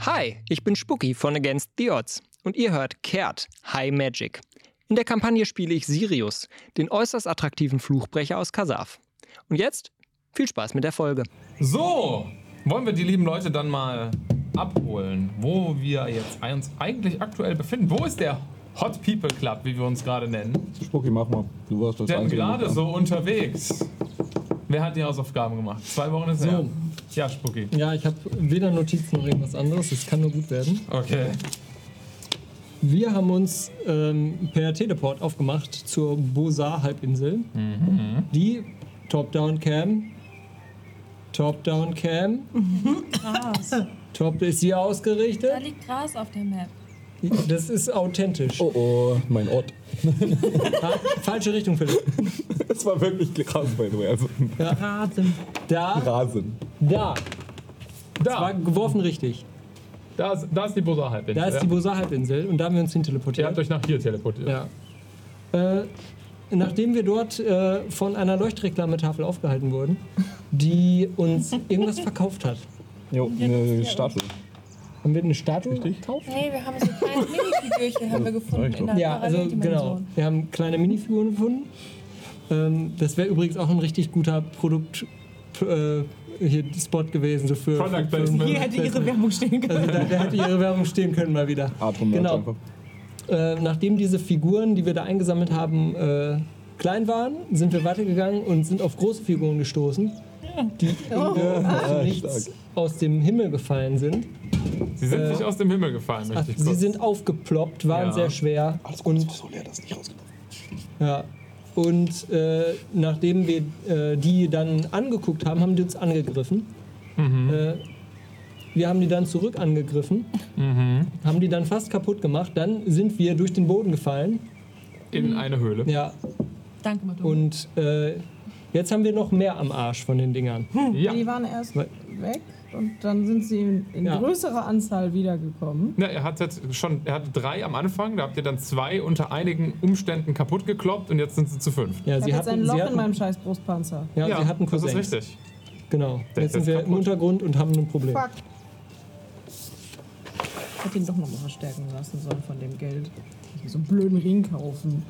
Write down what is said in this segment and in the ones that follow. Hi, ich bin Spooky von Against the Odds und ihr hört Kehrt, High Magic. In der Kampagne spiele ich Sirius, den äußerst attraktiven Fluchbrecher aus Kasaf. Und jetzt viel Spaß mit der Folge. So, wollen wir die lieben Leute dann mal abholen, wo wir jetzt uns eigentlich aktuell befinden. Wo ist der Hot People Club, wie wir uns gerade nennen? Spucki, mach mal. Du warst das Denn Einzige, gerade der- so unterwegs. Wer hat die Hausaufgaben gemacht? Zwei Wochen ist her. So. Ja, Spucki. Ja, ich habe weder Notizen noch irgendwas anderes. Es kann nur gut werden. Okay. Wir haben uns ähm, per Teleport aufgemacht zur Bosar-Halbinsel. Die Top-Down-Cam. Top-Down-Cam. Top ist hier Da ausgerichtet. liegt Gras auf der Map. Das ist authentisch. Oh oh, mein Ort. Fa- Falsche Richtung, Philipp. Das war wirklich krass, by the way. Also, Da, Rasen. da. Das war Da, geworfen richtig. da, ist, da ist die Bosa Halbinsel. Da ist die Bosar-Halbinsel und da haben wir uns hin Ihr habt teleportiert. euch nach hier teleportiert. Ja. Äh, nachdem wir dort äh, von einer Leuchtreklametafel aufgehalten wurden, die uns irgendwas verkauft hat. Jo, eine Statue. Haben wir eine Statue gekauft? Nee, wir haben so kleine Minifigürchen haben wir gefunden in der Ja, also genau. Paralleldimension. Wir haben kleine Minifiguren gefunden. Ähm, das wäre übrigens auch ein richtig guter Produkt äh, hier Spot gewesen. So für, Product für, Placement. Hier hätte ihre Werbung stehen können. also da, da hätte ihre Werbung stehen können mal wieder. Atom Genau. einfach. Äh, nachdem diese Figuren, die wir da eingesammelt haben, äh, klein waren, sind wir weitergegangen und sind auf große Figuren gestoßen, die oh. nichts stark. aus dem Himmel gefallen sind. Sie sind nicht aus dem Himmel gefallen, Äh, Ach, möchte ich sie kurz. sind aufgeploppt, waren Ja. sehr schwer. und, so leer, das nicht rausgekommen. ja. und äh, nachdem wir äh, die dann angeguckt haben, haben die uns angegriffen. Mhm. Äh, wir haben die dann zurück angegriffen, Mhm. haben die dann fast kaputt gemacht. Dann sind wir durch den Boden gefallen. In eine Höhle. Ja, genau. Danke, Madonna. Und äh, jetzt haben wir noch mehr am Arsch von den Dingern. Ja. Die waren erst Weil- weg und dann sind sie in, in Ja. größerer Anzahl wiedergekommen. Na, er hat jetzt schon, er hatte drei am Anfang, da habt ihr dann zwei unter einigen Umständen kaputt gekloppt und jetzt sind sie zu fünf. Ja, Ich sie habe jetzt ein hatten, Loch sie in meinem hatten, scheiß Brustpanzer. ja, sie hatten Cousins. Das ist richtig. Genau. Der Jetzt ist sind wir im kaputt. Untergrund und haben ein Problem. Fuck. Ich hätte ihn doch nochmal verstärken lassen sollen von dem Geld. Ich so einen blöden Ring kaufen.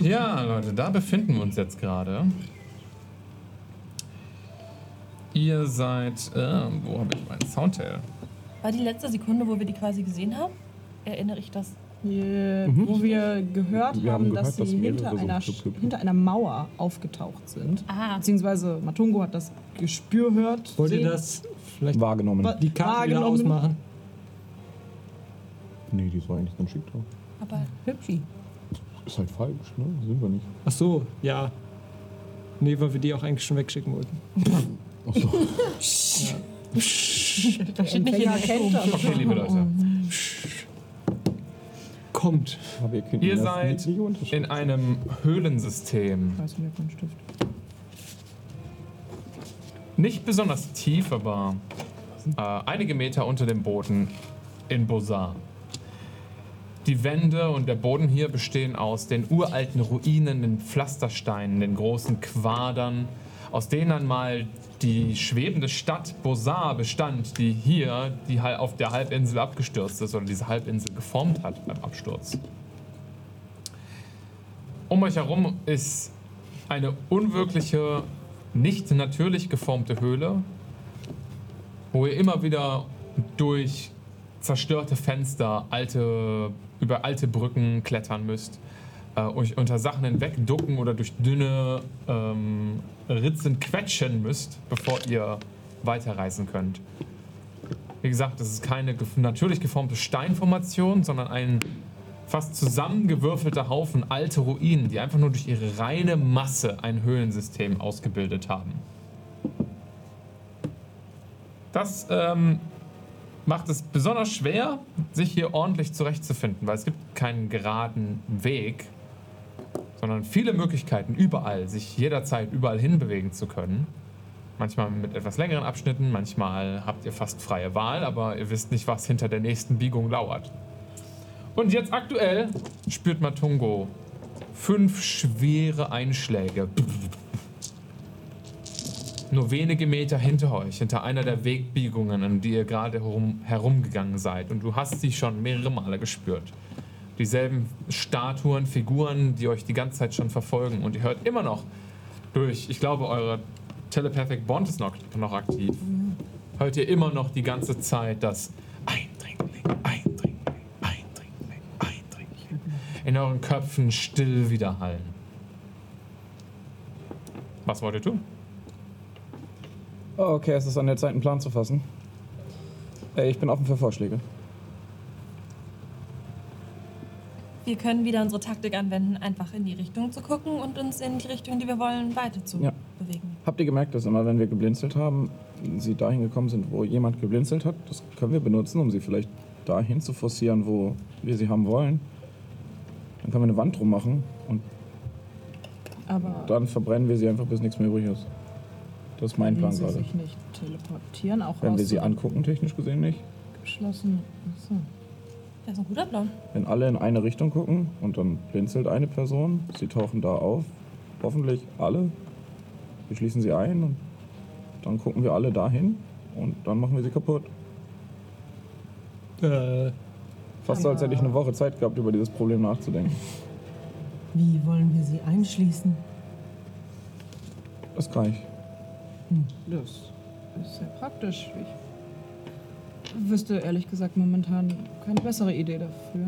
Ja, Leute, da befinden wir uns jetzt gerade. Ihr seid, äh, wo habe ich meinen Soundtail? War die letzte Sekunde, wo wir die quasi gesehen haben? Erinnere ich das? Hier, Mhm. Wo wir gehört Wir haben haben, gehört, dass sie dass hinter, mehrere so einer, klüpp, klüpp. hinter einer Mauer aufgetaucht sind. Ah. Beziehungsweise Matungo hat das Gespür gehört. Wollt ihr sehen- das vielleicht Wahrgenommen. Wa- die Karte wieder wahrgenommen? ausmachen? Nee, die ist eigentlich ganz schick drauf. Aber Hübschi. Ist halt falsch, ne? Sind wir nicht. Ach so, ja. Nee, weil wir die auch eigentlich schon wegschicken wollten. Ach so. da steht nicht um. in der kennt das. Okay, liebe Leute. Kommt. Aber ihr könnt Ihr ihn das seid nicht- nicht unterscheiden. In einem Höhlensystem. Weiß nicht, ob mein Stift. Nicht besonders tief, aber äh, einige Meter unter dem Boden in Bosar. Die Wände und der Boden hier bestehen aus den uralten Ruinen, den Pflastersteinen, den großen Quadern, aus denen einmal die schwebende Stadt Bosar bestand, die hier die Hal- auf der Halbinsel abgestürzt ist oder diese Halbinsel geformt hat beim Absturz. Um euch herum ist eine unwirkliche, nicht natürlich geformte Höhle, wo ihr immer wieder durch zerstörte Fenster, alte, über alte Brücken klettern müsst, äh, euch unter Sachen hinwegducken oder durch dünne ähm, Ritzen quetschen müsst, bevor ihr weiterreisen könnt. Wie gesagt, es ist keine ge natürlich geformte Steinformation, sondern ein fast zusammengewürfelter Haufen alte Ruinen, die einfach nur durch ihre reine Masse ein Höhlensystem ausgebildet haben. Das ähm, macht es besonders schwer, sich hier ordentlich zurechtzufinden, weil es gibt keinen geraden Weg, sondern viele Möglichkeiten überall, sich jederzeit überall hinbewegen zu können. Manchmal mit etwas längeren Abschnitten, manchmal habt ihr fast freie Wahl, aber ihr wisst nicht, was hinter der nächsten Biegung lauert. Und jetzt aktuell spürt Matungo fünf schwere Einschläge. Nur wenige Meter hinter euch, hinter einer der Wegbiegungen, an die ihr gerade herum, herumgegangen seid. Und du hast sie schon mehrere Male gespürt. Dieselben Statuen, Figuren, die euch die ganze Zeit schon verfolgen. Und ihr hört immer noch durch, ich glaube, eure Telepathic Bond ist noch, noch aktiv. Hört ihr immer noch die ganze Zeit das Eindringling, Eindringling, Eindringling, Eindringling in euren Köpfen still widerhallen. Was wollt ihr tun? Oh, Okay, es ist an der Zeit, einen Plan zu fassen. Äh, Ich bin offen für Vorschläge. Wir können wieder unsere Taktik anwenden, einfach in die Richtung zu gucken und uns in die Richtung, die wir wollen, weiter zu Ja. bewegen. Habt ihr gemerkt, dass immer, wenn wir geblinzelt haben, sie dahin gekommen sind, wo jemand geblinzelt hat? Das können wir benutzen, um sie vielleicht dahin zu forcieren, wo wir sie haben wollen. Dann können wir eine Wand drum machen und Aber dann verbrennen wir sie einfach, bis nichts mehr übrig ist. Das ist mein wenn Plan sie gerade. sich nicht teleportieren, auch Wenn aus wir sie dem angucken, technisch gesehen nicht. abgeschlossen. Achso. Das ist ein guter Plan. Wenn alle in eine Richtung gucken und dann blinzelt eine Person, sie tauchen da auf, hoffentlich alle, wir schließen sie ein und dann gucken wir alle dahin und dann machen wir sie kaputt. Äh, Fast so, als hätte ich eine Woche Zeit gehabt, über dieses Problem nachzudenken. Wie wollen wir sie einschließen? Das kann ich. Das ist sehr praktisch. Ich wüsste ehrlich gesagt momentan keine bessere Idee dafür.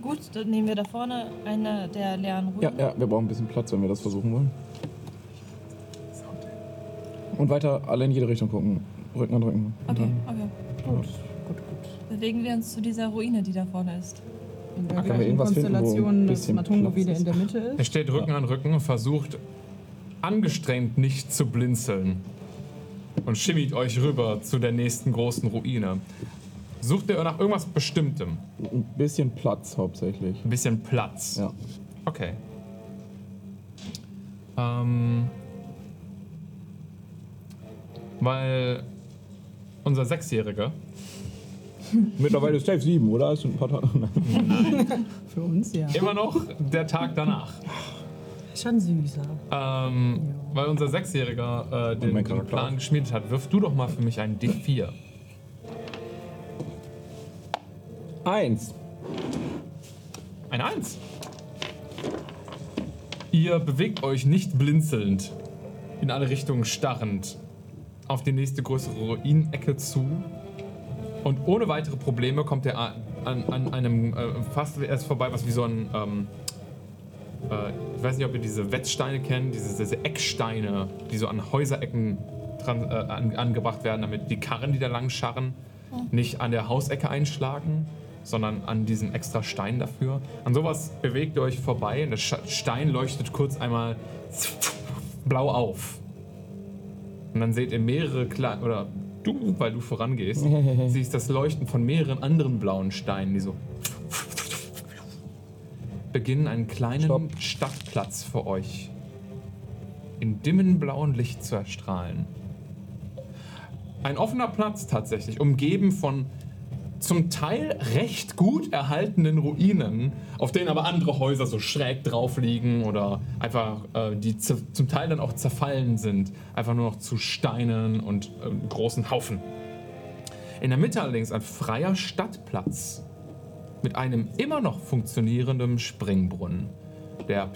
Gut, dann nehmen wir da vorne eine der leeren Ruinen. Ja, ja, wir brauchen ein bisschen Platz, wenn wir das versuchen wollen. Und weiter alle in jede Richtung gucken. Rücken an Rücken. Und Okay, dann- okay. Gut, gut, gut. Bewegen wir uns zu dieser Ruine, die da vorne ist. In Können der wir gleichen irgendwas finden, wo ein Konstellation, dass bisschen Matungo Platz wieder ist? in der Mitte ist. Er steht Rücken an Rücken und versucht angestrengt nicht zu blinzeln und schimmigt euch rüber zu der nächsten großen Ruine. Sucht ihr nach irgendwas Bestimmtem? Ein bisschen Platz hauptsächlich. Ein bisschen Platz. Ja. Okay. Ähm, weil unser Sechsjähriger Mittlerweile ist Safe 7, oder? Ist schon ein paar Tage. Für uns, ja. immer noch der Tag danach. Schon süßer. Ähm, weil unser Sechsjähriger äh, den, mein den Charakter Plan auch. geschmiedet hat, wirf du doch mal für mich einen D4. Eins. Ein Eins. Ihr bewegt euch nicht blinzelnd, in alle Richtungen starrend, auf die nächste größere Ruinecke zu. Und ohne weitere Probleme kommt ihr an, an, an einem äh, fast erst vorbei, was wie so ein. Ähm, äh, ich weiß nicht, ob ihr diese Wetzsteine kennt, diese, diese Ecksteine, die so an Häuserecken dran, äh, an, angebracht werden, damit die Karren, die da lang scharren, nicht an der Hausecke einschlagen, sondern an diesem extra Stein dafür. An sowas bewegt ihr euch vorbei und der Sch- Stein leuchtet kurz einmal blau auf. Und dann seht ihr mehrere kleine, oder du, weil du vorangehst, siehst das Leuchten von mehreren anderen blauen Steinen, die so beginnen einen kleinen Stopp. Stadtplatz für euch in dimmen blauen Licht zu erstrahlen. Ein offener Platz tatsächlich, umgeben von zum Teil recht gut erhaltenen Ruinen, auf denen aber andere Häuser so schräg drauf liegen oder einfach, äh, die zer- zum Teil dann auch zerfallen sind, einfach nur noch zu Steinen und ähm, großen Haufen. In der Mitte allerdings ein freier Stadtplatz mit einem immer noch funktionierenden Springbrunnen, der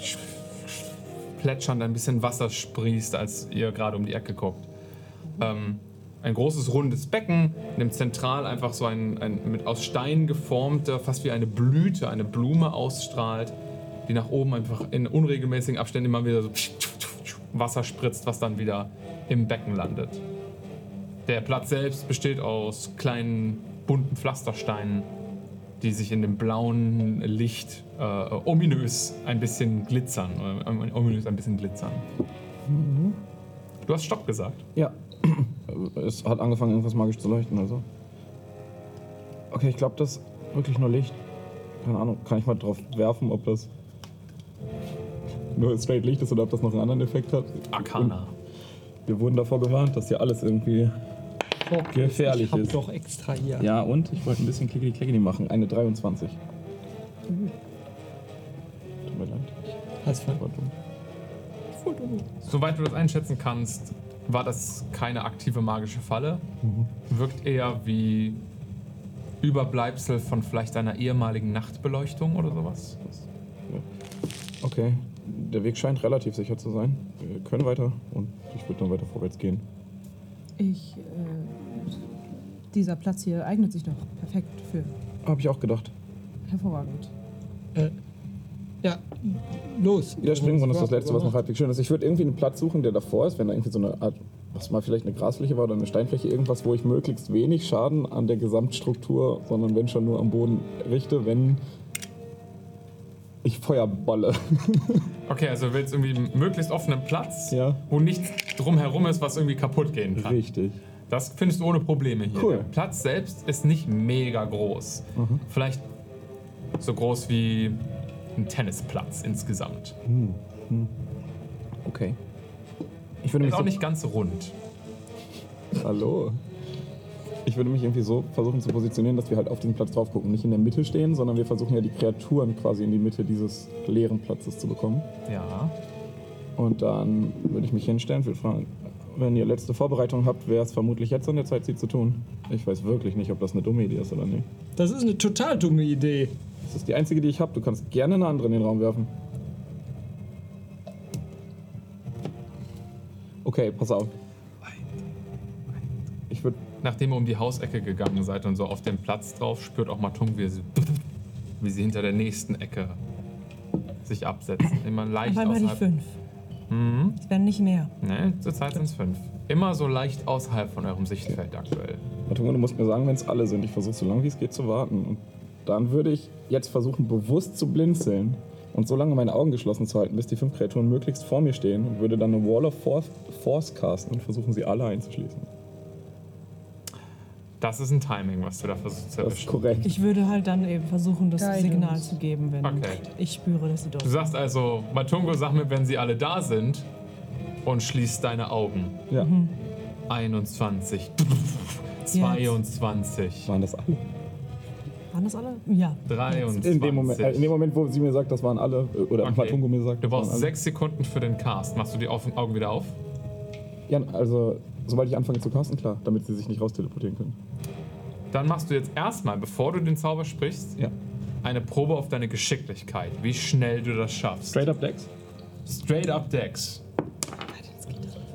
plätschernd ein bisschen Wasser sprießt, als ihr gerade um die Ecke guckt. Ähm, ein großes rundes Becken, in dem zentral einfach so ein, ein mit aus Stein geformter, fast wie eine Blüte, eine Blume ausstrahlt, die nach oben einfach in unregelmäßigen Abständen immer wieder so Wasser spritzt, was dann wieder im Becken landet. Der Platz selbst besteht aus kleinen bunten Pflastersteinen, die sich in dem blauen Licht äh, ominös ein bisschen glitzern. Äh, ominös ein bisschen glitzern. Du hast Stopp gesagt. Ja. Äh, Es hat angefangen, irgendwas magisch zu leuchten, also. Okay, ich glaube, das ist wirklich nur Licht. Keine Ahnung, kann ich mal drauf werfen, ob das nur straight Licht ist oder ob das noch einen anderen Effekt hat. Arcana. Wir wurden davor gewarnt, dass hier alles irgendwie. oh, Gefährlich ich hab ist. doch extra hier. Ja, und? Ich wollte ein bisschen klickeli klickeli machen. Eine 23. Tut mir leid. Hast ver- War dumm. Soweit du das einschätzen kannst, war das keine aktive magische Falle. Mhm. Wirkt eher wie Überbleibsel von vielleicht einer ehemaligen Nachtbeleuchtung oder sowas. Okay, der Weg scheint relativ sicher zu sein. Wir können weiter und ich würde dann weiter vorwärts gehen. Ich. Äh, dieser Platz hier eignet sich doch perfekt für. Habe ich auch gedacht. Hervorragend. Ja, los. Jeder Springbrunnen ist das Letzte, was noch genau. halbwegs schön ist. Ich würde irgendwie einen Platz suchen, der davor ist, wenn da irgendwie so eine Art, was mal vielleicht eine Grasfläche war oder eine Steinfläche, irgendwas, wo ich möglichst wenig Schaden an der Gesamtstruktur, sondern wenn schon nur am Boden richte, wenn ich Feuerballe. Okay, also willst irgendwie einen möglichst offenen Platz, Ja. wo nichts drumherum ist, was irgendwie kaputt gehen kann. Richtig. Das findest du ohne Probleme hier. Cool. Mhm. Der Platz selbst ist nicht mega groß. Vielleicht so groß wie ein Tennisplatz insgesamt. Okay. Ich würde Ist mich auch so, nicht ganz rund. Hallo. Ich würde mich irgendwie so versuchen zu positionieren, dass wir halt auf den Platz drauf gucken. Nicht in der Mitte stehen, sondern wir versuchen ja die Kreaturen quasi in die Mitte dieses leeren Platzes zu bekommen. Ja. Und dann würde ich mich hinstellen, würde fragen, wenn ihr letzte Vorbereitung habt, wäre es vermutlich jetzt an der Zeit, sie zu tun. Ich weiß wirklich nicht, ob das eine dumme Idee ist oder nicht. Das ist eine total dumme Idee. Das ist die einzige, die ich habe. Du kannst gerne eine andere in den Raum werfen. Okay, pass auf. Ich würde Nachdem ihr um die Hausecke gegangen seid und so auf den Platz drauf, spürt auch Matung, wie sie, wie sie hinter der nächsten Ecke sich absetzen. Immer leicht Aber immer die außerhalb. fünf. Es werden nicht mehr. Ne, zurzeit sind es fünf. Immer so leicht außerhalb von eurem Sichtfeld aktuell. Warte mal, du musst mir sagen, wenn es alle sind. Ich versuche so lange wie es geht zu warten. Und dann würde ich jetzt versuchen, bewusst zu blinzeln und so lange meine Augen geschlossen zu halten, bis die fünf Kreaturen möglichst vor mir stehen und würde dann eine Wall of Force, Force casten und versuchen, sie alle einzuschließen. Das ist ein Timing, was du da versuchst zu Das ist erwischen. korrekt. Ich würde halt dann eben versuchen, das Guidance. Signal zu geben, Ah. wenn Okay. ich spüre, dass sie dort Du sagst also, Matungo, sag mir, wenn sie alle da sind und schließt deine Augen. Ja. 21, 22, Waren das alle? sind. Waren das alle? Ja. 23. In dem, Moment, äh, in dem Moment, wo sie mir sagt, das waren alle, äh, oder Okay. Matungo mir sagt, Du das brauchst waren alle. sechs Sekunden für den Cast. Machst du die Auf- Augen wieder auf? Ja, also, sobald ich anfange zu casten, klar, damit sie sich nicht rausteleportieren können. Dann machst du jetzt erstmal, bevor du den Zauber sprichst, Ja. eine Probe auf deine Geschicklichkeit, wie schnell du das schaffst. Straight up Dex. Straight up Dex.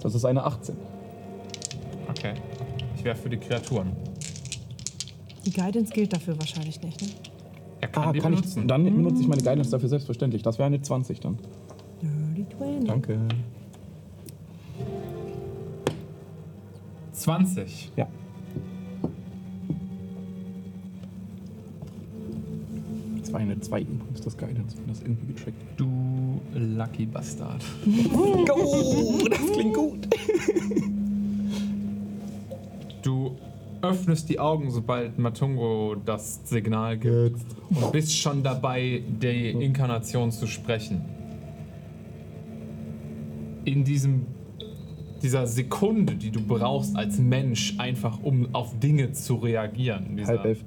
Das ist eine 18. Okay. Ich werfe für die Kreaturen. Die Guidance gilt dafür wahrscheinlich nicht, ne? Er kann die benutzen. ich, Ah, dann benutze ich meine Guidance dafür selbstverständlich. Das wäre eine 20 dann. Dirty 20. Danke. 20. Ja. Das war eine 2 übrigens, das Guidance, wenn das irgendwie getrackt Du Lucky Bastard. Oh, Oh. Das klingt gut. Du öffnest die Augen, sobald Matungo das Signal gibt und bist schon dabei, die Inkarnation zu sprechen. In diesem, dieser Sekunde, die du brauchst als Mensch, einfach um auf Dinge zu reagieren. Dieser, Halb elf.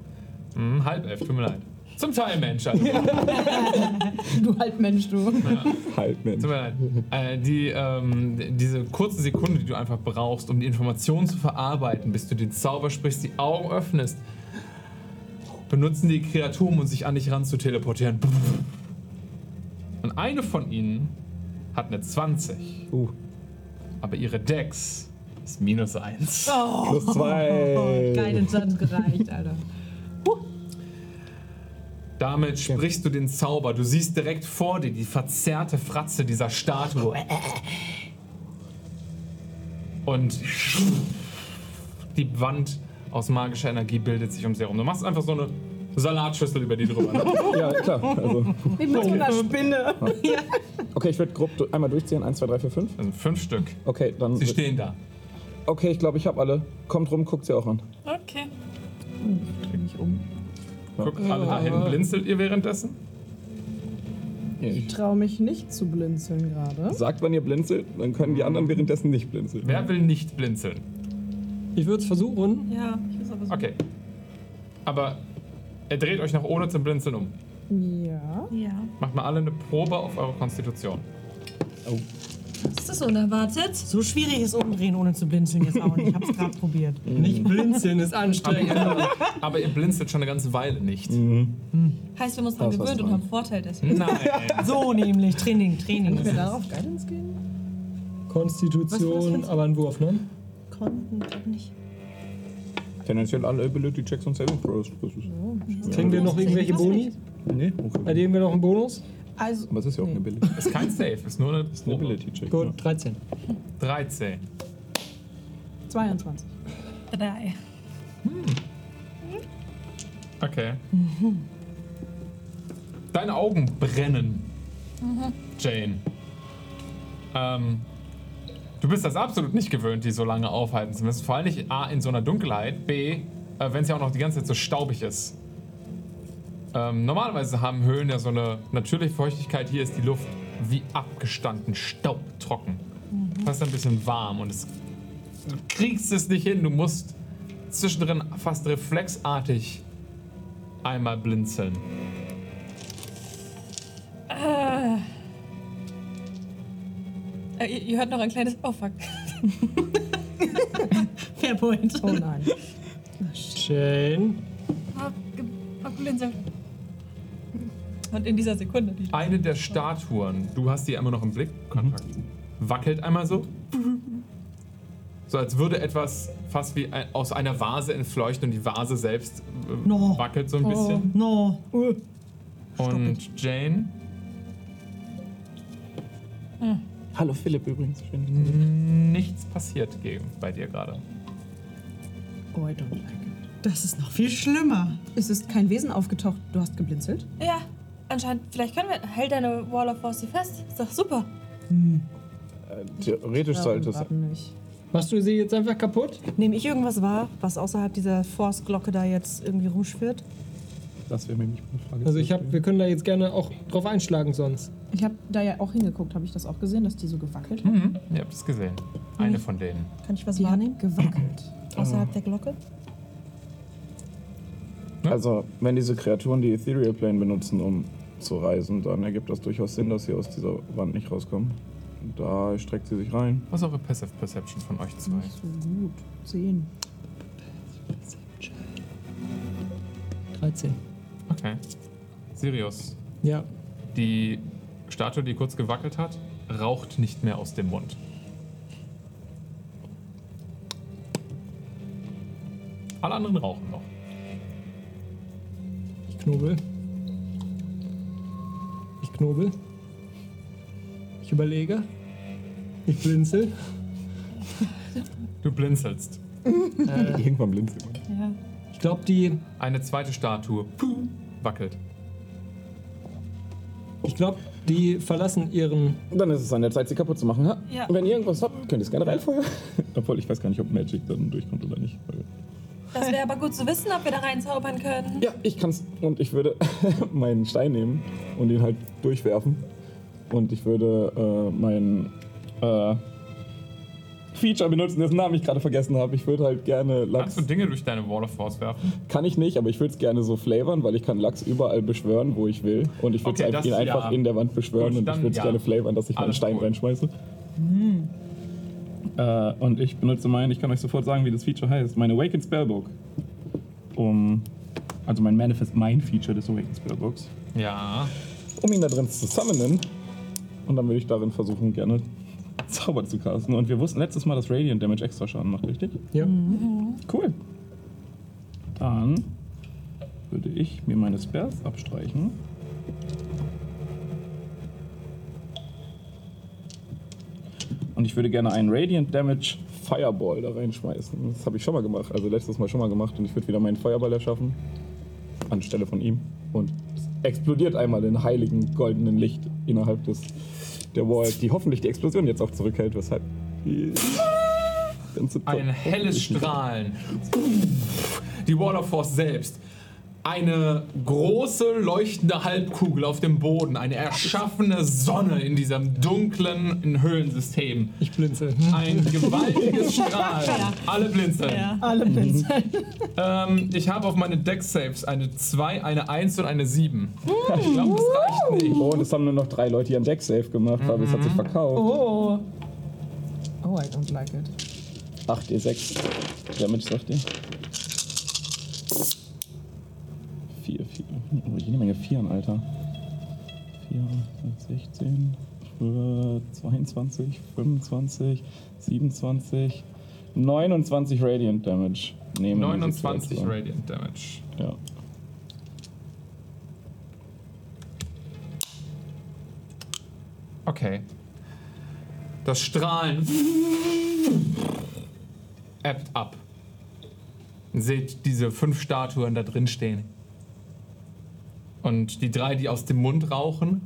Hm, halb elf, tut mir leid. Zum Teil Mensch, also. Du halt Halbmensch, du. Halb, Mensch. Tut mir leid. Äh, die, ähm, diese kurze Sekunde, die du einfach brauchst, um die Informationen zu verarbeiten, bis du den Zauber sprichst, die Augen öffnest, benutzen die Kreaturen, um sich an dich ran zu teleportieren. Und eine von ihnen hat eine 20, Uh, aber ihre Dex ist minus 1. plus Geil, 2. den Sand gereicht, Alter. Damit sprichst du den Zauber. Du siehst direkt vor dir die verzerrte Fratze dieser Statue. Und die Wand aus magischer Energie bildet sich um sie herum. Du machst einfach so eine Salatschüssel über die drüber. Ja, klar. Also, Wie mit so einer Spinne. okay, ich würde grob du- einmal durchziehen. 1, 2, 3, 4, 5. Also fünf Stück. Okay, dann. Sie stehen da. Okay, ich glaube, ich habe alle. Kommt rum, guckt sie auch an. Okay. Guckt alle dahin. Blinzelt ihr währenddessen? Ich traue mich nicht zu blinzeln gerade. Sagt, wann ihr blinzelt, dann können die anderen währenddessen nicht blinzeln. Wer will nicht blinzeln? Ich würde es versuchen. Ja, ich muss aber so. Okay. Aber er dreht euch noch ohne zum Blinzeln um. Ja. Ja. Macht mal alle eine Probe auf eure Konstitution. Oh. Das ist unerwartet. So schwierig ist umdrehen, ohne zu blinzeln jetzt auch nicht. Ich hab's gerade probiert. Nicht blinzeln ist anstrengend. Aber ihr blinzelt schon eine ganze Weile nicht. Heißt, wir haben uns dran Da ist was gewöhnt und dran. haben Vorteil deswegen. Nein. So nämlich, Training, Training. Kannst du darauf Guidance gehen? Konstitution, aber ein Wurf, ne? Konnten, glaub nicht. Tendenziell alle Ability Checks und Saving Throws. Das ist- Kriegen wir noch irgendwelche Boni? Nee, Bei okay. denen wir noch einen Bonus? Also, Aber es ist ja auch eine Ability. Ist kein Safe, ist nur eine, Ist ein Ability Check. Gut, Ja. 13. 13. 22. Drei. Okay. Deine Augen brennen, Jane. Ähm, du bist das absolut nicht gewöhnt, die so lange aufhalten zu müssen. Vor allem nicht A, in so einer Dunkelheit, B, äh, wenn es ja auch noch die ganze Zeit so staubig ist. Ähm, normalerweise haben Höhlen ja so eine natürliche Feuchtigkeit. Hier ist die Luft wie abgestanden, staubtrocken. Fast ein bisschen warm und es, du kriegst es nicht hin. Du musst zwischendrin fast reflexartig einmal blinzeln. Äh, ihr, ihr hört noch ein kleines Oh fuck. Fair point. Oh nein. Jane. Hab ge- hab geblinzelt. Und in dieser Sekunde. Die Eine der Statuen, du hast die immer noch im Blickkontakt, wackelt einmal so. So als würde etwas fast wie ein, aus einer Vase entfleuchten und die Vase selbst äh, No. wackelt so ein bisschen. Oh, No. Uh. Und Jane, Hallo Philipp übrigens. Schön. nichts passiert gegen- bei dir gerade. Oh, I don't like it. Das ist noch viel schlimmer. Es ist kein Wesen aufgetaucht. Du hast geblinzelt. ja, anscheinend, vielleicht können wir. Hält deine Wall of Force sie fest? Ist doch super. Theoretisch sollte es. Warten nicht. Machst du sie jetzt einfach kaputt? Nehme ich irgendwas wahr, was außerhalb dieser Force-Glocke da jetzt irgendwie rumschwirrt? Das wäre nämlich meine Frage. Also ich hab, wir können da jetzt gerne auch drauf einschlagen sonst. Ich habe da ja auch hingeguckt. Habe ich das auch gesehen, dass die so gewackelt hat? Mhm. Ihr habt es gesehen. Eine von denen. Hm? Kann ich was Die hat wahrnehmen? gewackelt. Außerhalb der Glocke? ne? Also, wenn diese Kreaturen die Ethereal Plane benutzen, um zu reisen, dann ergibt das durchaus Sinn, dass sie aus dieser Wand nicht rauskommen. Da streckt sie sich rein. Was ist eure Passive Perception von euch zwei? Nicht so gut. Sehen. 13. Okay. Sirius, Ja. Die Statue, die kurz gewackelt hat, raucht nicht mehr aus dem Mund. Alle anderen rauchen noch. Ich knobel. Ich knobel. Ich überlege. Ich blinzel. Du blinzelst. Irgendwann blinzelt man. Ja. Ich glaube, die, Eine zweite Statue puh, wackelt. ich glaub, die verlassen ihren. Dann ist es an der Zeit, sie kaputt zu machen. Ha? Ja. Wenn ihr irgendwas habt, könnt ihr es gerne reinfeuern. Obwohl, ich weiß gar nicht, ob Magic dann durchkommt oder nicht. weil- Das wäre aber gut zu wissen, ob wir da reinzaubern können. Ja, ich kann's. Und ich würde meinen Stein nehmen und ihn halt durchwerfen. Und ich würde äh, mein äh, Feature benutzen, dessen Namen ich gerade vergessen habe. Ich würde halt gerne Kannst Lachs. du Dinge durch deine Wall of Force werfen? Kann ich nicht, aber ich würde es gerne so flavoren, weil ich kann Lachs überall beschwören, wo ich will. Und ich würde Okay, ihn das- einfach ja. in der Wand beschwören Gut, und dann ich würde es ja. gerne flavoren, dass ich meinen Alles Mhm. Stein cool. reinschmeiße. Äh, und ich benutze meinen, ich kann euch sofort sagen, wie das Feature heißt, meine Awakened Spellbook. Um, also mein Manifest Mind Feature des Awakened Spellbooks. Ja. Um ihn da drin zu summonen. Und dann würde ich darin versuchen, gerne Zauber zu casten. Und wir wussten letztes Mal, dass Radiant Damage extra Schaden macht, richtig? Ja. Mhm. Cool. Dann würde ich mir meine Spares abstreichen. Und ich würde gerne einen Radiant Damage Fireball da reinschmeißen. Das habe ich schon mal gemacht, also letztes Mal schon mal gemacht. Und ich würde wieder meinen Fireball erschaffen. Anstelle von ihm. Und es explodiert einmal in heiligen goldenen Licht innerhalb des, der Wall, die hoffentlich die Explosion jetzt auch zurückhält, weshalb die ganze Ein helles Strahlen. Die Wall of Force selbst. Eine große leuchtende Halbkugel auf dem Boden. Eine erschaffene Sonne in diesem dunklen Höhlensystem. Ich blinzel. Hm? Ein gewaltiges Strahl. Alle blinzeln. Alle blinzeln. Ähm, ich habe auf meine Deck-Saves eine 2, eine 1 und eine 7. Ich glaube, das reicht nicht. Mhm. Oh, und es haben nur noch drei Leute ihren Deck safe gemacht, Fabius hat sich verkauft. Oh. No, Oh, I don't like it. 8, ihr 6. Damit sagt ihr. 4, 4. Oh, jede Menge Vieren, Alter. 4, 16, 22, 25, 27, 29 Radiant Damage. Nehmen wir 29 die Situation. Radiant Damage. Ja. Okay. Das Strahlen ebbt ab. Seht diese fünf Statuen da drin stehen. Und die drei, die aus dem Mund rauchen,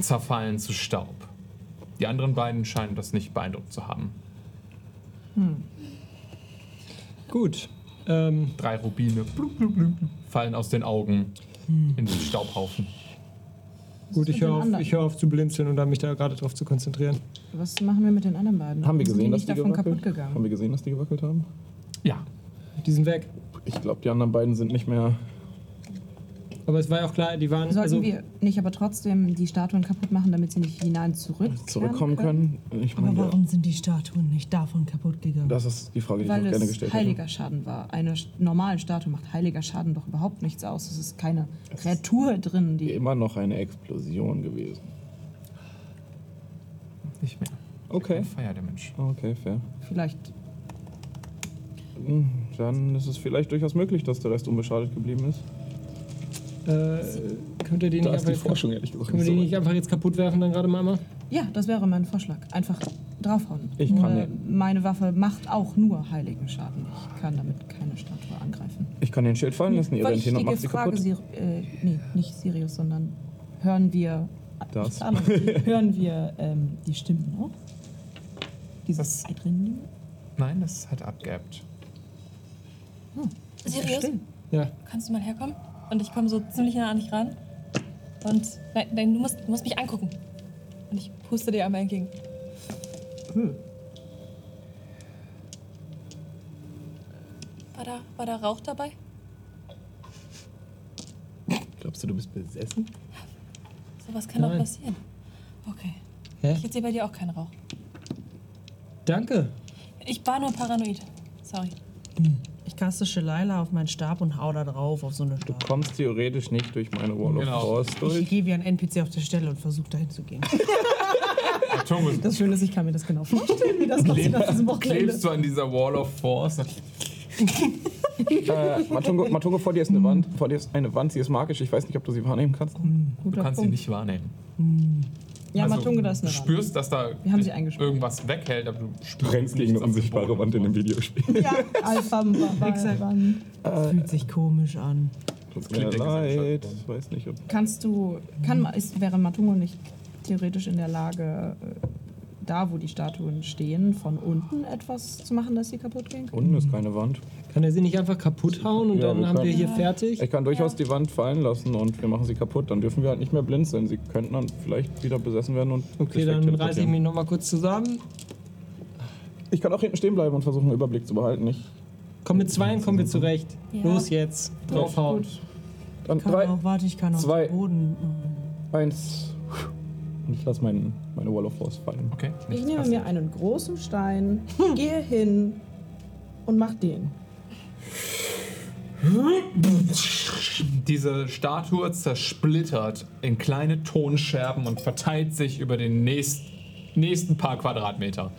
zerfallen zu Staub. Die anderen beiden scheinen das nicht beeindruckt zu haben. Gut. Ähm, Drei Rubine blub, blub, blub, blub, fallen aus den Augen in den Staubhaufen. gut, mit ich den höre auf, anderen? ich hör auf zu blinzeln und dann mich da gerade drauf zu konzentrieren. Was machen wir mit den anderen beiden? Haben wir Sind gesehen, die dass nicht die davon gewackelt kaputt gegangen? Haben wir gesehen, dass die gewackelt haben? Ja, Die sind weg. Ich glaube, die anderen beiden sind nicht mehr. Aber es war ja auch klar, die waren. Sollten also, wir nicht aber trotzdem die Statuen kaputt machen, damit sie nicht hinein zurück zurückkommen können. Ich Aber meine, warum sind die Statuen nicht davon kaputt gegangen? das ist die Frage, die Weil ich auch gerne es gestellt heiliger Schaden war. Eine sch- normale Statue macht heiliger Schaden doch überhaupt nichts aus. Es ist keine Kreatur drin, hätte. die. Immer noch eine Explosion gewesen. nicht mehr. Okay. Feier der Mensch. Okay, fair. Vielleicht Dann ist es vielleicht durchaus möglich, dass der Rest unbeschadet geblieben ist. äh, könnt ihr die nicht, einfach jetzt, kaputt- ehrlich gesagt können wir die nicht einfach jetzt kaputt werfen, dann gerade Mama? Ja, das wäre mein Vorschlag. Einfach draufhauen. Ich nur kann ja- Meine Waffe macht auch nur heiligen Schaden. Ich kann damit keine Statue angreifen. Ich kann den Schild fallen lassen, ihr rennt hin und macht Wichtige sie Frage, kaputt. Sir äh, nee, nicht Sirius, sondern hören wir Das. Hallo. hören wir ähm, die Stimmen noch? Dieses Das- Eidrinnen? Nein, das hat abgeebbt. Sirius, Ja. kannst du mal herkommen? Und ich komme so ziemlich nah an dich ran. Und nein, nein du, musst, du musst mich angucken. Und ich puste dir einmal entgegen. Hm. War da, war da Rauch dabei? Glaubst du, du bist besessen? Sowas kann doch Nein. passieren. Okay. Hä? Ich jetzt sehe bei dir auch keinen Rauch. Danke. Ich war nur paranoid. Sorry. Ich kaste Shelila auf meinen Stab und hau da drauf auf so eine Du Stab. kommst theoretisch nicht durch meine Wall of Genau. Force Ich durch. gehe wie ein NPC auf der Stelle und versuche dahin zu gehen. Atomus, Das Schöne ist, ich kann mir das genau vorstellen, wie das passiert auf diesem Wochenende. klebst du an dieser Wall of Force? Äh, Matungo, Matungo, vor dir ist eine Wand. Vor dir ist eine Wand, sie ist magisch. Ich weiß nicht, ob du sie wahrnehmen kannst. Du kannst sie nicht wahrnehmen. Ja, Also, Matunga, das Du ist eine Wand. spürst, dass da Wir haben sie eingesperrt. irgendwas weghält, aber du spürst Rennst gegen nichts eine auf dem unsichtbare Boden. Wand in dem Videospiel. Alpha Wand. Fühlt sich komisch an. Tut mir klingt ja leid. gesagt, Weiß nicht, ob Kannst du, kann, ma- ist, wäre Matungo nicht theoretisch in der Lage, äh, da wo die Statuen stehen, von unten etwas zu machen, dass sie kaputt gehen können? unten ist keine Wand. Kann er sie nicht einfach kaputt hauen und Ja, dann wir haben wir können- hier fertig? Ich kann durchaus die Wand fallen lassen und wir machen sie kaputt. Dann dürfen wir halt nicht mehr blind sein. Sie könnten dann vielleicht wieder besessen werden und. Okay, sich dann reiße ich wegteleportieren. mich nochmal kurz zusammen. Ich kann auch hinten stehen bleiben und versuchen, einen Überblick zu behalten. Ich, Komm mit zweien, kommen wir zurecht. Ja. Los jetzt. Draufhauen. dann Kann drei, auch, warte, ich kann auch zwei. zu Boden. eins. Und ich lasse meinen, meine Wall of Force fallen. Okay. Ich nichts nehme passiert. mir einen großen Stein, gehe hin und mach den. Diese Statue zersplittert in kleine Tonscherben und verteilt sich über den nächst, nächsten paar Quadratmeter.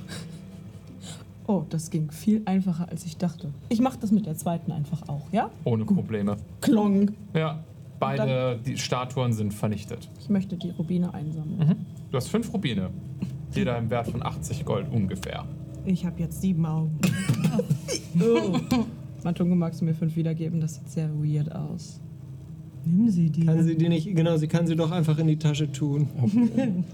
Oh, das ging viel einfacher, als ich dachte. Ich mach das mit der zweiten einfach auch, ja? Ohne Probleme. Klong. Ja, beide die Statuen sind vernichtet. Ich möchte die Rubine einsammeln. Du hast fünf Rubine. Jeder im Wert von 80 Gold ungefähr. Ich habe jetzt sieben Augen. Matungo, magst du mir fünf wiedergeben? Das sieht sehr weird aus. Nimm sie Kann dir. sie die nicht, genau, sie kann sie doch einfach in die Tasche tun.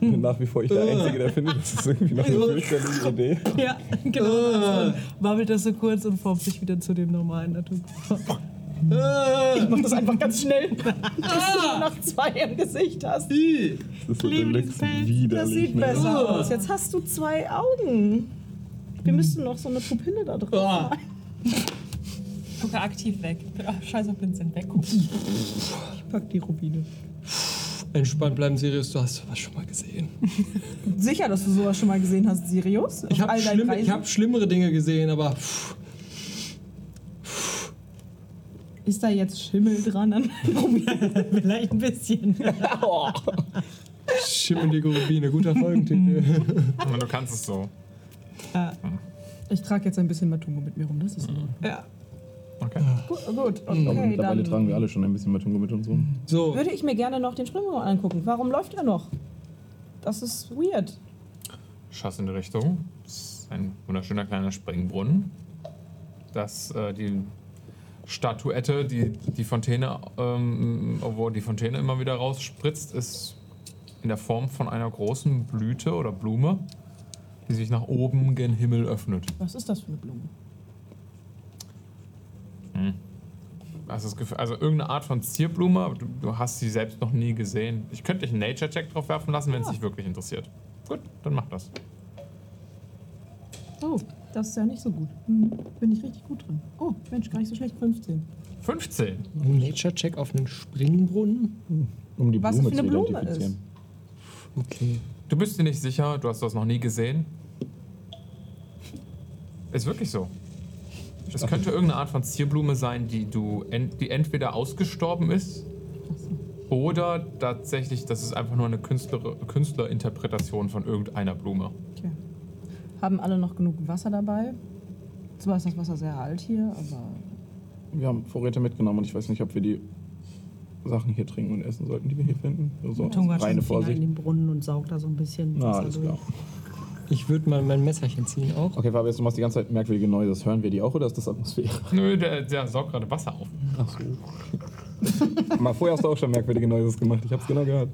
Nach wie vor ich der Einzige, der findet, das ist irgendwie noch eine fürchterliche Idee. Ja, genau. das. Und Wabbelt das so kurz und formt sich wieder zu dem normalen Natur. Ich mach das einfach ganz schnell, bis du nur noch zwei im Gesicht hast. Das ist so Liebe deluxe dieses Bild. Das widerlich. sieht ne? besser Oh. aus. Jetzt hast du zwei Augen. Wir müssten noch so eine Pupille da drauf Ah. machen. Ich gucke aktiv weg. Scheiße, Vincent, weg. Ich pack die Rubine. Entspannt bleiben, Sirius, du hast sowas schon mal gesehen. Sicher, dass du sowas schon mal gesehen hast, Sirius? Ich Auf habe all deinen schlimm, ich Reisen? hab schlimmere Dinge gesehen, aber pff, Ist da jetzt Schimmel dran? an meinem Mobil? Vielleicht ein bisschen. schimmelige Rubine, guter Folgentitel. Aber Du kannst es so. ich trage jetzt ein bisschen Matungo mit mir rum, das ist in Ordnung. Ja. Okay. gut. Gut, Aber okay, mittlerweile dann tragen wir alle schon ein bisschen Matungo mit uns rum. So, würde ich mir gerne noch den Schlimmeren angucken. Warum läuft er noch? Das ist weird. Schaust in die Richtung. Das ist ein wunderschöner kleiner Springbrunnen. Das, äh, die Statuette, die die Fontäne, ähm, wo die Fontäne immer wieder rausspritzt, ist in der Form von einer großen Blüte oder Blume, die sich nach oben gen Himmel öffnet. Was ist das für eine Blume? Also, das Gefühl, also irgendeine Art von Zierblume, aber du, du hast sie selbst noch nie gesehen. Ich könnte dich einen Nature-Check drauf werfen lassen, wenn es dich wirklich interessiert. Gut, dann mach das. Oh, das ist ja nicht so gut. Hm, bin ich richtig gut drin. Oh, Mensch, gar nicht so schlecht. 15. 15. Nature-Check auf einen Springbrunnen? Um die Was Blume für zu eine Blume identifizieren. Okay. Du bist dir nicht sicher, du hast das noch nie gesehen. Ist wirklich so. Es könnte irgendeine Art von Zierblume sein, die du ent die entweder ausgestorben ist oder tatsächlich, das ist einfach nur eine Künstler Künstlerinterpretation von irgendeiner Blume. Okay. Haben alle noch genug Wasser dabei? Zwar ist das Wasser sehr alt hier, aber Wir haben Vorräte mitgenommen und ich weiß nicht, ob wir die Sachen hier trinken und essen sollten, die wir hier finden. Also Tunga hat reine den Finger in Vorsicht. den Brunnen und saugt da so ein bisschen. Na, Wasser alles durch. klar. Ich würde mal mein Messerchen ziehen Oh, auch. Okay, Fabius, du machst die ganze Zeit merkwürdige Neues. Hören wir die auch oder ist das Atmosphäre? Nö, der, der saugt gerade Wasser auf. Mal vorher hast du auch schon merkwürdige Neues gemacht. Ich hab's genau gehört.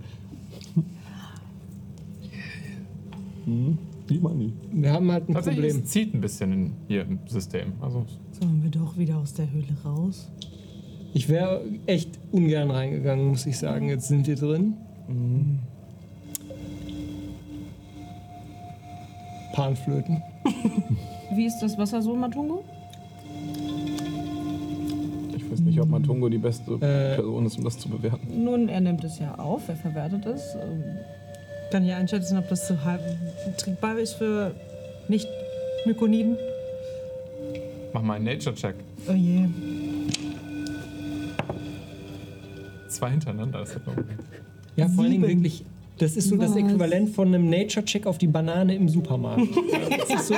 Hm? Die meine ich. Wir haben halt ein Tatsächlich, Problem. es zieht ein bisschen in, hier im System. Also, Sollen wir doch wieder aus der Höhle raus? Ich wäre echt ungern reingegangen, muss ich sagen. Jetzt sind wir drin. Mhm. Panflöten. Wie ist das Wasser so, Matungo? Ich weiß nicht, ob Matungo die beste Äh. Person ist, um das zu bewerten. Nun, er nimmt es ja auf, er verwertet es. Ähm, Ich kann hier einschätzen, ob das zu halb trinkbar ist für nicht Mykoniden. mach mal einen Nature-Check. Oh je. Zwei hintereinander. Das ist ja verrückt. Ja, vor allen Dingen wirklich. Das ist so das Was? Äquivalent von einem Nature-Check auf die Banane im Supermarkt. Das ist so,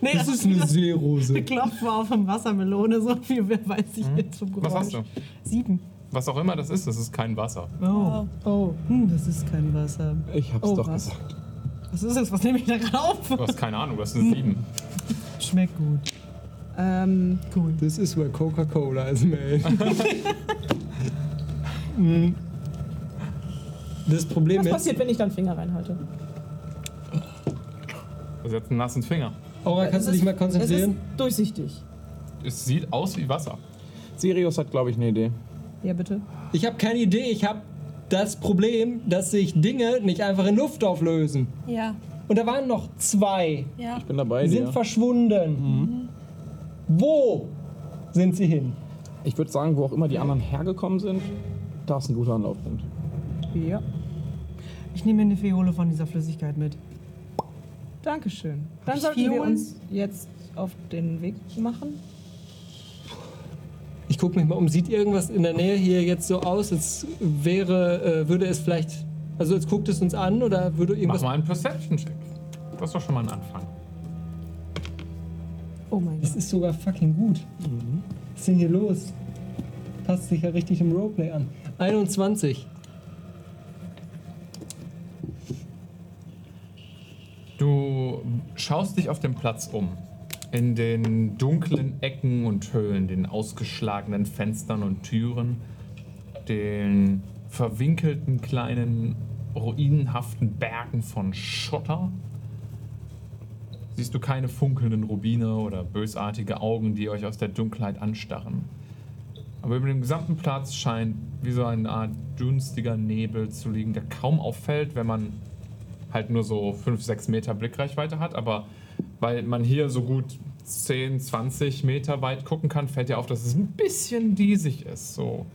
Nee, das ist eine Seerose. Klopfen auf dem Wassermelone, so viel wer weiß ich jetzt zum Geräusch. Hm? Was hast du? Sieben. Was auch immer das ist, das ist kein Wasser. Oh. oh. Hm, das ist kein Wasser. Ich hab's Oh, doch was? gesagt. Was ist das? Was nehme ich da rauf? Du hast keine Ahnung, das sind sieben. Schmeckt gut. Ähm, Cool. Das ist where Coca-Cola is made. Mhm. das Problem was ist, passiert, wenn ich dann Finger reinhalte? Das ist jetzt einen nassen Finger. Aura, kannst du dich mal konzentrieren? Es ist durchsichtig. Es sieht aus wie Wasser. Sirius hat, glaube ich, eine Idee. Ja, bitte. Ich habe keine Idee. Ich habe das Problem, dass sich Dinge nicht einfach in Luft auflösen. Ja, Und da waren noch zwei. ja. Ich bin dabei. Die sind Lea. verschwunden. Mhm. Wo sind sie hin? Ich würde sagen, wo auch immer die anderen hergekommen sind, da ist ein guter Anlaufpunkt. Ja. Ich nehme mir eine Fiole von dieser Flüssigkeit mit. Dankeschön. Dann ich sollten wir Fiolen? uns jetzt auf den Weg machen. Ich gucke mich mal um. Sieht irgendwas in der Nähe hier jetzt so aus, als wäre, äh, würde es vielleicht, also als guckt es uns an oder würde Mach irgendwas. mal einen Perception-Check. Das ist doch schon mal ein Anfang. Oh mein Das Gott. ist sogar fucking gut. Was ist denn hier los? Passt sich ja richtig im Roleplay an. Ah. 21. Du schaust dich auf dem Platz um. In den dunklen Ecken und Höhlen, den ausgeschlagenen Fenstern und Türen, den verwinkelten kleinen ruinenhaften Bergen von Schotter. Siehst du keine funkelnden Rubine oder bösartige Augen, die euch aus der Dunkelheit anstarren. Aber über dem gesamten Platz scheint wie so eine Art dünstiger Nebel zu liegen, der kaum auffällt, wenn man halt nur so 5, 6 Meter Blickreichweite hat, aber weil man hier so gut 10, 20 Meter weit gucken kann, fällt ja auf, dass es ein bisschen diesig ist. So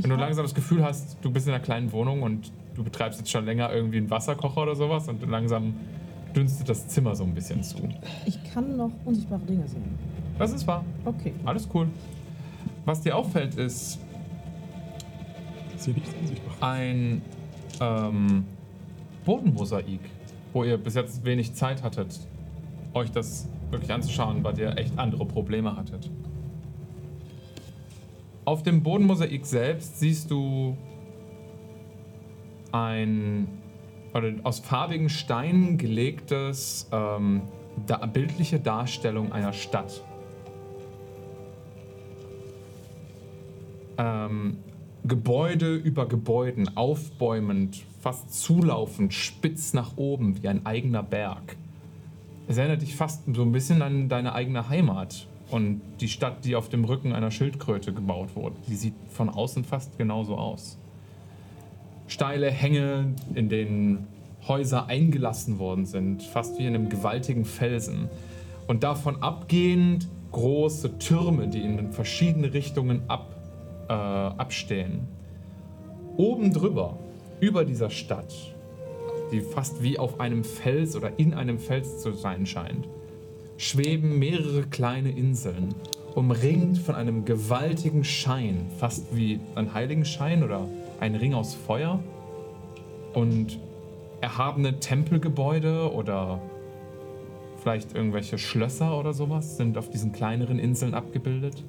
Wenn du langsam das Gefühl hast, du bist in einer kleinen Wohnung und du betreibst jetzt schon länger irgendwie einen Wasserkocher oder sowas und langsam dünstet das Zimmer so ein bisschen zu. Ich kann noch unsichtbare Dinge sehen. Das ist wahr. Okay. Alles cool. Was dir auffällt, ist Sie nicht unsichtbar. ein ähm, Bodenmosaik, wo ihr bis jetzt wenig Zeit hattet, euch das wirklich anzuschauen, weil ihr echt andere Probleme hattet. Auf dem Bodenmosaik selbst siehst du ein oder aus farbigen Steinen gelegtes ähm, da, bildliche Darstellung einer Stadt. ähm, Gebäude über Gebäuden, aufbäumend, fast zulaufend, spitz nach oben wie ein eigener Berg. Es erinnert dich fast so ein bisschen an deine eigene Heimat und die Stadt, die auf dem Rücken einer Schildkröte gebaut wurde. Die sieht von außen fast genauso aus. Steile Hänge, in denen Häuser eingelassen worden sind, fast wie in einem gewaltigen Felsen. Und davon abgehend große Türme, die in verschiedene Richtungen ab äh, abstehen. Oben drüber, über dieser Stadt, die fast wie auf einem Fels oder in einem Fels zu sein scheint, schweben mehrere kleine Inseln, umringt von einem gewaltigen Schein, fast wie ein Heiligenschein oder ein Ring aus Feuer. Und erhabene Tempelgebäude oder vielleicht irgendwelche Schlösser oder sowas sind auf diesen kleineren Inseln abgebildet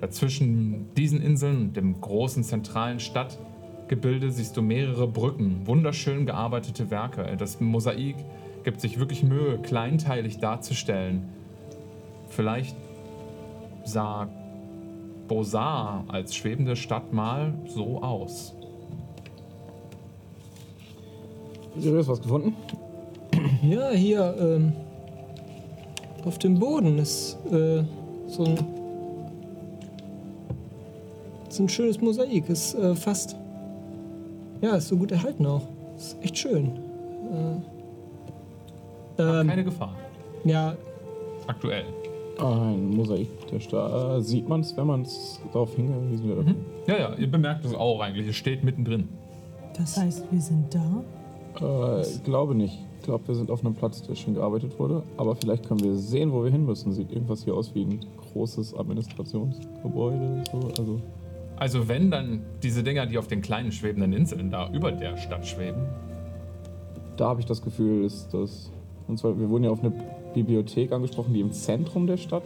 dazwischen diesen Inseln und dem großen zentralen Stadtgebilde siehst du mehrere Brücken, wunderschön gearbeitete Werke. Das Mosaik gibt sich wirklich Mühe, kleinteilig darzustellen. Vielleicht sah Bosar als schwebende Stadt mal so aus. Sirius, was gefunden? Ja, hier ähm, auf dem Boden ist äh, so ein, ist ein schönes Mosaik. Ist äh, fast, ja, ist so gut erhalten auch. Ist echt schön. Äh, ähm, Keine Gefahr. ja, Aktuell. Ein Mosaik der Stadt. Äh, sieht man es, wenn man es darauf hingewiesen wird? Ja, ja, ihr bemerkt es auch eigentlich. Es steht mittendrin. Das heißt, wir sind da. Äh, ich glaube nicht. Ich glaube, wir sind auf einem Platz, der schon gearbeitet wurde. Aber vielleicht können wir sehen, wo wir hin müssen. Sieht irgendwas hier aus wie ein großes Administrationsgebäude. So. Also, Also wenn dann diese Dinger, die auf den kleinen schwebenden Inseln da über der Stadt schweben, da habe ich das Gefühl, ist das. Und zwar, wir wurden ja auf eine Bibliothek angesprochen, die im Zentrum der Stadt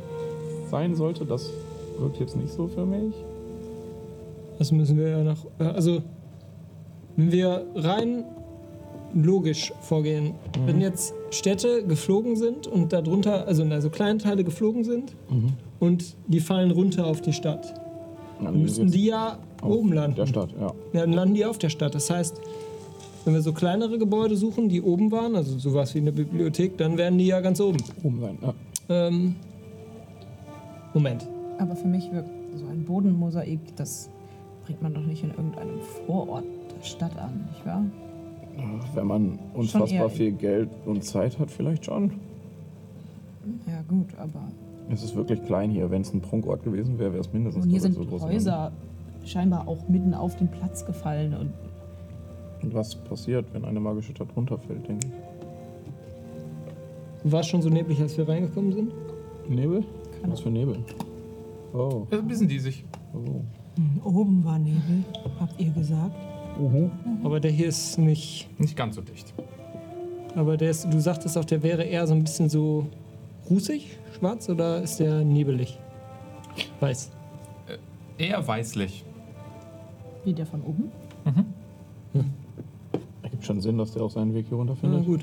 sein sollte. Das wirkt jetzt nicht so für mich. Also müssen wir ja nach. äh, Also, wenn wir rein logisch vorgehen, Mhm. wenn jetzt Städte geflogen sind und darunter, also, also Kleinteile geflogen sind Mhm. und die fallen runter auf die Stadt, Dann dann müssten die ja oben landen. Mhm. Der Stadt, ja. Ja, dann landen die auf der Stadt. Das heißt, wenn wir so kleinere Gebäude suchen, die oben waren, also sowas wie eine Bibliothek, dann wären die ja ganz oben. Oben sein. Ja. Ähm, Moment. Aber für mich wirkt so ein Bodenmosaik, das bringt man doch nicht in irgendeinem Vorort der Stadt an, nicht wahr? Wenn man eher- unfassbar viel Geld und Zeit hat, vielleicht schon. Ja, gut, aber. Es ist wirklich klein hier. Wenn es ein Prunkort gewesen wäre, wäre es mindestens Und hier doppelt sind so groß. Häuser scheinbar auch mitten auf den Platz gefallen und Und was passiert, wenn eine magische Stadt runterfällt, denke ich. War es schon so neblig, als wir reingekommen sind? Nebel? Keine Was für Nebel? Oh, das ist ein bisschen diesig. oh. Hm, Oben war Nebel, habt ihr gesagt. Aber der hier ist nicht. Nicht ganz so dicht. Aber der ist, du sagtest auch, der wäre eher so ein bisschen so rußig, schwarz oder ist der nebelig? Weiß. Eher weißlich. wie der von oben. Ergibt schon Sinn, dass der auch seinen Weg hier Na runterfindet. gut.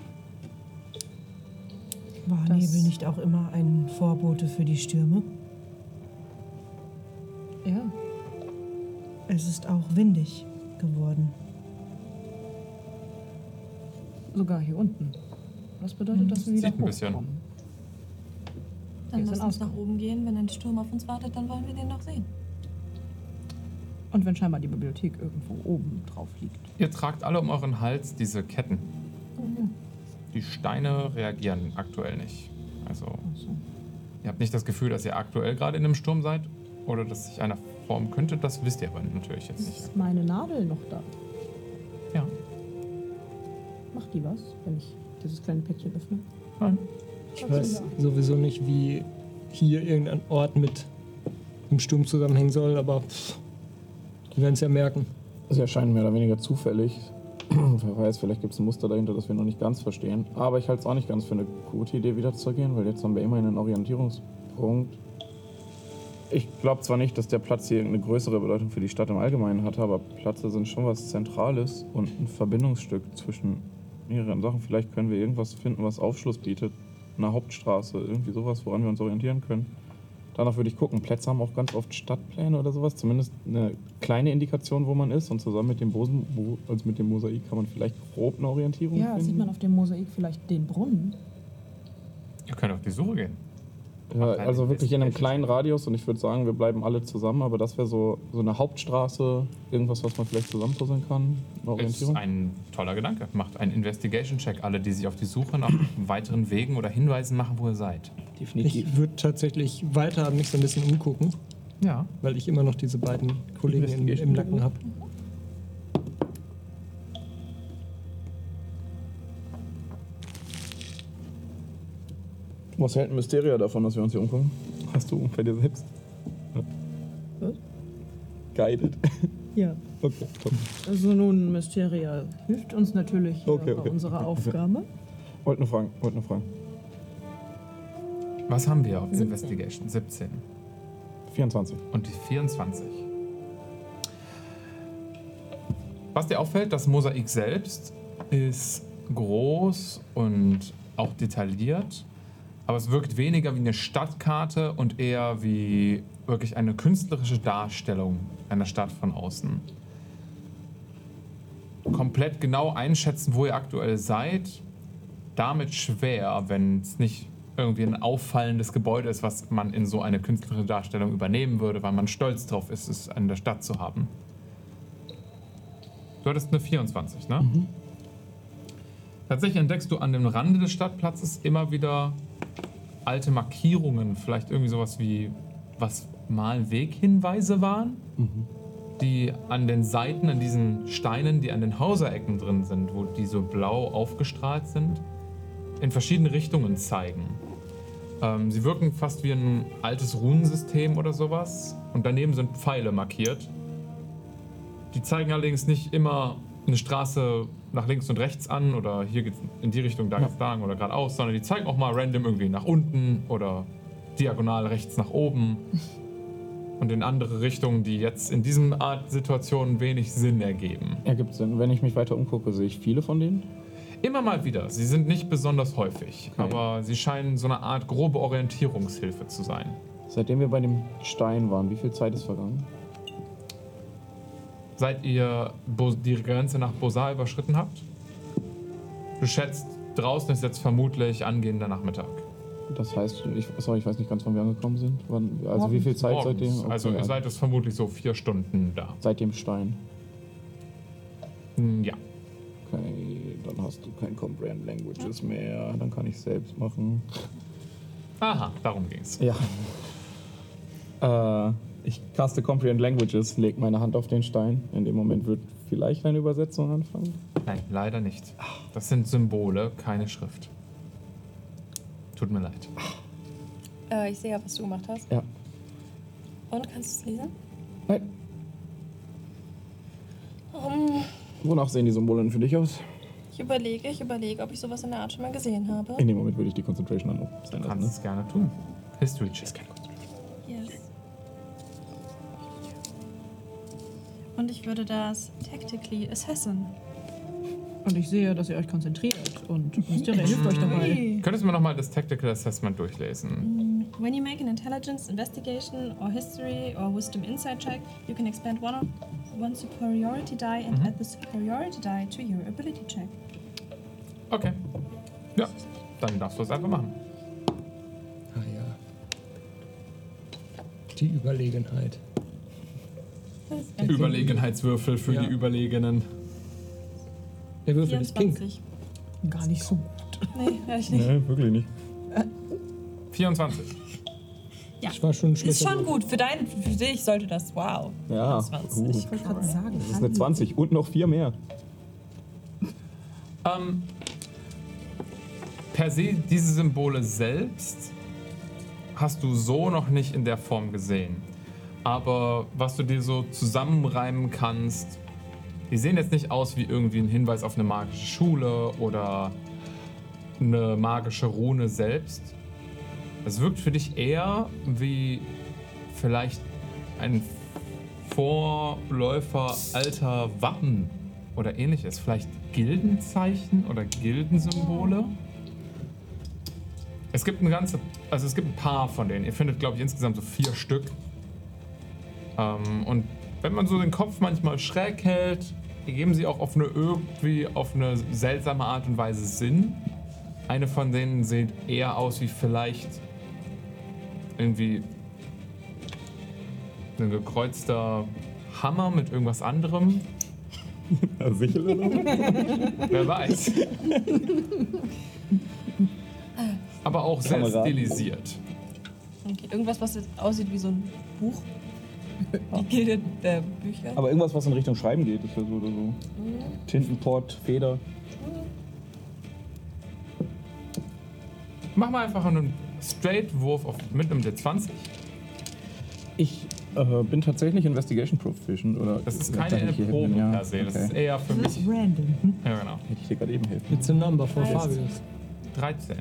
War Das- Nebel nicht auch immer ein Vorbote für die Stürme? Ja. Es ist auch windig geworden. Sogar hier unten. Was bedeutet, dass wir wieder Sieht ein bisschen. hochkommen? Dann Wir lass sind uns ausge- nach oben gehen. Wenn ein Sturm auf uns wartet, dann wollen wir den noch sehen. Und wenn scheinbar die Bibliothek irgendwo oben drauf liegt. Ihr tragt alle um euren Hals diese Ketten. Die Steine reagieren aktuell nicht. Also, ihr habt nicht das Gefühl, dass ihr aktuell gerade in einem Sturm seid oder dass sich einer formen könnte. Das wisst ihr aber natürlich jetzt nicht. Ist meine Nadel noch da? Ja. Macht die was, wenn ich dieses kleine Päckchen öffne? Nein. Ich weiß sowieso nicht, wie hier irgendein Ort mit dem Sturm zusammenhängen soll, aber pff, die werden es ja merken. Sie erscheinen mehr oder weniger zufällig. Wer weiß, vielleicht gibt es ein Muster dahinter, das wir noch nicht ganz verstehen. Aber ich halte es auch nicht ganz für eine gute Idee, wieder zu gehen, weil jetzt haben wir immerhin einen Orientierungspunkt. Ich glaube zwar nicht, dass der Platz hier irgendeine größere Bedeutung für die Stadt im Allgemeinen hat, aber Plätze sind schon was Zentrales und ein Verbindungsstück zwischen mehreren Sachen. Vielleicht können wir irgendwas finden, was Aufschluss bietet. Eine Hauptstraße, irgendwie sowas, woran wir uns orientieren können. Danach würde ich gucken. Plätze haben auch ganz oft Stadtpläne oder sowas. Zumindest eine kleine Indikation, wo man ist. Und zusammen mit dem, Bosen, Bo- also mit dem Mosaik kann man vielleicht grob eine Orientierung Ja, finden. sieht man auf dem Mosaik vielleicht den Brunnen. Ihr könnt auf die Suche gehen. ja, Macht halt also den wirklich in einem besten kleinen Radius. Und ich würde sagen, wir bleiben alle zusammen. Aber das wäre so, so eine Hauptstraße. Irgendwas, was man vielleicht zusammenpuzzeln kann. Eine Ist Orientierung. ein toller Gedanke. Macht einen Investigation-Check, alle, die sich auf die Suche nach weiteren Wegen oder Hinweisen machen, wo ihr seid. Ich würde tatsächlich weiter mich so ein bisschen umgucken, Ja. weil ich immer noch diese beiden Kollegen im, im Nacken habe. Was hält ein Mysteria davon, dass wir uns hier umgucken? Hast du bei dir selbst? Was? Guided. Ja. Okay, top. Also nun, Mysteria hilft uns natürlich hier Okay, bei okay. unserer Aufgabe. Wollte nur fragen, wollte nur fragen. Was haben wir auf 17. Investigation? 17. 24. Und die 24. Was dir auffällt, das Mosaik selbst ist groß und auch detailliert, aber es wirkt weniger wie eine Stadtkarte und eher wie wirklich eine künstlerische Darstellung einer Stadt von außen. Komplett genau einschätzen, wo ihr aktuell seid, damit schwer, wenn es nicht irgendwie ein auffallendes Gebäude ist, was man in so eine künstlerische Darstellung übernehmen würde, weil man stolz drauf ist, es an der Stadt zu haben. Du hattest eine 24, ne? Tatsächlich entdeckst du an dem Rande des Stadtplatzes immer wieder alte Markierungen, vielleicht irgendwie sowas wie, was mal Weghinweise waren, die an den Seiten, an diesen Steinen, die an den Hauserecken drin sind, wo die so blau aufgestrahlt sind, in verschiedene Richtungen zeigen. Ähm, sie wirken fast wie ein altes Runensystem oder sowas. Und daneben sind Pfeile markiert. Die zeigen allerdings nicht immer eine Straße nach links und rechts an oder hier geht's in die Richtung, da geht's lang oder geradeaus, sondern die zeigen auch mal random irgendwie nach unten oder diagonal rechts nach oben und in andere Richtungen, die jetzt in diesem Art Situationen wenig Sinn ergeben. Ergibt Sinn. Wenn ich mich weiter umgucke, sehe ich viele von denen. Immer mal wieder. Sie sind nicht besonders häufig, Okay. aber sie scheinen so eine Art grobe Orientierungshilfe zu sein. Seitdem wir bei dem Stein waren, wie viel Zeit ist vergangen? Seit ihr Bo- die Grenze nach Bosar überschritten habt, du schätzt, draußen ist jetzt vermutlich angehender Nachmittag. Das heißt, ich, sorry, ich weiß nicht ganz, wann wir angekommen sind. Wann, also wie viel Zeit Morgens. seitdem? Okay, also ihr ja. seid es vermutlich so vier Stunden da. seit dem Stein. Hm, Ja. Okay, dann hast du kein Comprehend Languages mehr. Dann kann ich selbst machen. Aha, darum ging's. Ja. Äh, ich caste Comprehend Languages, leg meine Hand auf den Stein. In dem Moment wird vielleicht eine Übersetzung anfangen. Nein, leider nicht. Ah. Das sind Symbole, keine Schrift. Tut mir leid. Äh, ich sehe ja, was du gemacht hast. Ja. Und kannst du es lesen? Nein. Ähm, Wonach sehen die Symbole denn für dich aus? ich überlege, ich überlege, ob ich sowas in der Art schon mal gesehen habe. In dem Moment würde ich die Concentration dann auch sein Du lassen. kannst Ne? es gerne tun. History Check. Yes. Und ich würde das Tactically Assassin. Und ich sehe, dass ihr euch konzentriert und Mysteria hilft euch dabei. Könntest du mir nochmal das Tactical Assessment durchlesen? When you make an intelligence, investigation, or history or wisdom insight check, you can expand one, of, one superiority die and Mhm. add the superiority die to your ability check. Okay. Ja, dann darfst du es einfach machen. Ah ja. Die Überlegenheit. Überlegenheitswürfel für Ja. die Überlegenen. Der Würfel ist pink. 24. Gar nicht so. ne? Nee, ehrlich nicht. Nee, wirklich nicht. 24. Ja. Ich war schon Ist schlechter. schon gut. Für, dein, für dich sollte das. Wow. Ja, 20. gut. wollte gerade sagen. Das ist eine 20 und noch vier mehr. Ähm, per se, diese Symbole selbst hast du so noch nicht in der Form gesehen. Aber was du dir so zusammenreimen kannst, die sehen jetzt nicht aus wie irgendwie ein Hinweis auf eine magische Schule oder eine magische Rune selbst. Es wirkt für dich eher wie vielleicht ein Vorläufer alter Wappen oder ähnliches. Vielleicht Gildenzeichen oder Gildensymbole. Es gibt ein ganze, also es gibt ein paar von denen. Ihr findet, glaube ich, insgesamt so vier Stück. Ähm, und wenn man so den Kopf manchmal schräg hält, die geben sie auch auf eine irgendwie auf eine seltsame Art und Weise Sinn. Eine von denen sieht eher aus wie vielleicht irgendwie ein gekreuzter Hammer mit irgendwas anderem. Sicher oder? Wer weiß. Aber auch sehr Kameraden. stilisiert. Okay. Irgendwas, was jetzt aussieht wie so ein Buch. Die Gilde der Bücher. Aber irgendwas, was in Richtung Schreiben geht, ist ja so oder so. Tintenport, Feder. Mach mal einfach einen straight Wurf auf, mit einem D20. Ich äh, bin tatsächlich Investigation Proficient, oder? Das ist Dachte keine ich hier Probe hinten, ja. per se. Das ist okay. eher für Das ist mich. random. Hm? Ja, genau. Hätte ich dir gerade eben helfen. It's a number for Heißt- Fabius. 13.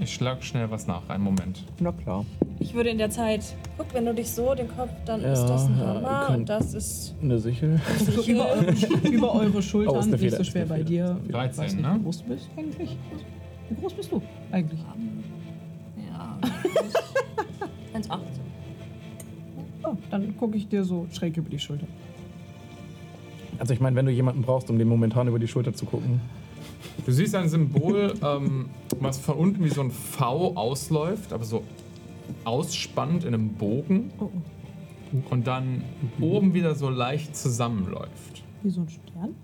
Ich schlag schnell was nach. Einen Moment. Na klar. Ich würde in der Zeit, guck, wenn du dich so den Kopf, dann Ja, ist das ein ja, Hammer könnt- und das ist Eine Sichel. eine Über, Sichel. eure- über eure Schultern, Oh, ist eine nicht Feder, so ist schwer eine bei dir. Ich 13, weiß nicht, ne? Wie groß du bist eigentlich? Wie groß bist du eigentlich? Ja. 1,8. Oh, dann gucke ich dir so schräg über die Schulter. Also ich meine, wenn du jemanden brauchst, um dem momentan über die Schulter zu gucken. Du siehst ein Symbol, ähm, was von unten wie so ein V ausläuft, aber so ausspannt in einem Bogen Oh, oh. und dann oben wieder so leicht zusammenläuft. Wie so ein Stern?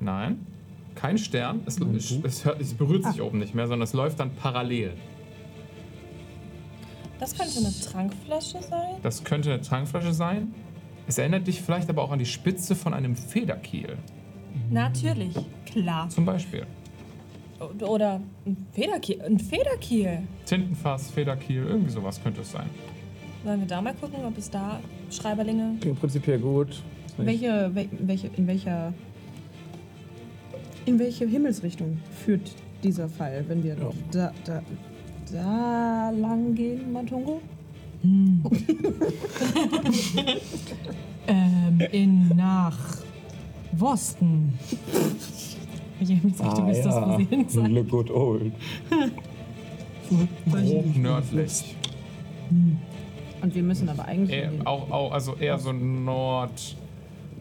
Nein, kein Stern. Es, es, es, hört, es berührt Ah. sich oben nicht mehr, sondern es läuft dann parallel. Das könnte eine Trankflasche sein. Das könnte eine Trankflasche sein. Es erinnert dich vielleicht aber auch an die Spitze von einem Federkiel, Natürlich. Klar. zum Beispiel. Oder ein Federkiel. Ein Federkiel. Tintenfass, Federkiel, irgendwie sowas könnte es sein. Sollen wir da mal gucken, ob es da Schreiberlinge. Klingt prinzipiell gut. Welche, wel, welche, in welcher. In welche Himmelsrichtung führt dieser Fall, wenn wir da, da, da lang gehen, Matungo? Ähm, in nach Wosten. Ich habe jetzt Ah, Ah, richtig Mist, dass wir sehen sein. Look good old. Grob nördlich. Und wir müssen aber eigentlich. Eher, in den- auch, auch, also eher so Nord,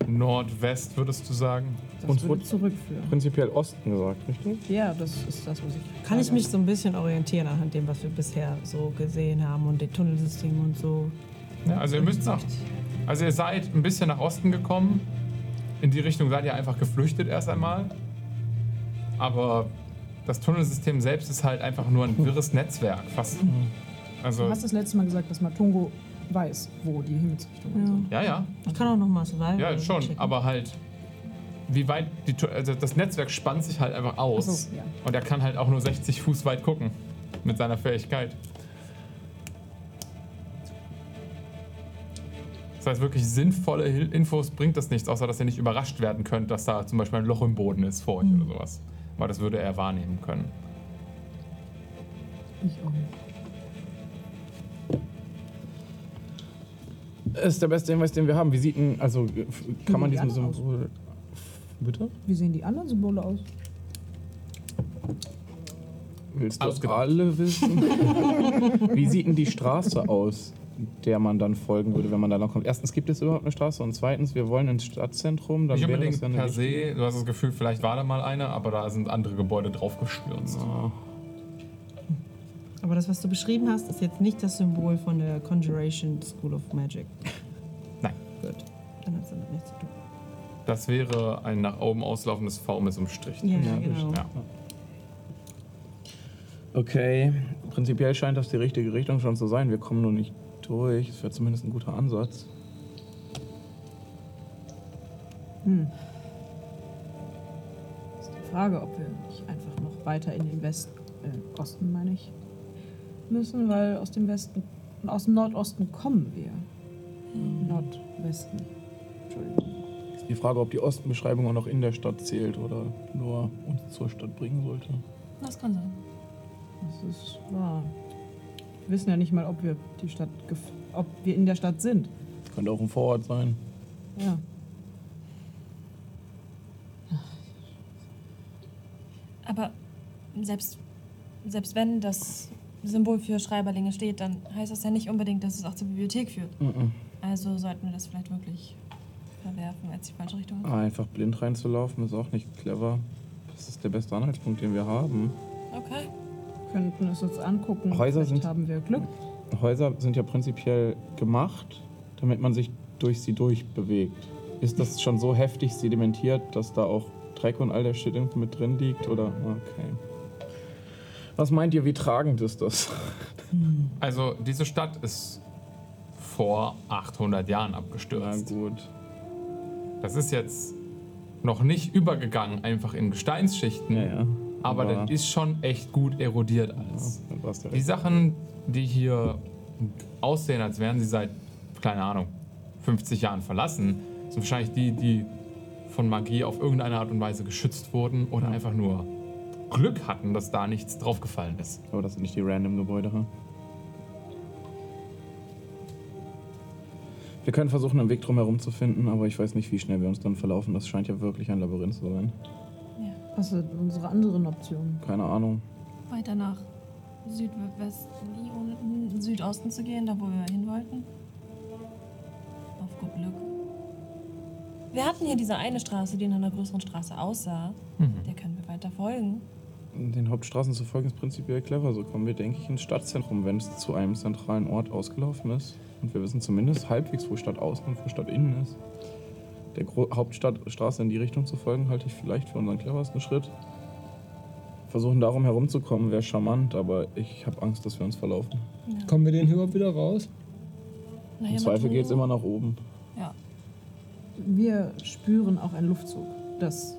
Nordwest, würdest du sagen? das uns würde wurde- zurückführen. Prinzipiell Osten gesagt, richtig? Ja, das ist das, was ich. Kann ich sage. mich so ein bisschen orientieren anhand dem, was wir bisher so gesehen haben und den Tunnelsystem und so? Ja, also ihr müsst nach, also ihr seid ein bisschen nach Osten gekommen. In die Richtung seid ihr einfach geflüchtet erst einmal. Aber das Tunnelsystem selbst ist halt einfach nur ein wirres Netzwerk. Fast. Du Also, hast das letzte Mal gesagt, dass Matungo weiß, wo die Himmelsrichtung ist. ja, ja. Ich kann auch noch mal Survival Ja, schon. checken. Aber halt, wie weit die, Tu- also das Netzwerk spannt sich halt einfach Ach aus. so, ja. Und er kann halt auch nur 60 Fuß weit gucken. Mit seiner Fähigkeit. Das heißt, wirklich sinnvolle Hil- Infos bringt das nichts, außer dass ihr nicht überrascht werden könnt, dass da zum Beispiel ein Loch im Boden ist vor euch Hm. oder sowas. Weil das würde er wahrnehmen können. Ist der beste Hinweis, den wir haben. Wie sieht denn, also f- kann man Hm, die diesem anderen Symbol. Bitte? Wie sehen die anderen Symbole aus? Willst du Ausgedacht. alle wissen? Wie sieht denn die Straße aus, der man dann folgen würde, wenn man da lang kommt? Erstens, gibt es überhaupt eine Straße? Und zweitens, wir wollen ins Stadtzentrum. Dann Nicht wäre unbedingt das ja eine per se, du hast das Gefühl, vielleicht war da mal eine, aber da sind andere Gebäude draufgestürzt. Ah. Aber das, was du beschrieben hast, ist jetzt nicht das Symbol von der Conjuration School of Magic. Nein. Gut. Dann hat es damit nichts zu tun. Das wäre ein nach oben auslaufendes V mit so einem Strich. Ja, Ja, genau. Ja. Okay, prinzipiell scheint das die richtige Richtung schon zu sein. Wir kommen nur nicht durch. Es wäre zumindest ein guter Ansatz. Das ist die Frage, ob wir nicht einfach noch weiter in den West, äh, Osten, meine ich, müssen, weil aus dem Westen, aus dem Nordosten kommen wir. Mhm. Nordwesten. Entschuldigung. Ist die Frage, ob die Ostenbeschreibung auch noch in der Stadt zählt oder nur uns zur Stadt bringen sollte. Das kann sein. Das ist wahr. Wir wissen ja nicht mal, ob wir die Stadt, gef- ob wir in der Stadt sind. Könnte auch ein Vorort sein. Ja. Aber selbst, selbst wenn das Symbol für Schreiberlinge steht, dann heißt das ja nicht unbedingt, dass es auch zur Bibliothek führt. Mhm. Also sollten wir das vielleicht wirklich verwerfen als die falsche Richtung. Ah, einfach blind reinzulaufen ist auch nicht clever. Das ist der beste Anhaltspunkt, den wir haben. Okay. Könnten es uns angucken. Häuser Vielleicht sind- haben wir Glück. Häuser sind ja prinzipiell gemacht, damit man sich durch sie durchbewegt. Ist das schon so heftig sedimentiert, dass da auch Dreck und all der Shit irgendwie mit drin liegt? Oder? Okay. Was meint ihr, wie tragend ist das? Also diese Stadt ist vor 800 Jahren Na abgestürzt. gut. Das ist jetzt noch nicht übergegangen einfach in Gesteinsschichten, Ja, ja. aber Aber- das ist schon echt gut erodiert alles. Ja, dann war's ja Die recht. Sachen, die hier aussehen, als wären sie seit, keine Ahnung, 50 Jahren verlassen, sind wahrscheinlich die, die von Magie auf irgendeine Art und Weise geschützt wurden oder einfach nur Glück hatten, dass da nichts draufgefallen ist. Aber das sind nicht die random Gebäude. ha? Wir können versuchen, einen Weg drumherum zu finden, aber ich weiß nicht, wie schnell wir uns dann verlaufen. Das scheint ja wirklich ein Labyrinth zu sein. Was sind unsere anderen Optionen? Keine Ahnung. Weiter nach Südwesten, Ion- Südosten zu gehen, da wo wir hin wollten. Auf gut Glück. Wir hatten hier diese eine Straße, die in einer größeren Straße aussah. Mhm. Der können wir weiter folgen. Den Hauptstraßen zu folgen ist prinzipiell clever. So kommen wir, denke ich, ins Stadtzentrum, wenn es zu einem zentralen Ort ausgelaufen ist. Und wir wissen zumindest halbwegs, wo Stadt außen und wo Stadt innen ist. Der Gro Hauptstadtstraße in die Richtung zu folgen, halte ich vielleicht für unseren cleversten Schritt. Versuchen darum herumzukommen wäre charmant, aber ich habe Angst, dass wir uns verlaufen. Kommen wir den überhaupt wieder raus? Naja, Im mit Zweifel Togo- geht es immer nach oben. Ja, Wir spüren auch einen Luftzug. Das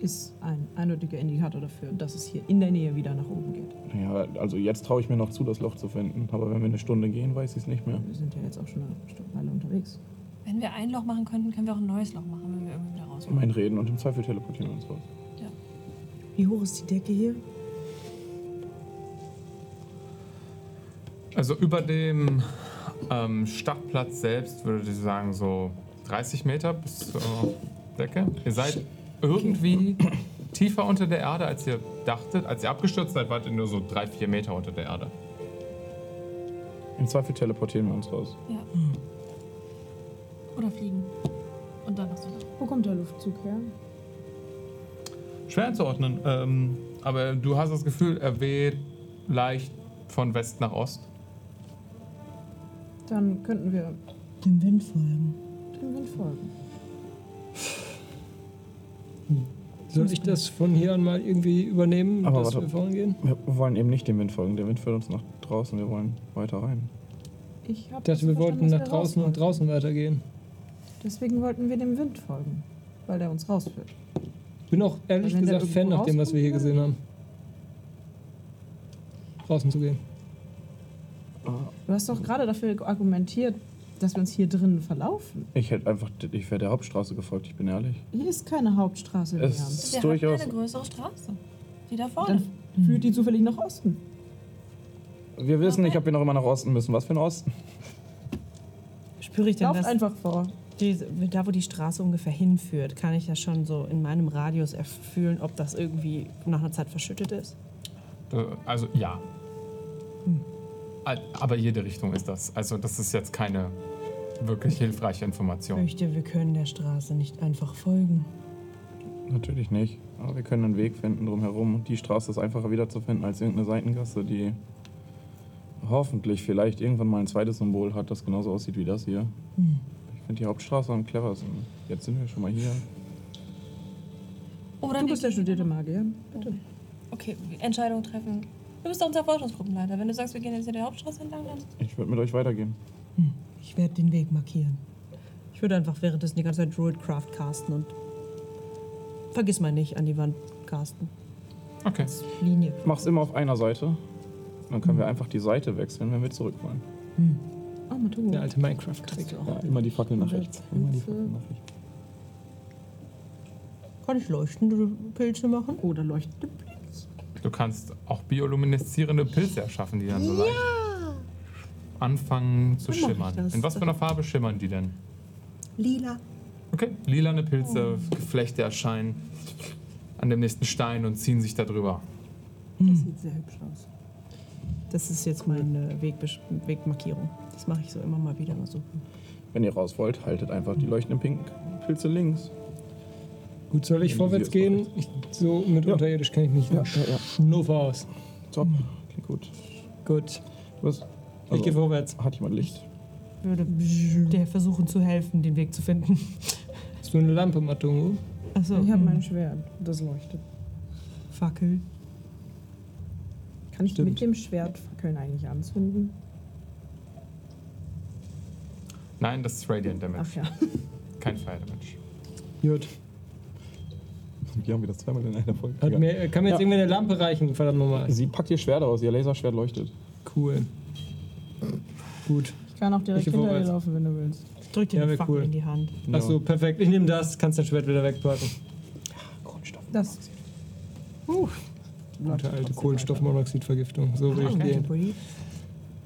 ist ein eindeutiger Indikator dafür, dass es hier in der Nähe wieder nach oben geht. Ja, also jetzt traue ich mir noch zu, das Loch zu finden. Aber wenn wir eine Stunde gehen, weiß ich es nicht mehr. Wir sind ja jetzt auch schon eine Stunde- Weile unterwegs. wenn wir ein Loch machen könnten, können wir auch ein neues Loch machen, wenn wir irgendwie wieder rauskommen. Mein Reden und im Zweifel teleportieren wir uns raus. Wie hoch ist die Decke hier? Also über dem ähm, Stadtplatz selbst würde ich sagen so 30 Meter bis zur Decke. Ihr seid irgendwie tiefer unter der Erde, als ihr dachtet. Als ihr abgestürzt seid, wart ihr nur so 3, 4 Meter unter der Erde. Im Zweifel teleportieren wir uns raus. Ja. Hm. Oder fliegen. Und dann noch so. Wo kommt der Luftzug her? Schwer einzuordnen, ähm, aber du hast das Gefühl, er weht leicht von West nach Ost. Dann könnten wir Dem Wind folgen. dem Wind folgen. Soll ich das von hier an mal irgendwie übernehmen, Aber dass warte. wir vorangehen? Wir wollen eben nicht dem Wind folgen. Der Wind führt uns nach draußen. Wir wollen weiter rein. Ich hab Ich dachte, wir verstanden, wollten dass nach wir draußen raus und draußen weitergehen. wollten. Deswegen wollten wir dem Wind folgen, weil der uns rausführt. Ich bin auch ehrlich Wenn der gesagt Fan irgendwo nach dem, was wir hier rauskommt, gesehen haben. Draußen zu gehen. Du hast doch gerade dafür argumentiert, dass wir uns hier drinnen verlaufen. Ich hätte einfach, ich wäre der Hauptstraße gefolgt. Ich bin ehrlich. Hier ist keine Hauptstraße mehr. Es ist Wir durchaus. haben eine größere Straße. Die da vorne. Dann führt die zufällig nach Osten. Wir wissen nicht, ob wir noch immer nach Osten müssen. Was für ein Osten? Spüre ich denn Lauft das? einfach vor. Die, da, wo die Straße ungefähr hinführt, kann ich das schon so in meinem Radius erfühlen, ob das irgendwie nach einer Zeit verschüttet ist? Äh, Also ja. Hm. Al- Aber jede Richtung ist das. Also das ist jetzt keine wirklich hilfreiche Ich Information. möchte, wir können der Straße nicht einfach folgen. Natürlich nicht. Aber wir können einen Weg finden drumherum. Und die Straße ist einfacher wiederzufinden als irgendeine Seitengasse, die hoffentlich vielleicht irgendwann mal ein zweites Symbol hat, das genauso aussieht wie das hier. Hm. Ich finde die Hauptstraße am cleversten. Jetzt sind wir schon mal hier. Oder Du wir bist der gehen- studierte Magier. Bitte. Okay, Oh. Entscheidung treffen. Du bist doch unser Forschungsgruppenleiter. Wenn du sagst, wir gehen jetzt hier der Hauptstraße entlang, dann Ich würde mit euch weitergehen. Ich werde den Weg markieren. Ich würde einfach währenddessen die ganze Zeit Druidcraft casten und vergiss mal nicht an die Wand casten. Okay. Linie. Ich mach's immer auf einer Seite. Dann können Hm. wir einfach die Seite wechseln, wenn wir zurück wollen. Oh, Matu. Der alte Minecraft-Trick. Kannst du auch. Ja, immer die Fackel nach rechts. Immer die Fackel nach rechts. Kann ich leuchtende Pilze machen? Oder leuchtende Blitz. Du kannst auch biolumineszierende Pilze erschaffen, die dann so leicht anfangen zu Dann mach ich schimmern. das. In was für einer Farbe schimmern die denn? Lila. Okay, lilane Pilze, Oh. Geflechte erscheinen an dem nächsten Stein und ziehen sich da drüber. Das sieht sehr hübsch aus. Das ist jetzt meine Wegbesch Wegmarkierung. Das mache ich so immer mal wieder mal so. Wenn ihr raus wollt, haltet einfach die leuchtenden pinken Pilze links. Gut, soll ich Ja, vorwärts die gehen? Ich, so mit Ja. unterirdisch kenne ich mich Ja, ja. ja, ja. schnuffer aus. Top. Klingt gut. Gut, Was? ich Also. gehe vorwärts. hat jemand Licht? Würde der versuchen zu helfen, den Weg zu finden. Hast du eine Lampe, Matungo? Achso, Ich habe mein Schwert. hm. Das leuchtet. Fackel. Kann ich Stimmt. mit dem Schwert Fackeln eigentlich anzünden? Nein, das ist Radiant Damage, Ach ja. kein Fire Damage. Gut. Wir haben wieder zweimal in einer Folge. Hat Egal. mir, kann mir jetzt Ja. irgendwie eine Lampe reichen, verdammt nochmal. Sie packt ihr Schwert aus, ihr Laserschwert leuchtet. Cool. Gut. Ich kann auch direkt Ich geh hinter dir vorwärts. laufen, wenn du willst. Drück dir Ja, den wär Fackel cool. in die Hand. Ja. Achso, perfekt. Ich nehme das, kannst dein Schwert wieder wegpacken. Grundstoff. Das. Gute alte Kohlenstoffmonoxidvergiftung. So will ich gehen.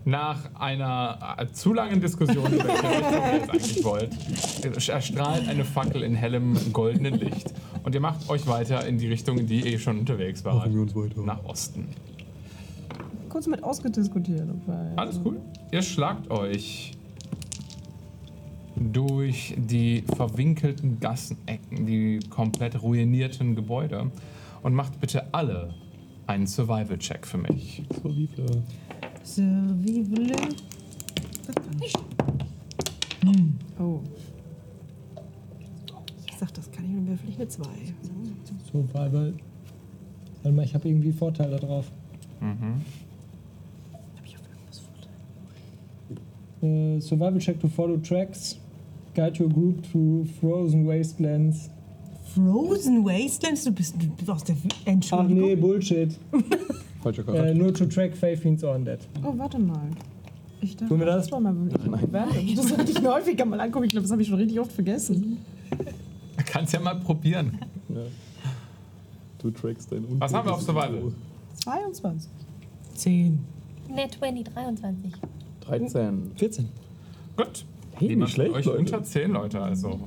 Nach einer äh, zu langen Diskussion über welche Richtung ihr jetzt eigentlich wollt, erstrahlt eine Fackel in hellem goldenen Licht. Und ihr macht euch weiter in die Richtung, in die ihr eh schon unterwegs wart. uns weiter. Nach Osten. Kurz mit ausgediskutiert. Weil Alles cool. Ihr schlagt euch durch die verwinkelten Gassenecken, die komplett ruinierten Gebäude und macht bitte alle einen Survival-Check für mich. So lieb, äh, Survival. Mm. Oh. Ich sag, das kann ich und würfel ich eine 2. So, Bible. Warte mal, ich habe irgendwie Vorteile drauf. Äh, survival check to follow tracks. Guide your group to frozen wastelands. Frozen Wastelands? Du bist, du bist aus der Ach Entschuldigung. nee, Bullshit. falscher Charakter. Äh, nur to track Faith Fiends or Undead. Oh, warte mal. Ich dachte, Tun wir das? war mal ich Nein. Das sollte ich mir häufiger mal angucken. Ich glaube, das habe ich schon richtig oft vergessen. Kannst ja mal probieren. Ja. Du trackst dein Unglück. Was haben wir auf Survival? 22. 10. Net 20, 23. 13. 14. Gut. Hey, Niemand nicht von schlecht, euch Leute. unter 10 Leute, also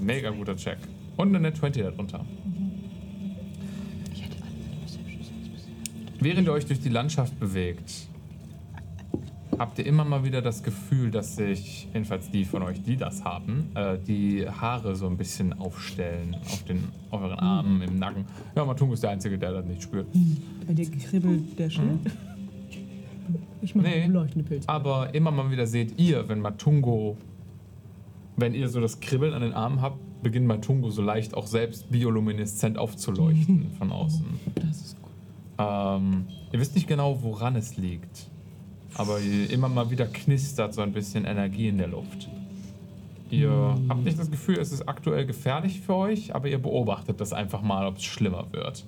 mega guter Check. Und eine Net 20 darunter. Während ihr euch durch die Landschaft bewegt, habt ihr immer mal wieder das Gefühl, dass sich, jedenfalls die von euch, die das haben, äh, die Haare so ein bisschen aufstellen auf, den, auf euren Armen, im Nacken. Ja, Matungo ist der Einzige, der das nicht spürt. Bei dir kribbelt der Schild. Ich mache Nee. leuchtende Pilze. Aber immer mal wieder seht ihr, wenn Matungo, wenn ihr so das Kribbeln an den Armen habt, beginnt Matungo so leicht auch selbst biolumineszent aufzuleuchten von außen. Das ist gut. Ähm, ihr wisst nicht genau, woran es liegt. Aber ihr- immer mal wieder knistert so ein bisschen Energie in der Luft. Ihr habt nicht das Gefühl, es ist aktuell gefährlich für euch, aber ihr beobachtet das einfach mal, ob es schlimmer wird.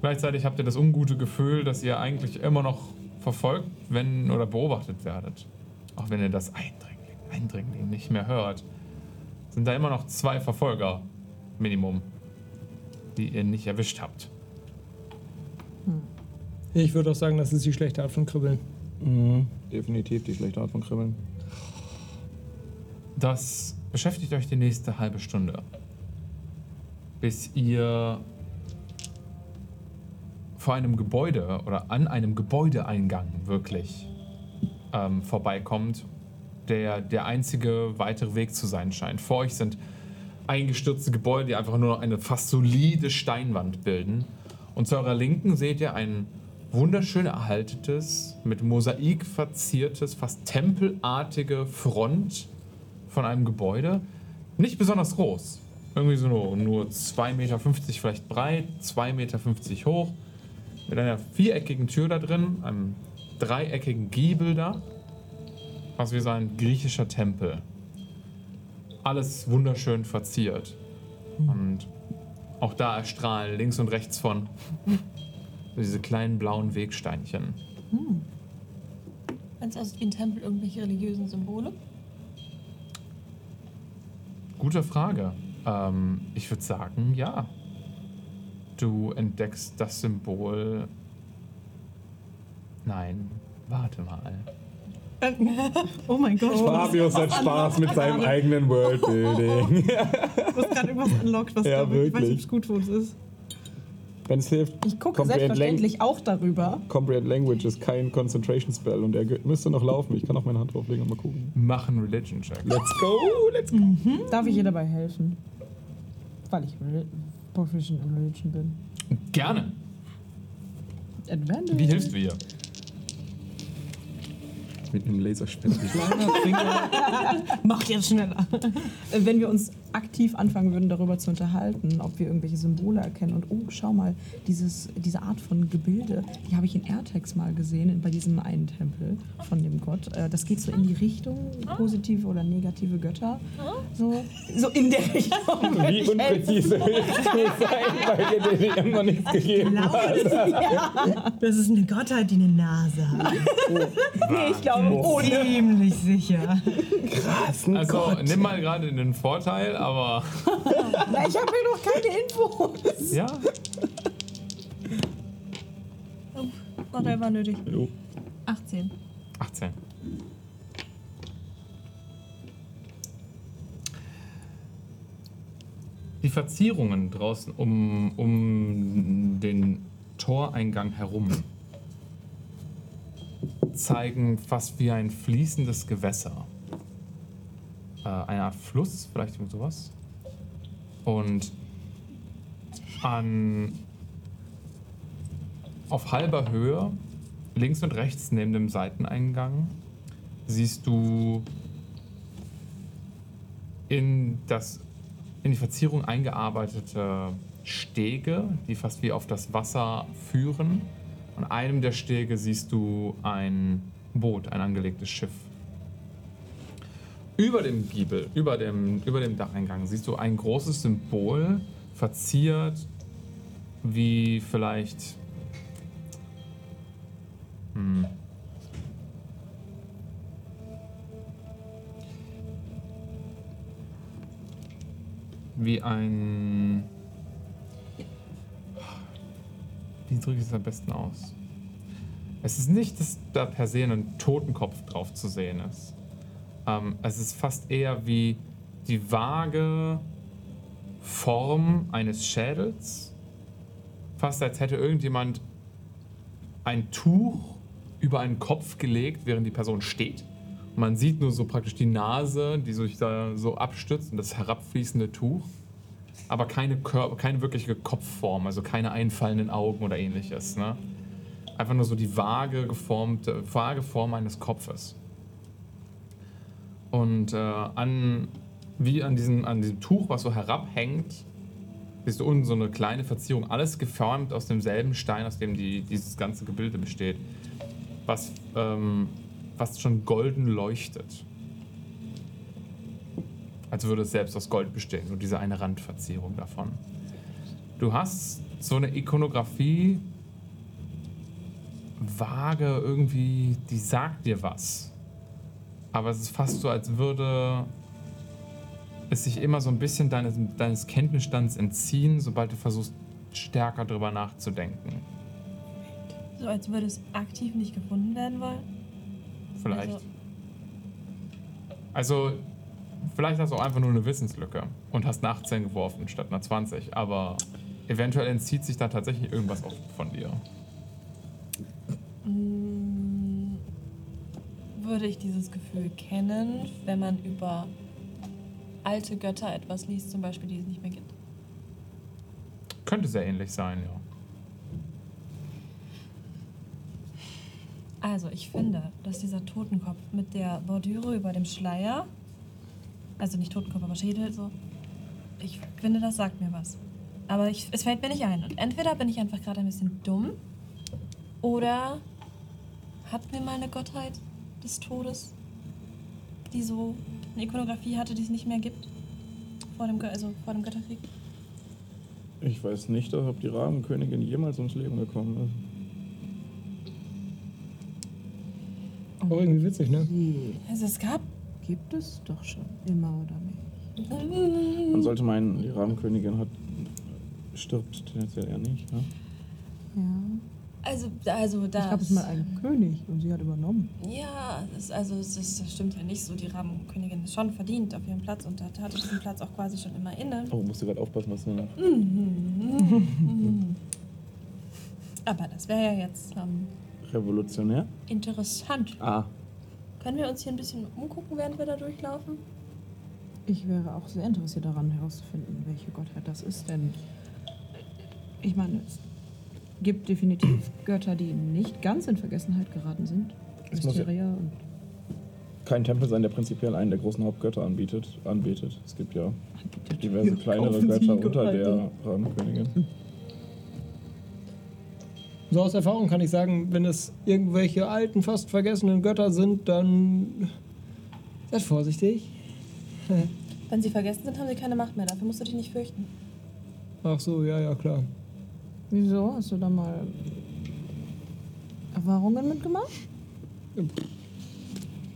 Gleichzeitig habt ihr das ungute Gefühl, dass ihr eigentlich immer noch verfolgt wenn, oder beobachtet werdet. Auch wenn ihr das Eindringling, Eindringling nicht mehr hört, sind da immer noch zwei Verfolger, Minimum, die ihr nicht erwischt habt. Ich würde auch sagen, das ist die schlechte Art von Kribbeln. Mhm. Definitiv die schlechte Art von Kribbeln. Das beschäftigt euch die nächste halbe Stunde. Bis ihr vor einem Gebäude oder an einem Gebäudeeingang wirklich ähm, vorbeikommt, der der einzige weitere Weg zu sein scheint. Vor euch sind eingestürzte Gebäude, die einfach nur noch eine fast solide Steinwand bilden. Und zu eurer Linken seht ihr ein wunderschön erhaltetes, mit Mosaik verziertes, fast tempelartige Front von einem Gebäude. Nicht besonders groß. Irgendwie so nur, nur 2,50 Meter vielleicht breit, 2,50 Meter hoch. mit einer viereckigen Tür da drin, einem dreieckigen Giebel da, was wie so ein griechischer Tempel. Alles wunderschön verziert. Und auch da erstrahlen links und rechts von diese kleinen blauen Wegsteinchen. Wenn es aussieht wie ein Tempel, irgendwelche religiösen Symbole. Gute Frage. Ähm, ich würde sagen, ja. Du entdeckst das Symbol. Nein, warte mal. Oh mein Gott, ich Fabius hat Spaß mit seinem eigenen Worldbuilding. muss gerade irgendwas unlocked, was Ja, da wirklich, weiß wirklich. nicht, ob's gut für uns ist. Wenn es hilft, Ich gucke Comprehend selbstverständlich auch darüber. Comprehend Language ist kein Concentration Spell und er ge- müsste noch laufen. Ich kann auch meine Hand drauflegen und mal gucken. Mach einen Religion-Check. Let's go, let's go. Darf ich ihr dabei helfen? Weil ich Reli- proficient in Religion bin. Gerne. Advantage. Wie hilfst du ihr? Mit einem Laserschwert. Macht jetzt schneller. Äh, Wenn wir uns aktiv anfangen würden, darüber zu unterhalten, ob wir irgendwelche Symbole erkennen und oh, schau mal, dieses, diese Art von Gebilde, die habe ich in Airtex mal gesehen, in- bei diesem einen Tempel von dem Gott. Äh, Das geht so in die Richtung positive oder negative Götter. So, so in der Richtung. Wie unpräzise willst du sein, weil ihr dir die immer nichts gegeben habt? Das ist eine Gottheit, die eine Nase hat. oh, Nee, ich glaube, Ziemlich sicher. Oh Also nimm mal gerade den Vorteil, aber Na, ich habe hier noch keine Infos. ja, Oh, whatever nötig. Jo. 18. 18. Die Verzierungen draußen um, um den Toreingang herum zeigen fast wie ein fließendes Gewässer. Äh, eine Art Fluss, vielleicht irgend sowas. Und an, auf halber Höhe, links und rechts neben dem Seiteneingang, siehst du in, das, in die Verzierung eingearbeitete Stege, die fast wie auf das Wasser führen. An einem der Stege siehst du ein Boot, ein angelegtes Schiff. Über dem Giebel, über dem, über dem Dacheingang siehst du ein großes Symbol, verziert wie vielleicht wie ein. Wie drücke ich es am besten aus? Es ist nicht, dass da per se ein Totenkopf drauf zu sehen ist. Ähm, es ist fast eher wie die vage Form eines Schädels. Fast als hätte irgendjemand ein Tuch über einen Kopf gelegt, während die Person steht. Und man sieht nur so praktisch die Nase, die sich da so abstützt und das herabfließende Tuch. Aber keine, Körper, keine wirkliche Kopfform, also keine einfallenden Augen oder ähnliches. Ne? Einfach nur so die vage, geformte, vage Form eines Kopfes. Und äh, an, wie an diesem, an diesem Tuch, was so herabhängt, siehst du unten so eine kleine Verzierung, alles geformt aus demselben Stein, aus dem die, dieses ganze Gebilde besteht, was, ähm, was schon golden leuchtet. Als würde es selbst aus Gold bestehen, nur diese eine Randverzierung davon. Du hast so eine Ikonografie vage irgendwie, die sagt dir was. Aber es ist fast so, als würde es sich immer so ein bisschen deines, deines Kenntnisstands entziehen, sobald du versuchst, stärker drüber nachzudenken. So als würde es aktiv nicht gefunden werden wollen. Vielleicht. Also- Also, vielleicht hast du auch einfach nur eine Wissenslücke und hast eine 18 geworfen statt einer 20, aber eventuell entzieht sich da tatsächlich irgendwas auch von dir. Mm, Würde ich dieses Gefühl kennen, wenn man über alte Götter etwas liest, zum Beispiel, die es nicht mehr gibt? Könnte sehr ähnlich sein, ja. Also, ich finde, dass dieser Totenkopf mit der Bordüre über dem Schleier, also nicht Totenkopf, aber Schädel, so, ich finde, das sagt mir was. Aber ich, es fällt mir nicht ein. Und entweder bin ich einfach gerade ein bisschen dumm Oder hatten wir mal eine Gottheit des Todes, die so eine Ikonografie hatte, die es nicht mehr gibt? Vor dem, Gö also vor dem Götterkrieg? Ich weiß nicht, ob die Rabenkönigin jemals ums Leben gekommen ist. Aber irgendwie witzig, ne? Die Also es gab. gibt es doch schon immer oder nicht. Man sollte meinen, die Rabenkönigin hat, stirbt tendenziell eher nicht. Ne? Ja. Also, also da. Es gab es mal einen König und sie hat übernommen. Ja, das, also das, ist- das stimmt ja nicht so. Die Rahmenkönigin ist schon verdient auf ihrem Platz und hat, hatte diesen Platz auch quasi schon immer inne. Oh, musst du gerade aufpassen, was du mir Aber das wäre ja jetzt ähm, Revolutionär? interessant. Ah, Können wir uns hier ein bisschen umgucken, während wir da durchlaufen? Ich wäre auch sehr interessiert daran herauszufinden, welche Gottheit das ist, denn ich meine, es gibt definitiv Götter, die nicht ganz in Vergessenheit geraten sind. Es muss ja- Mysteria und kein Tempel sein, der prinzipiell einen der großen Hauptgötter anbietet, anbetet. Es gibt ja diverse kleinere Kaufen Sie Götter unter der Götter. Rabenkönigin. So aus Erfahrung kann ich sagen, wenn es irgendwelche alten, fast vergessenen Götter sind, dann seid vorsichtig. Wenn sie vergessen sind, haben sie keine Macht mehr. Dafür musst du dich nicht fürchten. Ach so, ja, ja, klar. Wieso? Hast du da mal Erfahrungen mitgemacht?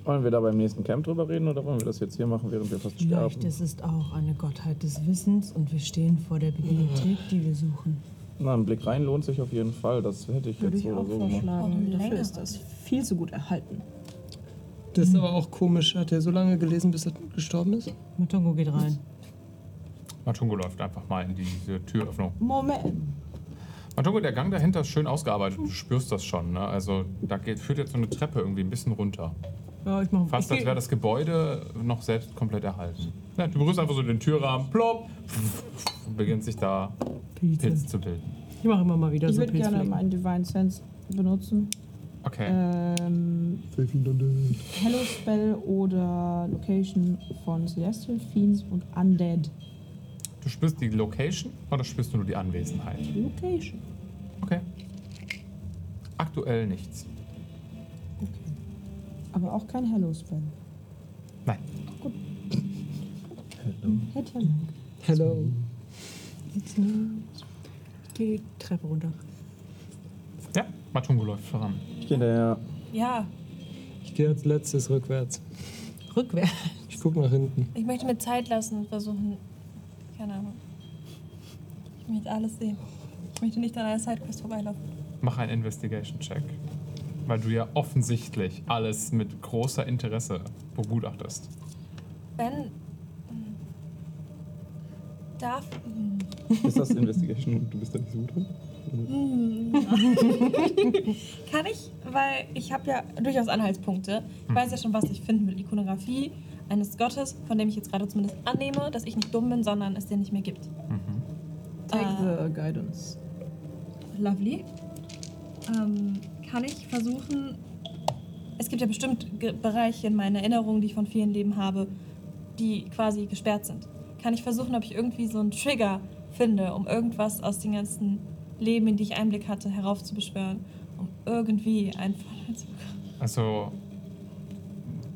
Wollen wir da beim nächsten Camp drüber reden oder wollen wir das jetzt hier machen, während wir fast sterben? Vielleicht ist es auch eine Gottheit des Wissens und wir stehen vor der Bibliothek, die wir suchen. Na, ein Blick rein lohnt sich auf jeden Fall. Das hätte ich Würde jetzt ich so oder auch so ne? gemacht. Warum vorschlagen. Dafür länger? ist das viel zu gut erhalten. Das ist aber auch komisch. Hat er so lange gelesen, bis er gestorben ist? Matongo geht rein. Matungo läuft einfach mal in diese Türöffnung. Moment. Matungo, der Gang dahinter ist schön ausgearbeitet. Du spürst das schon. Ne? Also da geht, führt jetzt so eine Treppe irgendwie ein bisschen runter. Ja, ich mache Fast als wäre das Gebäude noch selbst komplett erhalten. Na, du berührst einfach so den Türrahmen, plopp, und beginnt sich da Pilz zu bilden. Ich mache immer Also mal wieder Ich so würde gerne Pilzflecken. meinen Divine Sense benutzen. Okay. Ähm, Hello Spell oder Location von Celestial Fiends und Undead. Du spürst die Location oder spürst du nur die Anwesenheit? Location. Okay. Aktuell nichts. Okay. Aber auch kein Hello Spell. Nein. Hätte ja noch. Hello. Ich gehe die Treppe runter. Ja, Matungo läuft voran. Ich gehe der Ja, Ich gehe als letztes rückwärts. Rückwärts. Ich guck nach hinten. ich möchte mir Zeit lassen und versuchen. Keine Ahnung. Ich möchte alles sehen. Ich möchte nicht an einer Sidequest vorbeilaufen. Mach einen Investigation-Check. Weil du ja offensichtlich alles mit großer Interesse begutachtest. Ben. hm, Darf. hm, Ist das Investigation und du bist da nicht so gut drin? Kann ich, weil ich habe ja durchaus Anhaltspunkte. Ich weiß ja schon, was ich finden will. Ikonografie eines Gottes, von dem ich jetzt gerade zumindest annehme, dass ich nicht dumm bin, sondern es den nicht mehr gibt. Take the Guidance. Lovely. Ähm, kann ich versuchen, es gibt ja bestimmt Ge- Bereiche in meinen Erinnerungen, die ich von vielen Leben habe, die quasi gesperrt sind. Kann ich versuchen, ob ich irgendwie so einen Trigger finde, um irgendwas aus den ganzen Leben, in die ich Einblick hatte, heraufzubeschwören, um irgendwie einen Vorteil zu bekommen? Also,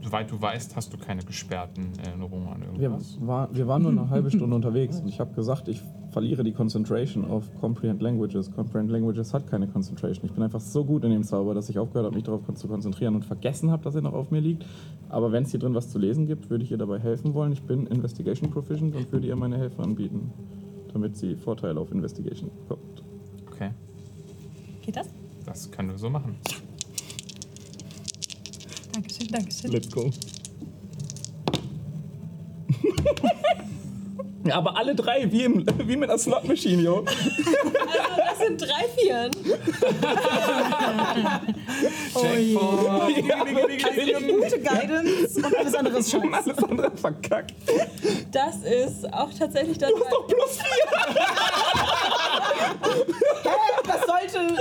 soweit du weißt, hast du keine gesperrten Erinnerungen an Wir, irgendwas. war, wir waren nur eine halbe Stunde unterwegs und ich habe gesagt, ich verliere die Concentration auf Comprehend Languages. Comprehend Languages hat keine Concentration. Ich bin einfach so gut in dem Zauber, dass ich aufgehört habe, mich darauf kon- zu konzentrieren und vergessen habe, dass er noch auf mir liegt. Aber wenn es hier drin was zu lesen gibt, würde ich ihr dabei helfen wollen. Ich bin Investigation Proficient und würde ihr meine Hilfe anbieten, damit sie Vorteile auf Investigation bekommt. Okay, Geht das? das können wir so machen. Dankeschön, Dankeschön. Let's go. Ja, aber alle drei, wie, im, wie mit einer Slot Machine, yo. Also, das sind drei Vieren. Checkpoint! Gute Guidance und alles andere ist scheiße. Alles andere verkackt. Das ist auch tatsächlich das. Plus Das sollte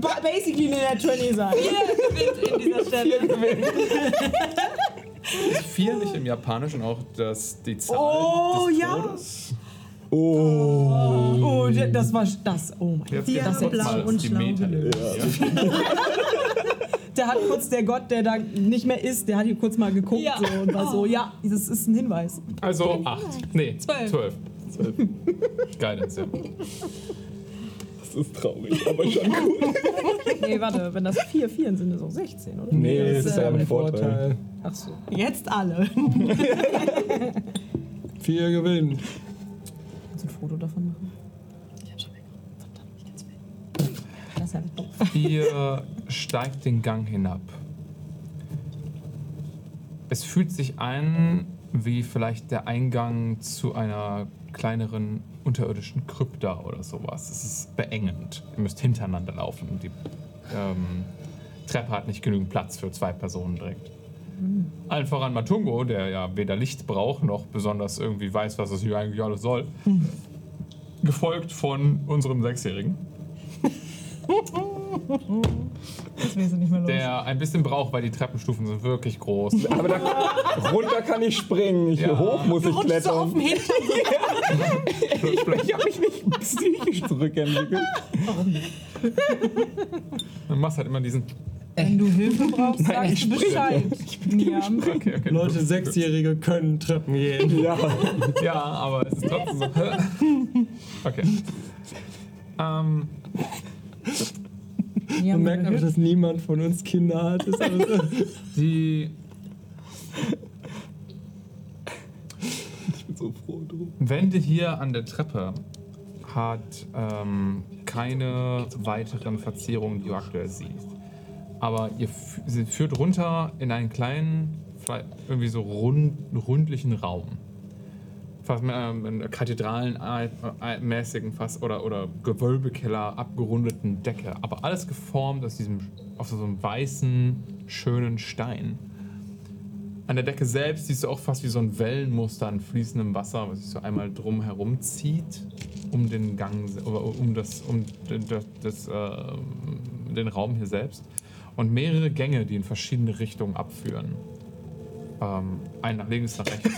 ba- basically eine Nat 20 sein. gewinnt in dieser Stelle. Ist vier nicht im Japanischen auch das, die Zahl Oh, des ja. Todes? Oh, d- das war das. Oh mein Gott. Jetzt Ja, geht's blau kurz und die schlau Meta- Ja. Der hat kurz der Gott, der da nicht mehr ist, der hat hier kurz mal geguckt Ja. so, und war so, ja, das ist ein Hinweis. Also 8. Nee, 12. 12. Guidance, ja. Das ist traurig, aber schon gut. Nee, warte, wenn das vier Vieren sind, ist auch 16, oder? Nee, das ist ja Ein ein Vorteil. Vorteil. Ach so. Jetzt alle. Vier gewinnen. Kannst du ein Foto davon machen? Ich hab schon weggeräumt. Verdammt, ich kann's weg. Das ist ja doof. Ihr steigt den Gang hinab. Es fühlt sich an wie vielleicht der Eingang zu einer kleineren unterirdischen Krypta oder sowas. Es ist beengend. Ihr müsst hintereinander laufen. Die ähm, Treppe hat nicht genügend Platz für zwei Personen direkt. Allen voran Matungo, der ja weder Licht braucht noch besonders irgendwie weiß, was es hier eigentlich alles soll. Gefolgt von unserem Sechsjährigen. Jetzt wirst du nicht mehr los. der ein bisschen braucht, weil die Treppenstufen sind wirklich groß. Aber da, runter kann ich springen, ich Ja. hoch muss ich Rutschst du auf klettern. dem Hintern? Ich habe mich nicht psychisch zurückentwickelt. Man macht halt immer diesen. Wenn du Hilfe brauchst, Nein, ich sagst du Bescheid. Niam. Okay, okay. Leute, Sechsjährige können Treppen gehen. Genau. Ja, Ja, aber es ist trotzdem so. Okay. Ähm, Man Niam, wenn merkt du aber, Hilfe- dass niemand von uns Kinder hat. Ist alles, die, ich bin so froh drum. Wände hier an der Treppe hat ähm, keine weiteren Verzierungen, die du aktuell siehst. Aber ihr f- sie führt runter in einen kleinen, vielleicht irgendwie so rund, rundlichen Raum. Fast mehr, ähm, in kathedralenmäßigen äh, fast oder, oder Gewölbekeller abgerundeten Decke. Aber alles geformt aus diesem auf so einem weißen, schönen Stein. An der Decke selbst siehst du auch fast wie so ein Wellenmuster an fließendem Wasser, was sich so einmal drum herum zieht, um den Gang, se- oder um, das, um den- das, das, äh, den Raum hier selbst. Und mehrere Gänge, die in verschiedene Richtungen abführen. Ähm, einen nach links, nach rechts.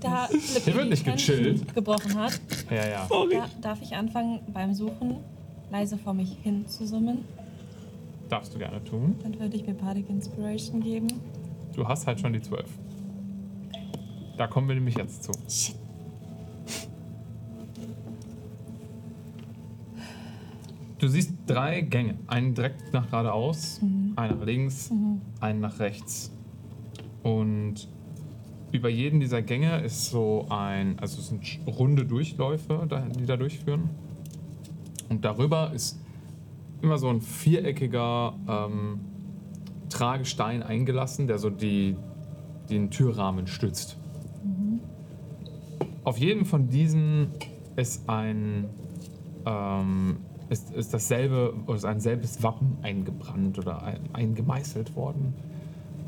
Da Flip Hier wird nicht die Hand gechillt. gebrochen hat, Ja, ja. da, darf ich anfangen beim Suchen leise vor mich hin zu summen. Darfst du gerne tun. Dann würde ich mir Bardic Inspiration geben. Du hast halt schon die 12. Da kommen wir nämlich jetzt zu. Du siehst drei Gänge. Einen direkt nach geradeaus, einen nach links, einen nach rechts. Und über jeden dieser Gänge ist so ein, also es sind sch- runde Durchläufe, da- die da durchführen. Und darüber ist immer so ein viereckiger ähm, Tragestein eingelassen, der so die, den Türrahmen stützt. Auf jedem von diesen ist ein ähm, ist, ist dasselbe oder ist ein selbes Wappen eingebrannt oder ein, eingemeißelt worden.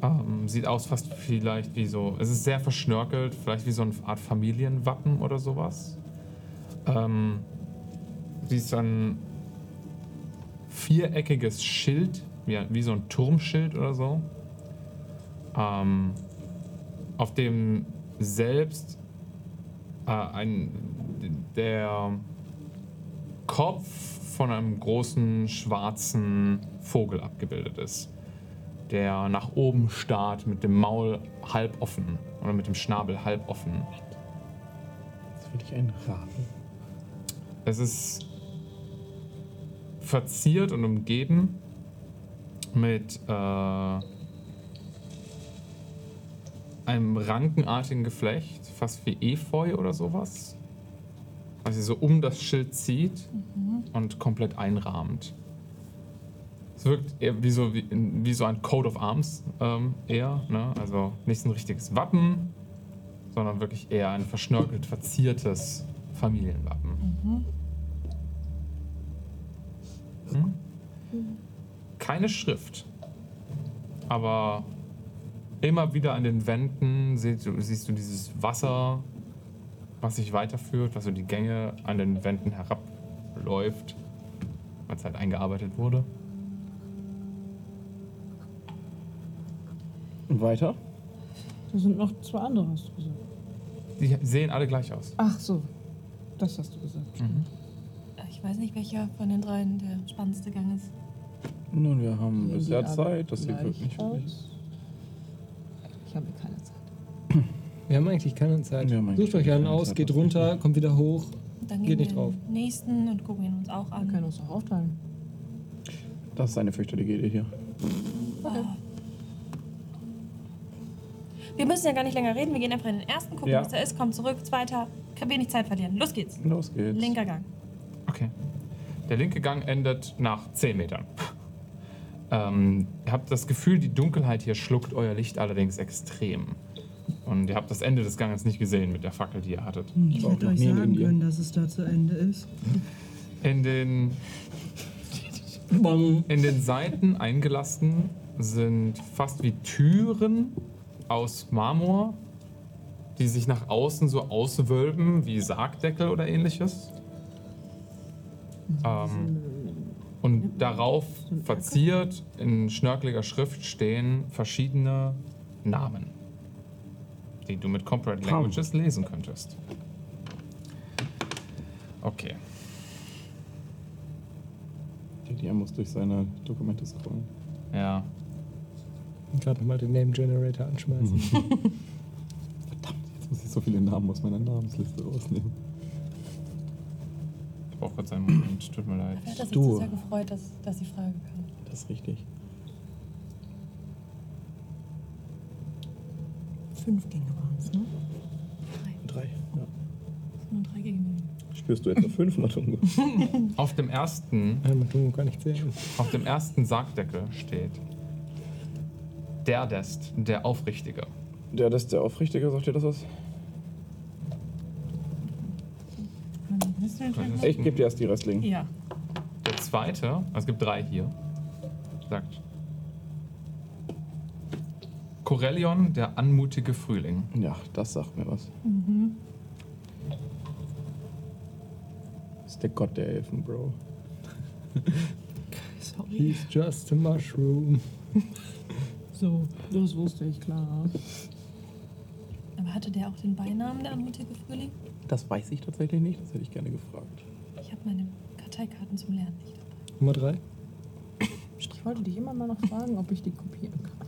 Ähm, sieht aus fast vielleicht wie so, es ist sehr verschnörkelt, vielleicht wie so eine Art Familienwappen oder sowas. Ähm, siehst dann viereckiges Schild, wie, wie so ein Turmschild oder so, ähm, auf dem selbst äh, ein, der Kopf von einem großen schwarzen Vogel abgebildet ist, der nach oben starrt mit dem Maul halb offen oder mit dem Schnabel halb offen. Jetzt will ich einen raten. Es ist verziert und umgeben mit äh, einem rankenartigen Geflecht, fast wie Efeu oder sowas, was sie so um das Schild zieht und komplett einrahmt. Es wirkt eher wie so, wie, wie so ein Coat of Arms ähm, eher, ne? also nicht ein richtiges Wappen, sondern wirklich eher ein verschnörkelt verziertes Familienwappen. keine Schrift. Aber immer wieder an den Wänden siehst du, siehst du dieses Wasser, was sich weiterführt, was so die Gänge an den Wänden herabläuft, als Zeit eingearbeitet wurde. Und weiter? Da sind noch zwei andere, hast du gesagt. Die sehen alle gleich aus. Ach so, das hast du gesagt. Äh, Ich weiß nicht, welcher von den dreien der spannendste Gang ist. Nun, wir haben Sehen bisher die alle Hm, Zeit, das sieht gleich wirklich nicht. aus? Ich habe keine Zeit. Wir haben eigentlich keine Zeit. Wir haben eigentlich Sucht euch einen keine aus, Zeit. geht runter, kommt wieder hoch. Und Dann Geht gehen nicht wir drauf. den nächsten und gucken ihn uns auch Wir an. können uns auch aufteilen. Das ist eine fürchterliche Idee hier. Wir müssen ja gar nicht länger reden. Wir gehen einfach in den ersten, gucken, Ja. was da ist, kommen zurück, zweiter. Kann wenig Zeit verlieren. Los geht's. Los geht's. Linker Gang. Okay. Der linke Gang endet nach 10 Metern. Ähm, ihr habt das Gefühl, die Dunkelheit hier schluckt euer Licht allerdings extrem. Und ihr habt das Ende des Ganges nicht gesehen mit der Fackel, die ihr hattet. Ich war auch hätte noch euch nie in sagen Indien. können, dass es da zu Ende ist. In den, Bong. in den Seiten eingelassen sind fast wie Türen aus Marmor, die sich nach außen so auswölben, wie Sargdeckel oder ähnliches. Ähm, Und darauf verziert in schnörkeliger Schrift stehen verschiedene Namen, die du mit Comprehend Languages lesen könntest. Okay. Der DM muss durch seine Dokumente scrollen. Ja. Gerade nochmal den Name Generator anschmeißen. Verdammt, jetzt muss ich so viele Namen aus meiner Namensliste rausnehmen. Ich brauche kurz einen Moment. Tut mir leid. Wer hat das Du. jetzt sehr gefreut, dass, dass die Frage kam? Das ist richtig. Fünf Gänge waren es, ne? Drei. Ja. Das sind nur drei gegen Spürst du etwa fünf, Matungo? Auf dem ersten Ja, man tun gar nicht sehen. Auf dem ersten Sargdeckel steht Derdest, der Aufrichtige. Der, das ist der Aufrichtige, sagt dir das was? Ich gebe dir erst die restlichen. Ja. Der zweite, also es gibt drei hier, sagt Corellion, der anmutige Frühling. Ja, das sagt mir was. Mhm. Das ist der Gott der Elfen, Bro. Sorry. He's just a mushroom. So, das wusste ich, klar. Aber hatte der auch den Beinamen, der anmutige Frühling? Das weiß ich tatsächlich nicht, das hätte ich gerne gefragt. Ich habe meine Karteikarten zum Lernen nicht dabei. Nummer drei. Ich wollte dich immer mal noch fragen, ob ich die kopieren kann.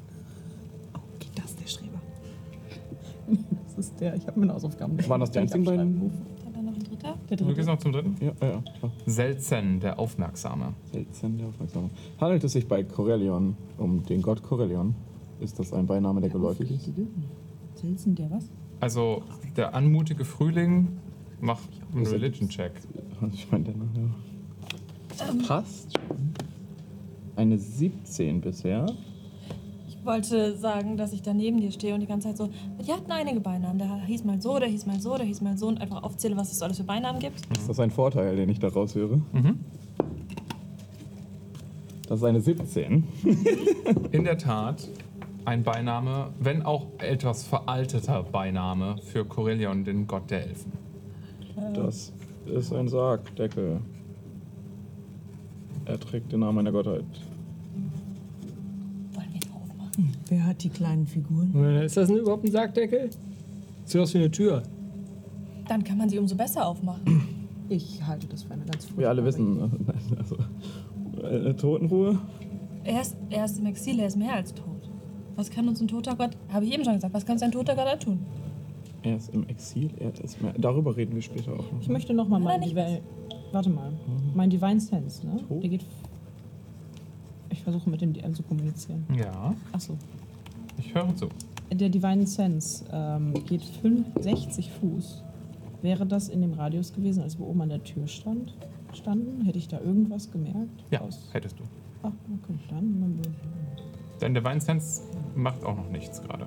Oh, geht das, der Streber? Das ist der, ich habe meine Hausaufgaben Waren das die einzigen beiden? Hat er da noch ein dritter? Der Du dritte. gehst noch zum dritten? Ja, ja, klar. Selzen, der Aufmerksame. Seltsam, der Aufmerksame. Handelt es sich bei Corellion um den Gott Corellion? Ist das ein Beiname, der geläufig ist? Selten der was? Also der anmutige Frühling macht einen Religion-Check. Ich meine, der Name. ja. Passt. Eine 17 bisher. Ich wollte sagen, dass ich da neben dir stehe und die ganze Zeit so, die hatten einige Beinamen. Der hieß mal so, der hieß mal so, der hieß mal so und einfach aufzähle, was es so alles für Beinamen gibt. Ist das ein Vorteil, den ich daraus höre? Mhm. Das ist eine 17. In der Tat ein Beiname, wenn auch etwas veralteter Beiname für Corellion, den Gott der Elfen. Das ist ein Sargdeckel. Er trägt den Namen einer Gottheit. Wollen wir ihn aufmachen? Wer hat die kleinen Figuren? Äh, Ist das denn überhaupt ein Sargdeckel? Sieht aus wie eine Tür. Dann kann man sie umso besser aufmachen. Ich halte das für eine ganz Wir alle furchtbare wissen, also, eine Totenruhe. Er ist, er ist im Exil, er ist mehr als tot. Was kann uns ein toter Gott, habe ich eben schon gesagt, was kann uns ein toter Gott tun? Er ist im Exil, er ist mehr. Darüber reden wir später auch noch. Ich möchte noch mal Kann er mein nicht Divine... Warte mal. Mhm. Mein Divine Sense, ne? Oh. Der geht... Ich versuche mit dem DM zu kommunizieren. Ja, Achso. ich höre zu. Der Divine Sense ähm, geht 65 Fuß. Wäre das in dem Radius gewesen, als wir oben an der Tür stand, standen? Hätte ich da irgendwas gemerkt? Ja, Aus- hättest du. Ach, okay, dann. dann bin ich- Denn der Weinsens macht auch noch nichts gerade.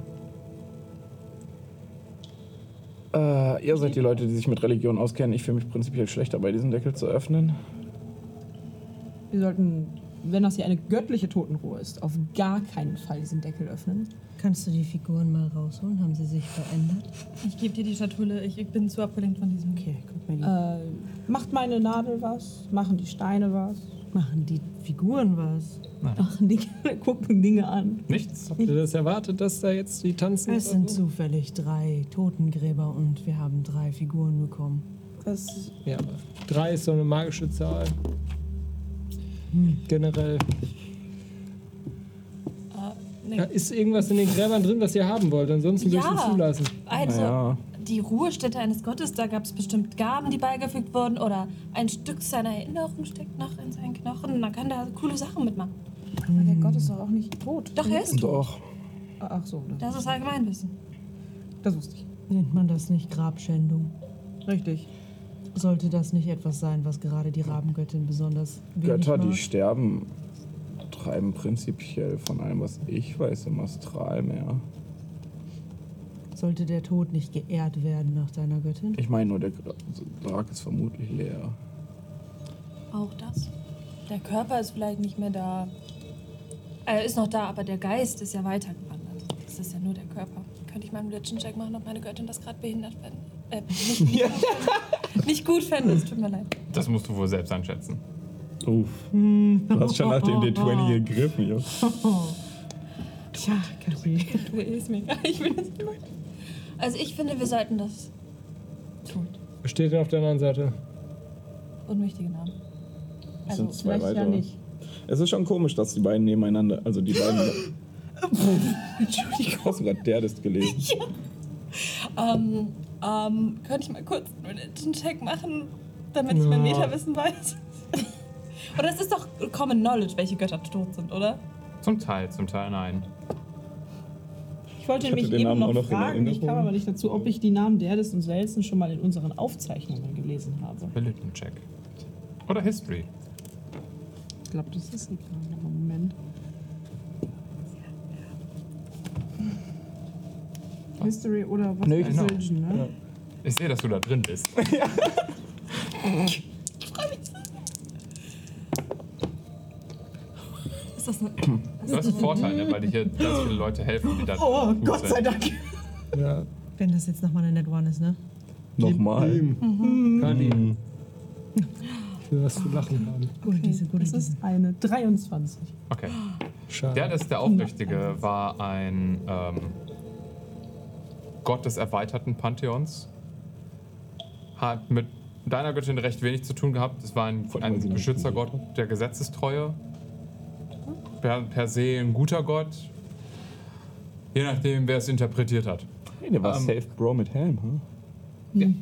Äh, ihr seid die Leute, die sich mit Religion auskennen. Ich fühle mich prinzipiell schlecht dabei, diesen Deckel zu öffnen. Wir sollten, wenn das hier eine göttliche Totenruhe ist, auf gar keinen Fall diesen Deckel öffnen. Kannst du die Figuren mal rausholen? Haben sie sich verändert? Ich gebe dir die Schatulle, ich, ich bin zu abgelenkt von diesem. Okay, guck mal. Äh, macht meine Nadel was? Machen die Steine was? Machen die Figuren was? Machen die, gucken Dinge an. Nichts? Habt ihr das erwartet, dass da jetzt die tanzen? Es sind zufällig drei Totengräber und wir haben drei Figuren bekommen. Das Ja, aber drei ist so eine magische Zahl. Hm. Generell. Ah, Nee. Ja, Ist irgendwas in den Gräbern drin, was ihr haben wollt? Ansonsten würde ich es Ja. zulassen. Also, Naja. die Ruhestätte eines Gottes, da gab es bestimmt Gaben, die beigefügt wurden. Oder ein Stück seiner Erinnerung steckt noch in seinen Knochen. Man kann da coole Sachen mitmachen. Aber der Gott ist doch auch nicht tot. Doch, er ist tot. Doch. Ach so, das, Das ist Allgemeinwissen. das wusste ich. Nennt man das nicht Grabschändung? Richtig. Sollte das nicht etwas sein, was gerade die Rabengöttin besonders wenig Götter, mag? die sterben, treiben prinzipiell von allem, was ich weiß, im Astralmeer. Sollte der Tod nicht geehrt werden nach deiner Göttin? Ich meine nur, der Gra- Sarg ist vermutlich leer. Auch das. Der Körper ist vielleicht nicht mehr da. Er ist noch da, aber der Geist ist ja weitergewandert. Das ist ja nur der Körper. Könnte ich mal einen Religion-Check machen, ob meine Göttin das gerade behindert fände? Äh, nicht, nicht, gut fände. nicht gut fände, es tut mir leid. Das musst du wohl selbst einschätzen. Uff. Hm. Du hast schon nach dem D20 gegriffen, ja. Tja, Kathi. Du ist mir egal, ich bin jetzt gemeint. Also ich finde, wir sollten das tun. Steht denn auf der anderen Seite? Unwichtige Namen. Es sind Also, zwei vielleicht ja weitere. nicht. Es ist schon komisch, dass die beiden nebeneinander, also die beiden. Entschuldigung. Hast du gerade der das gelesen? Ähm, ähm, könnte ich mal kurz einen Religion-Check machen, damit ich mein Metawissen weiß? Oder es ist doch Common Knowledge, welche Götter tot sind, oder? Zum Teil, zum Teil nein. Ich wollte Ich hatte mich den eben Namen noch, auch noch in fragen, ich kam Erinnerung. aber nicht dazu, ob ich die Namen Derdes und Selsen schon mal in unseren Aufzeichnungen gelesen habe. Religion-Check. Oder History. Ich glaube, das ist egal. Aber Moment. History oder was? Nee, genau. Religion, ne? Ich sehe, dass du da drin bist. Ist das eine Du hast einen Vorteil, ne? weil dir hier ganz viele Leute helfen, die da Oh, gut Gott sind. sei Dank. Ja. Wenn das jetzt nochmal eine Net One ist, ne? Nochmal. Kali. Für was zu lachen haben. Gute Idee, gute Das Idee. ist eine 23. Okay. Schade. Der, das der Aufrichtige, war ein ähm, Gott des erweiterten Pantheons. Hat mit deiner Göttin recht wenig zu tun gehabt. Es war ein, ein Beschützergott der Gesetzestreue. Per, per se ein guter Gott. Je nachdem, wer es interpretiert hat. Hey, der war Ähm. safe, Bro, mit Helm, hm?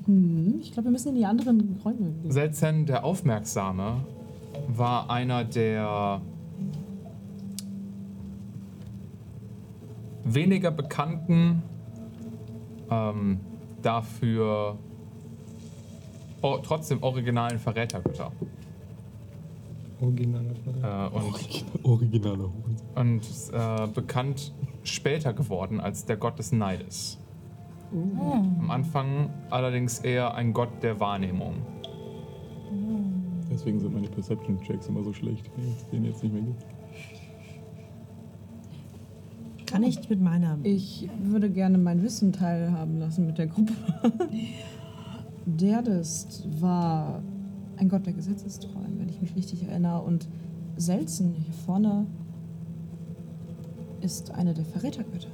Hm, Ich glaube, wir müssen in die anderen Räume gehen. Selzen, der Aufmerksame, war einer der weniger bekannten, ähm, dafür o- trotzdem originalen Verrätergötter. Originale Frage. Äh, und Originaler Hohenzollern. und äh, bekannt später geworden als der Gott des Neides. Am Anfang allerdings eher ein Gott der Wahrnehmung. Deswegen sind meine Perception-Checks immer so schlecht. Den jetzt nicht mehr gibt. Kann ich mit meiner. Ich würde gerne mein Wissen teilhaben lassen mit der Gruppe. Derdest war ein Gott der Gesetzestreuen, wenn ich mich richtig erinnere. Und Selzen hier vorne ist eine der Verrätergötter.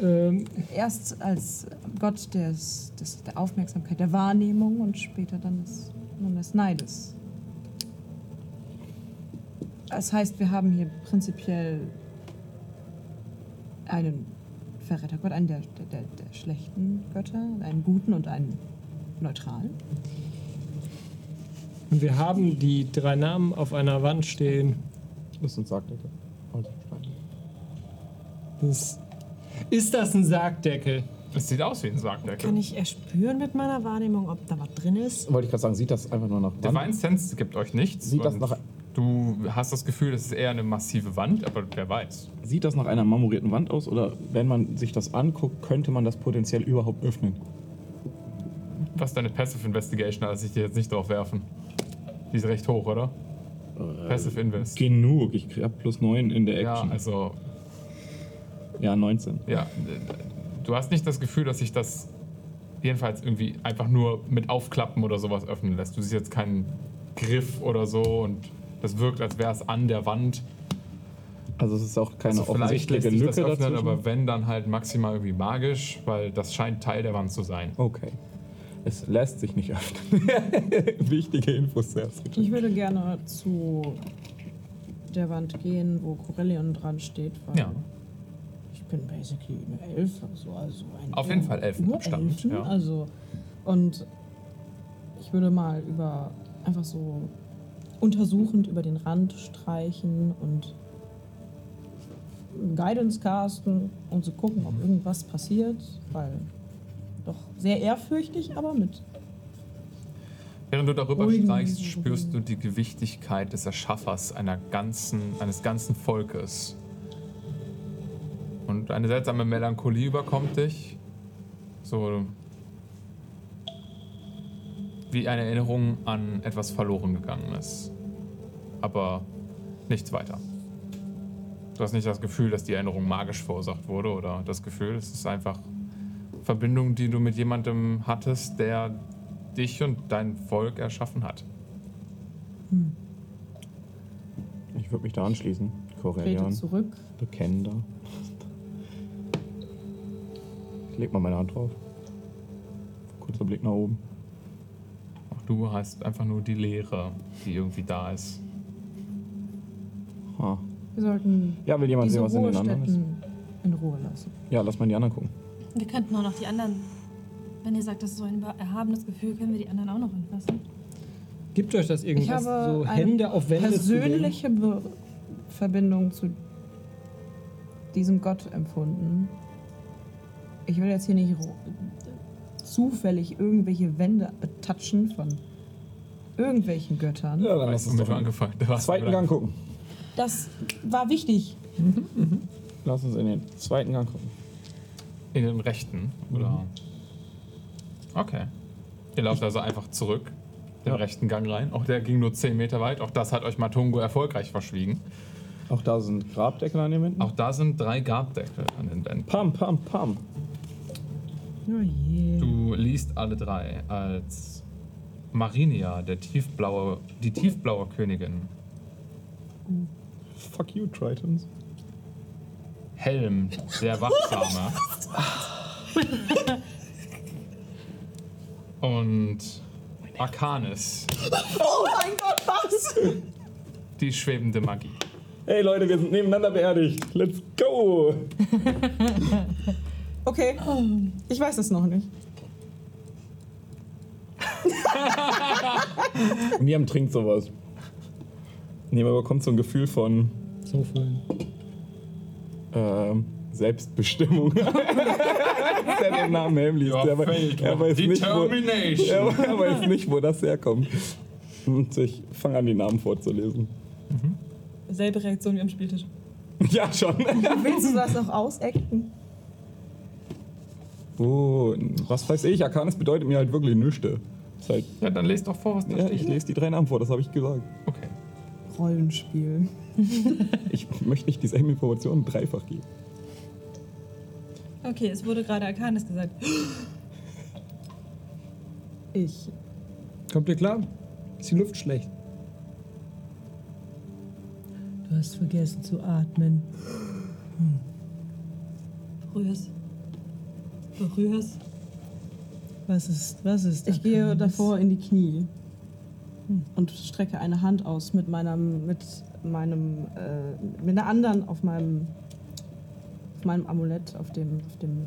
Ähm, Erst als Gott des, des, der Aufmerksamkeit, der Wahrnehmung und später dann des, nun des Neides. Das heißt, wir haben hier prinzipiell einen Verrätergott, einen der, der, der, der schlechten Götter, einen guten und einen neutralen. und wir haben die drei Namen auf einer Wand stehen. Das ist ein Sargdecker. Holzstein. Das ist das ein Sargdeckel? Es sieht aus wie ein Sargdeckel. Kann ich erspüren mit meiner Wahrnehmung, ob da was drin ist? Wollte ich gerade sagen, sieht das einfach nur nach Wand? Divine Sense gibt euch nichts. Sieht das und nach- du hast das Gefühl, das ist eher eine massive Wand, aber wer weiß. Sieht das nach einer marmorierten Wand aus oder wenn man sich das anguckt, könnte man das potenziell überhaupt öffnen? Was deine Passive Investigation, also ich dir jetzt nicht drauf werfen. Die ist recht hoch, oder? Äh, Passive Invest. Genug, ich hab plus 9 in der Ja, Action. Ja, also, 19. ja. Du hast nicht das Gefühl, dass sich das jedenfalls irgendwie einfach nur mit Aufklappen oder sowas öffnen lässt. Du siehst jetzt keinen Griff oder so und das wirkt, als wäre es an der Wand. Also es ist auch keine Also vielleicht lässt offensichtliche sich das Lücke öffnen, dazwischen. aber wenn, dann halt maximal irgendwie magisch, weil das scheint Teil der Wand zu sein. okay. Es lässt sich nicht öffnen. Wichtige Infos zuerst. Ich würde gerne zu der Wand gehen, wo Corellion dran steht. Weil Ja. Ich bin basically eine Elfe. So, also ein Auf jeden Fall Elfenabstand, Urelfen, ja. Also, und ich würde mal über einfach so untersuchend über den Rand streichen und Guidance casten und zu gucken, ob irgendwas passiert, weil doch sehr ehrfürchtig, aber mit Während du darüber Ui. streichst, spürst du die Gewichtigkeit des Erschaffers einer ganzen, eines ganzen Volkes. Und eine seltsame Melancholie überkommt dich. So wie eine Erinnerung an etwas verloren gegangenes. Aber nichts weiter. Du hast nicht das Gefühl, dass die Erinnerung magisch verursacht wurde oder das Gefühl, es ist einfach Verbindung, die du mit jemandem hattest, der dich und dein Volk erschaffen hat. Ich würde mich da anschließen. Trete Corellian, zurück. Bekennender. Ich leg mal meine Hand drauf. Kurzer Blick nach oben. Auch du hast einfach nur die Leere, die irgendwie da ist. Ha. Wir sollten Ja, will jemand diese sehen, was in den anderen ist? Ruhestätten in Ruhe lassen. Ja, lass mal die anderen gucken. Wir könnten auch noch die anderen. Wenn ihr sagt, das ist so ein erhabenes Gefühl, können wir die anderen auch noch entlassen. Gibt euch das Ich irgendwas? habe So eine Hände auf Wände zu legen? persönliche Be Verbindung zu diesem Gott empfunden. Ich will jetzt hier nicht ro- zufällig irgendwelche Wände betatschen von irgendwelchen Göttern. Ja, dann Weißt lass du, uns womit doch wir im angefangen da hast du zweiten mit Gang gucken. Das war wichtig. Lass uns in den zweiten Gang gucken. In den rechten, Mhm. oder? Okay. Ihr lauft also einfach zurück, den Ja. rechten Gang rein. Auch der ging nur 10 Meter weit. Auch das hat euch Matungo erfolgreich verschwiegen. Auch da sind Grabdeckel an den Wänden. Auch da sind drei Grabdeckel an den Wänden. Pam, pam, pam. Oh je. Du liest alle drei als Marinia, der tiefblaue, die tiefblaue Königin, Fuck you, Tritons. Helm, der Wachsame. Und Arcanis, Oh mein Gott, was? die schwebende Magie. Hey Leute, wir sind nebeneinander beerdigt. Let's go! Okay, ich weiß es noch nicht. Niam trinkt sowas. Niam bekommt so ein Gefühl von So voll. ähm, Selbstbestimmung. Der hat den Namen Helm liest. Your Er, wei- fate er, weiß nicht, wo, Determination. er, er weiß nicht, wo das herkommt. Und ich fange an, die Namen vorzulesen. Selbe Reaktion wie am Spieltisch. Ja, schon. Willst du das noch ausecken? Oh, was weiß ich, Arcanis bedeutet mir halt wirklich nüchte. Ist halt, Ja, dann lest doch vor, was da ja, ich steht. lese die drei Namen vor, das habe ich gesagt. Okay. Rollenspiel. Ich möchte nicht dieselben Informationen dreifach geben. Okay, es wurde gerade Arcanis gesagt. Ich. Kommt ihr klar? Ist die Luft schlecht? Du hast vergessen zu atmen. Hm. Berühr's. Berühr's. Was ist, was ist? Hm. Ich gehe Arcanis? davor in die Knie und strecke eine Hand aus mit meinem, mit meinem, äh, mit der anderen auf meinem, auf meinem Amulett, auf dem, auf dem.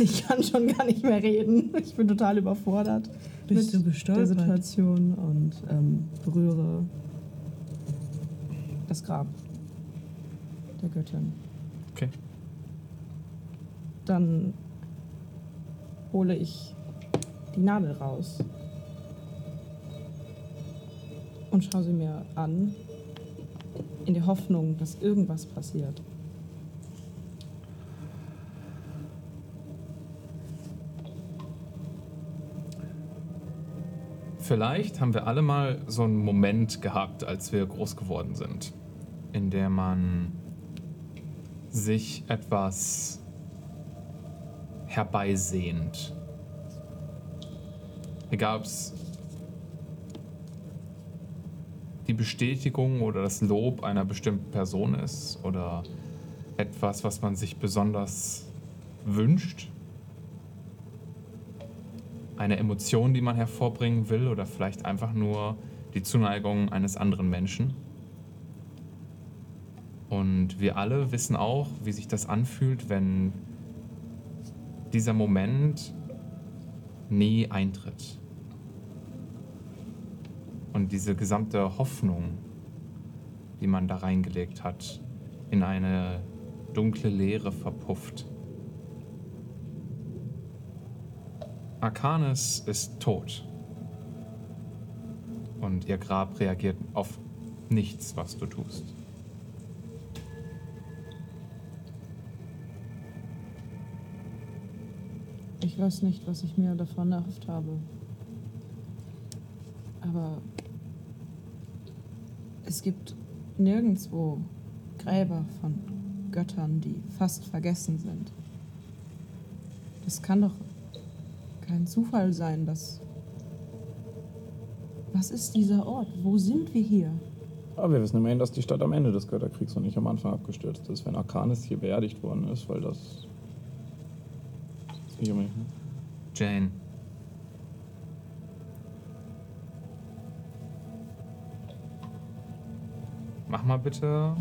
Ich kann schon gar nicht mehr reden. Ich bin total überfordert Bist mit du der gestolpert? Situation und ähm, berühre das Grab der Göttin. Okay. Dann hole ich die Nadel raus und schaue sie mir an, in der Hoffnung, dass irgendwas passiert. Vielleicht haben wir alle mal so einen Moment gehabt, als wir groß geworden sind, in der man sich etwas herbeisehnt. Egal, ob es die Bestätigung oder das Lob einer bestimmten Person ist oder etwas, was man sich besonders wünscht. Eine Emotion, die man hervorbringen will oder vielleicht einfach nur die Zuneigung eines anderen Menschen. Und wir alle wissen auch, wie sich das anfühlt, wenn dieser Moment nie eintritt. Und diese gesamte Hoffnung, die man da reingelegt hat, in eine dunkle Leere verpufft. Arcanis ist tot. Und ihr Grab reagiert auf nichts, was du tust. Ich weiß nicht, was ich mir davon erhofft habe. Aber es gibt nirgendwo Gräber von Göttern, die fast vergessen sind. Das kann doch kein Zufall sein, dass... Was ist dieser Ort? Wo sind wir hier? Aber wir wissen immerhin, dass die Stadt am Ende des Götterkriegs und nicht am Anfang abgestürzt ist, wenn Arcanis hier beerdigt worden ist, weil das. das ist nicht unbedingt- Jane. Mach mal bitte.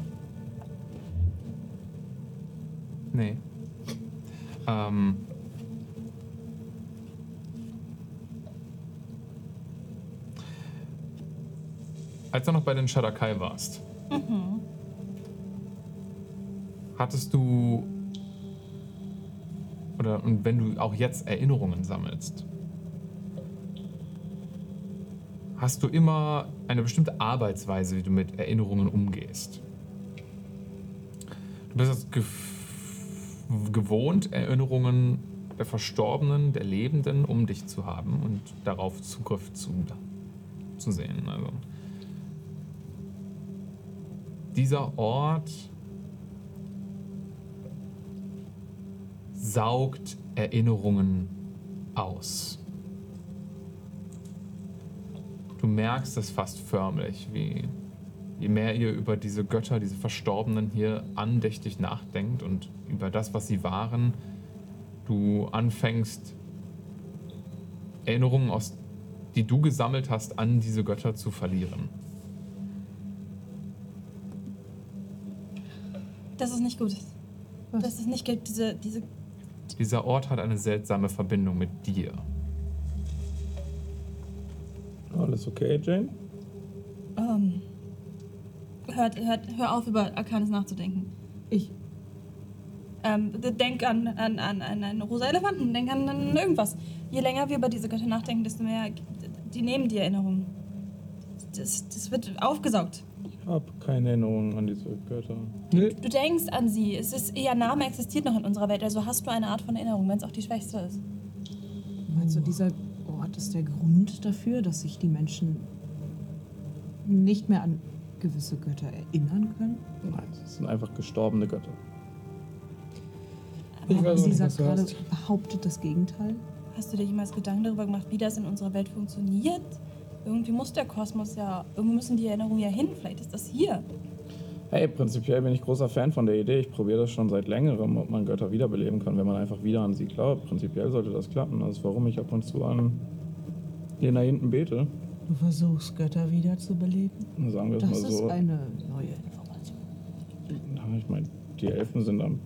Nee. Ähm. Als du noch bei den Shadakai warst, hattest du oder und wenn du auch jetzt Erinnerungen sammelst, hast du immer eine bestimmte Arbeitsweise, wie du mit Erinnerungen umgehst. Du bist es gef- gewohnt, Erinnerungen der Verstorbenen, der Lebenden um dich zu haben und darauf Zugriff zu, zu sehen. Also dieser Ort saugt Erinnerungen aus. Du merkst es fast förmlich, wie je mehr ihr über diese Götter, diese Verstorbenen hier andächtig nachdenkt und über das, was sie waren, du anfängst Erinnerungen, aus, die du gesammelt hast, an diese Götter zu verlieren. Das ist nicht gut. Was? Das ist nicht gut. Diese, diese Dieser Ort hat eine seltsame Verbindung mit dir. Alles okay, Jane? Ähm, hört, hört, hör auf, über Arcanis nachzudenken. Ich, Ähm, d- denk an, an, an, an einen rosa Elefanten, denk an, an irgendwas. Je länger wir über diese Götter nachdenken, desto mehr. g- Die nehmen die Erinnerungen. Das, das wird aufgesaugt. Ich hab keine Erinnerungen an diese Götter. Nö, Du denkst an sie. Es ist, ihr Name existiert noch in unserer Welt, also hast du eine Art von Erinnerung, wenn es auch die schwächste ist. meinst du, Also dieser Ort ist der Grund dafür, dass sich die Menschen nicht mehr an gewisse Götter erinnern können? Nein, es sind einfach gestorbene Götter. Ich weiß Aber auch sie nicht, sagt was du gerade, hast. behauptet das Gegenteil. Hast du dir jemals Gedanken darüber gemacht, wie das in unserer Welt funktioniert? Irgendwie muss der Kosmos ja, irgendwo müssen die Erinnerungen ja hin. Vielleicht ist das hier. Hey, prinzipiell bin ich großer Fan von der Idee. Ich probiere das schon seit längerem, ob man Götter wiederbeleben kann, wenn man einfach wieder an sie glaubt. Prinzipiell sollte das klappen. Das ist, warum ich ab und zu an den da hinten bete. Du versuchst, Götter wieder zu beleben. Sagen wir es Das mal ist so. eine neue Information. Na, ich meine, die Elfen sind am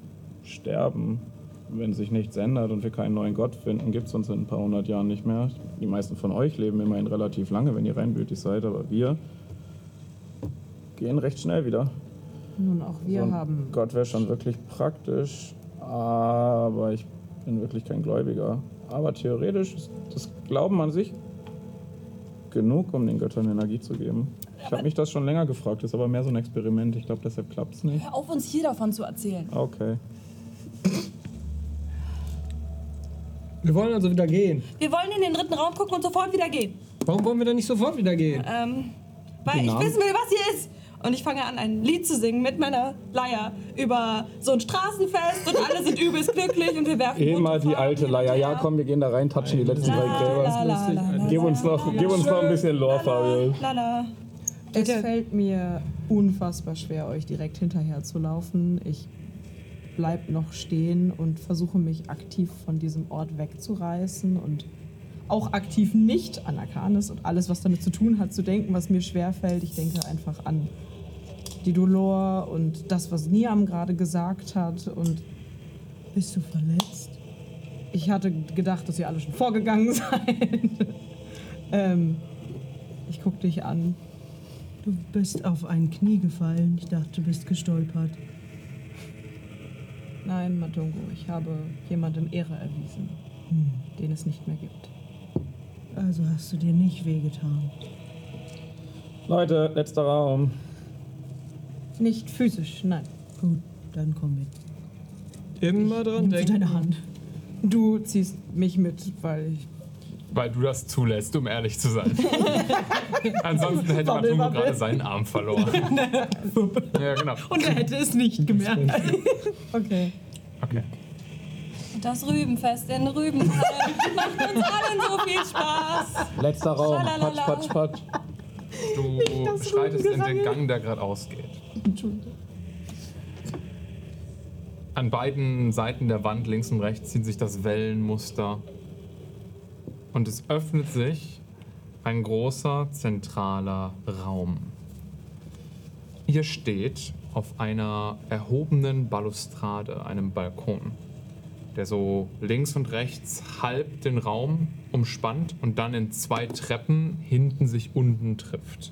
Sterben. Wenn sich nichts ändert und wir keinen neuen Gott finden, gibt es uns in ein paar hundert Jahren nicht mehr. Die meisten von euch leben immerhin relativ lange, wenn ihr reinblütig seid, aber wir gehen recht schnell wieder. Nun, auch wir So ein haben Gott wäre schon wirklich praktisch, aber ich bin wirklich kein Gläubiger. Aber theoretisch ist das Glauben an sich genug, um den Göttern Energie zu geben. Ich habe mich das schon länger gefragt, ist aber mehr so ein Experiment. Ich glaube, deshalb klappt es nicht. Hör auf, uns hier davon zu erzählen. Okay. wir wollen also wieder gehen. Wir wollen in den dritten Raum gucken und sofort wieder gehen. Warum wollen wir denn nicht sofort wieder gehen? Ähm, weil Den ich Namen? wissen will, was hier ist. Und ich fange an, ein Lied zu singen mit meiner Leier über so ein Straßenfest und alle sind übelst glücklich und wir werfen Immer bunte die Farben alte hin und Leier. Ja, her. komm, wir gehen da rein, touchen die letzten La, drei la, Gräber. la, la, la, la, Gib uns noch, gib uns noch ein bisschen Lore, Fabio. la, la. Es der- fällt mir unfassbar schwer, euch direkt hinterher zu laufen. Ich bleib noch stehen und versuche mich aktiv von diesem Ort wegzureißen und auch aktiv nicht an Arcanis und alles, was damit zu tun hat, zu denken, was mir schwerfällt. Ich denke einfach an die Dolor und das, was Niam gerade gesagt hat. Und Bist du verletzt? ich hatte gedacht, dass ihr alle schon vorgegangen seid. ähm, ich guck dich an. Du bist auf ein Knie gefallen. Ich dachte, du bist gestolpert. Nein, Matungo, ich habe jemandem Ehre erwiesen, den es nicht mehr gibt. Also hast du dir nicht wehgetan. Leute, letzter Raum. Nicht physisch, nein. Gut, dann komm mit. Immer dran Nimmst du denken. deine Hand. Du ziehst mich mit, weil ich. Weil du das zulässt, um ehrlich zu sein. Ansonsten hätte Wabbel, Matungo wabbel. gerade seinen Arm verloren. ja, genau. Und er hätte es nicht gemerkt. Okay. Okay. Das Rübenfest in Rübenfeld macht uns allen so viel Spaß. Letzter Raum. Patsch, Schalalala. patsch, patsch. Du schreitest in den Gang, der gerade ausgeht. An beiden Seiten der Wand, links und rechts, zieht sich das Wellenmuster. Und es öffnet sich ein großer zentraler Raum. Ihr steht auf einer erhobenen Balustrade, einem Balkon, der so links und rechts halb den Raum umspannt und dann in zwei Treppen hinten sich unten trifft.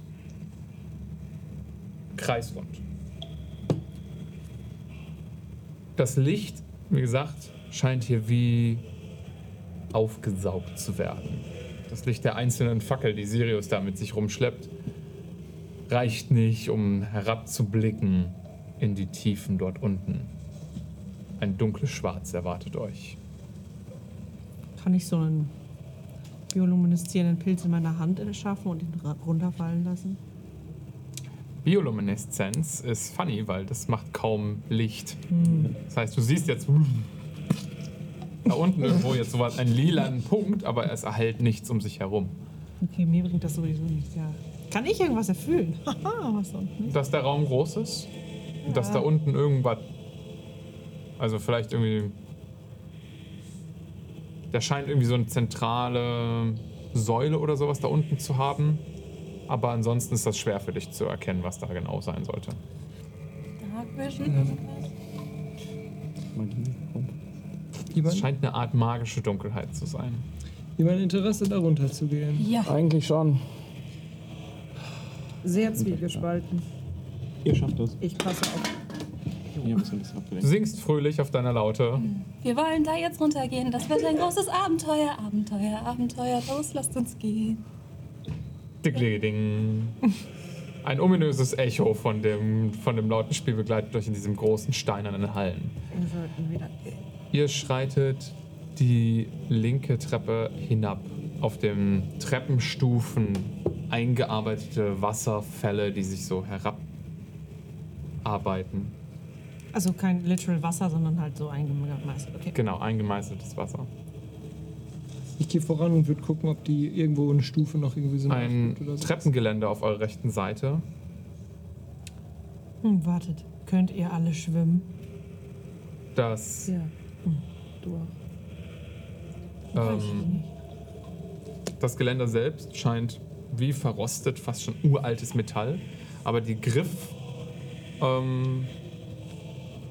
Kreisrund. Das Licht, wie gesagt, scheint hier wie aufgesaugt zu werden. Das Licht der einzelnen Fackel, die Sirius da mit sich rumschleppt, reicht nicht, um herabzublicken in die Tiefen dort unten. Ein dunkles Schwarz erwartet euch. Kann ich so einen biolumineszierenden Pilz in meiner Hand erschaffen und ihn ra- runterfallen lassen? Biolumineszenz ist funny, weil das macht kaum Licht. Das heißt, du siehst jetzt da unten irgendwo jetzt sowas, einen lilanen Punkt, aber es erhält nichts um sich herum. Okay, mir bringt das sowieso nichts, ja. Kann ich irgendwas erfüllen? Haha, was sonst nicht? Dass der Raum groß ist und dass da unten irgendwas, also vielleicht irgendwie, der scheint irgendwie so eine zentrale Säule oder sowas da unten zu haben. Aber ansonsten ist das schwer für dich zu erkennen, was da genau sein sollte. Dark Vision irgendwas? Magie. komm. Es Jemand, scheint eine Art magische Dunkelheit zu sein. jemand Interesse darunter zu gehen. Ja. Eigentlich schon. Sehr zwiegespalten. Ihr schafft das. Ich passe auf. Ihr habt es ein bisschen Du abgelenkt. singst fröhlich auf deiner Laute. Wir wollen da jetzt runtergehen. Das wird ein großes Abenteuer. Abenteuer, Abenteuer. Los, lasst uns gehen. Dickligeding. Ein ominöses Echo von dem, von dem lauten Spiel begleitet euch in diesem großen steinernen Hallen. Wir sollten wieder. Ihr schreitet die linke Treppe hinab. Auf den Treppenstufen eingearbeitete Wasserfälle, die sich so herabarbeiten. Also kein literal Wasser, sondern halt so eingemeißelt. Okay. Genau, eingemeißeltes Wasser. Ich gehe voran und würde gucken, ob die irgendwo eine Stufe noch irgendwie so Ein nachgibt oder so. Treppengeländer auf eurer rechten Seite. Hm, wartet, könnt ihr alle schwimmen? Das Ja. Du auch. Weiß Ähm. ich nicht. Das Geländer selbst scheint wie verrostet, fast schon uraltes Metall. Aber die Griff. Ähm,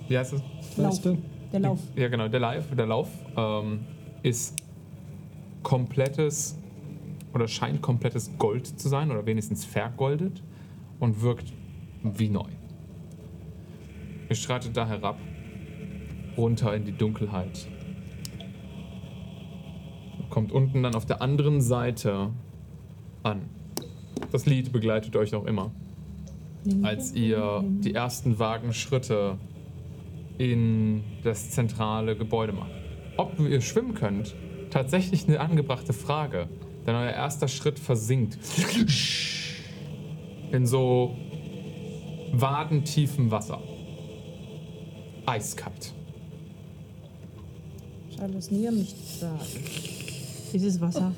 wie heißt es? Weißt du? Der Lauf. Ja, genau, der Lauf, der Lauf ähm, ist komplettes oder scheint komplettes Gold zu sein oder wenigstens vergoldet und wirkt wie neu. Ihr schreitet da herab, runter in die Dunkelheit. Kommt unten dann auf der anderen Seite an. Das Lied begleitet euch noch immer. Als ihr die ersten vagen Schritte in das zentrale Gebäude machen. Ob ihr schwimmen könnt, tatsächlich eine angebrachte Frage, denn euer erster Schritt versinkt in so wadentiefem Wasser. Eiskalt. Schade, dass Niam nichts sagt. Dieses Wasser.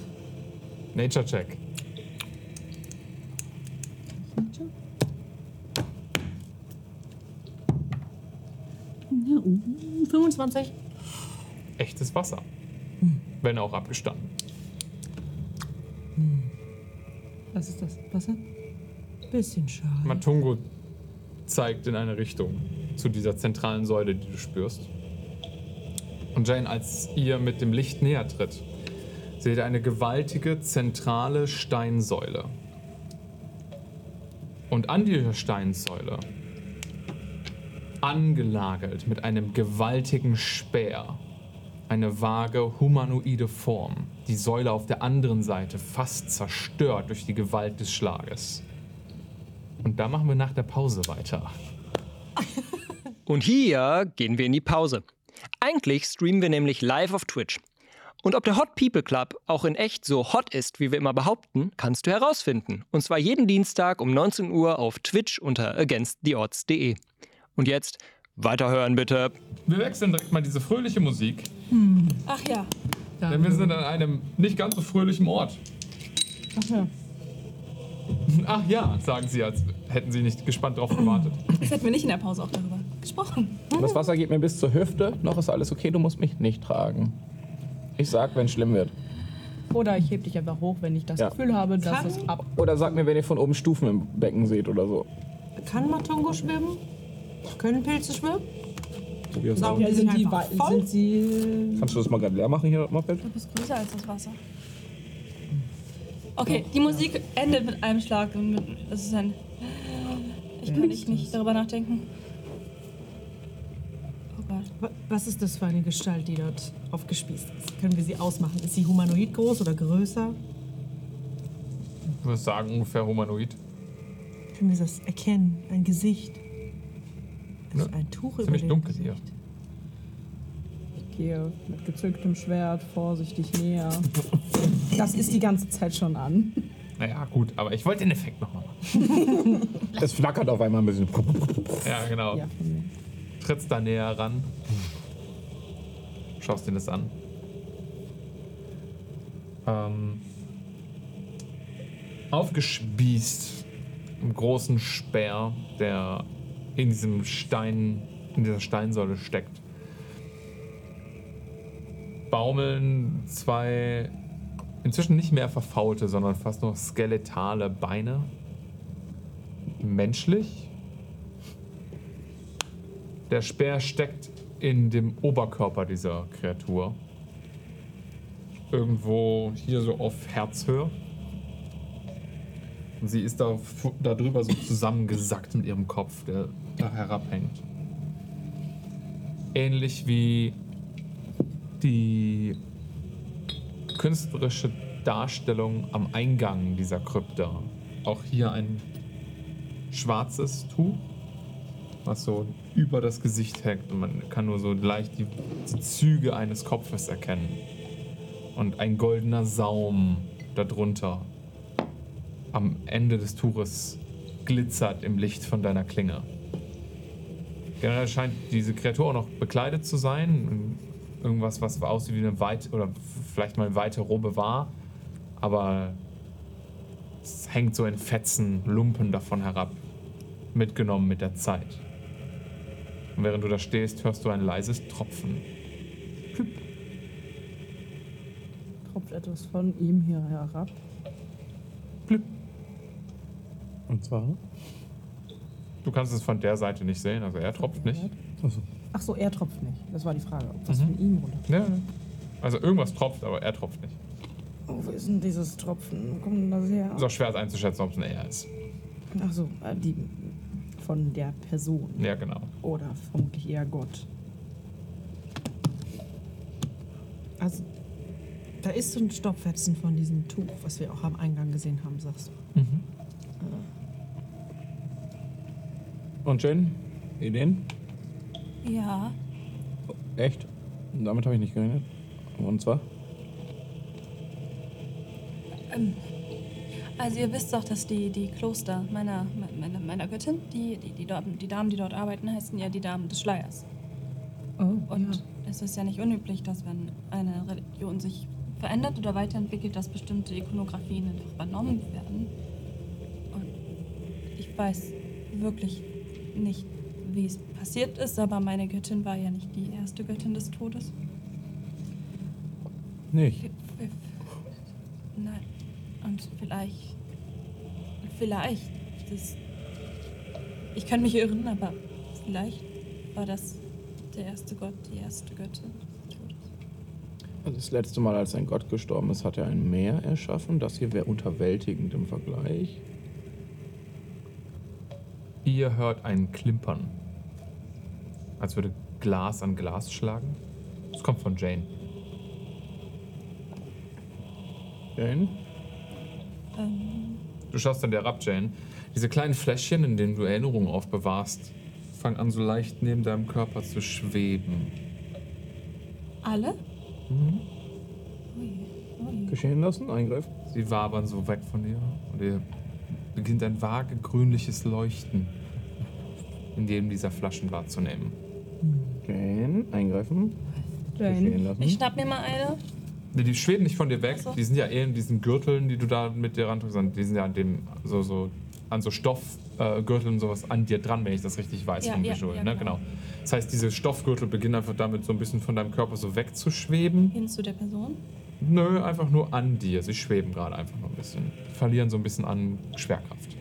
Nature Check. 25. Echtes Wasser. Wenn auch abgestanden. Was ist das? Wasser? Bisschen schade. Matungo zeigt in eine Richtung zu dieser zentralen Säule, die du spürst. Und Jane, als ihr mit dem Licht näher tritt, seht ihr eine gewaltige zentrale Steinsäule. Und an dieser Steinsäule, angelagert mit einem gewaltigen Speer, eine vage humanoide Form, die Säule auf der anderen Seite fast zerstört durch die Gewalt des Schlages. Und da machen wir nach der Pause weiter. Und hier gehen wir in die Pause. Eigentlich streamen wir nämlich live auf Twitch. Und ob der Hot People Club auch in echt so hot ist, wie wir immer behaupten, kannst du herausfinden. Und zwar jeden Dienstag um 19 Uhr auf Twitch unter againsttheodds.de. Und jetzt weiterhören bitte. Wir wechseln direkt mal diese fröhliche Musik, Ach ja. denn wir sind an einem nicht ganz so fröhlichen Ort. Ach ja. Ach ja, sagen sie, als hätten sie nicht gespannt drauf gewartet. Das hätten wir nicht in der Pause auch darüber gesprochen. Das Wasser geht mir bis zur Hüfte, noch ist alles okay, du musst mich nicht tragen. Ich sag, wenn schlimm wird. Oder ich heb dich einfach hoch, wenn ich das Ja. Gefühl habe, dass es ab. Oder sag mir, wenn ihr von oben Stufen im Becken seht oder so. Kann Matongo schwimmen? Können Pilze schwimmen? Tobias, Sau- Ja, Die sind sind die einfach wei- voll. sind sie. kannst du das mal gerade leer machen hier, das Moped? Du bist größer als das Wasser. Okay, die Musik endet mit einem Schlag und mit, das ist ein. Ich kann nicht, nicht darüber nachdenken. Oh Gott. Wa- Was ist das für eine Gestalt, die dort aufgespießt ist? Können wir sie ausmachen? Ist sie humanoid groß oder größer? Ich würde sagen, ungefähr humanoid. Können wir das erkennen? Ein Gesicht. ne? Also ein Tuch über Ziemlich dem dunkel hier. Gesicht. Ich gehe mit gezücktem Schwert vorsichtig näher. Das ist die ganze Zeit schon an. Naja, gut, aber ich wollte den Effekt nochmal machen. Es flackert auf einmal ein bisschen. Ja, genau. Ja, von mir. Trittst da näher ran. Schaust dir das an. Ähm, aufgespießt im großen Speer, der in diesem Stein, in dieser Steinsäule steckt. Baumeln zwei inzwischen nicht mehr verfaulte, sondern fast noch skeletale Beine. Menschlich, der Speer steckt in dem Oberkörper dieser Kreatur. Irgendwo hier so auf Herzhöhe. Und sie ist da, da drüber so zusammengesackt mit ihrem Kopf, der da herabhängt. Ähnlich wie die künstlerische Darstellung am Eingang dieser Krypta. Auch hier ein schwarzes Tuch was so über das Gesicht hängt und man kann nur so leicht die, die Züge eines Kopfes erkennen. Und ein goldener Saum darunter am Ende des Tuches glitzert im Licht von deiner Klinge. Generell scheint diese Kreatur auch noch bekleidet zu sein. Irgendwas, was aussieht wie eine weite oder vielleicht mal eine weite Robe war, aber es hängt so in Fetzen, Lumpen davon herab mitgenommen mit der Zeit. Und während du da stehst, hörst du ein leises Tropfen. Tropft etwas von ihm hier herab. Und zwar? Du kannst es von der Seite nicht sehen, also er tropft nicht. Achso. Ach so, er tropft nicht. Das war die Frage, ob Mhm. das von ihm runter. Ja. ja. Also irgendwas tropft, aber er tropft nicht. Oh, wo ist denn dieses Tropfen? Wo kommt denn das her? Ist auch schwer einzuschätzen, ob es ein er ist. Ach so, äh, die von der Person. Ja, genau. Oder vermutlich eher Gott. Also, da ist so ein Stoppfetzen von diesem Tuch, was wir auch am Eingang gesehen haben, sagst du. Und Jane? Ideen? Ja. Echt? Damit habe ich nicht gerechnet. Und zwar? Also ihr wisst doch, dass die, die Kloster meiner, me- meiner, meiner Göttin, die, die, die, dort, die Damen, die dort arbeiten, heißen ja die Damen des Schleiers. Oh, Und es ist ja nicht unüblich, dass wenn eine Religion sich verändert oder weiterentwickelt, dass bestimmte Ikonografien einfach übernommen werden. Und ich weiß wirklich nicht, wie es passiert ist, aber meine Göttin war ja nicht die erste Göttin des Todes. Nicht. Nein. Und vielleicht. Vielleicht. Das, ich kann mich irren, aber vielleicht war das der erste Gott, die erste Göttin. des Todes. Also das letzte Mal, als ein Gott gestorben ist, hat er ein Meer erschaffen. Das hier wäre unterwältigend im Vergleich. Ihr hört ein Klimpern. Als würde Glas an Glas schlagen. Es kommt von Jane. Jane? Ähm, Du schaust dann dir herab, Jane. Diese kleinen Fläschchen, in denen du Erinnerungen aufbewahrst, fangen an so leicht neben deinem Körper zu schweben. alle? Ui, ui. Geschehen lassen? Eingriff? Sie wabern so weg von dir und ihr beginnt ein vage grünliches Leuchten in dem dieser Flaschen wahrzunehmen. Jane? Eingreifen? Jane. Geschehen lassen? Ich schnapp mir mal eine. Nee, die schweben nicht von dir weg. Ach so. Die sind ja eher in diesen Gürteln, die du da mit dir rantust. Die sind ja an dem so, so an so Stoffgürteln äh, Gürteln und sowas an dir dran, wenn ich das richtig weiß Ja, vom ja, Visual. ja, ne? genau. genau. Das heißt, diese Stoffgürtel beginnen einfach damit so ein bisschen von deinem Körper so wegzuschweben. Hin zu der Person. Nö, einfach nur an dir. Sie schweben gerade einfach nur ein bisschen. Verlieren so ein bisschen an Schwerkraft.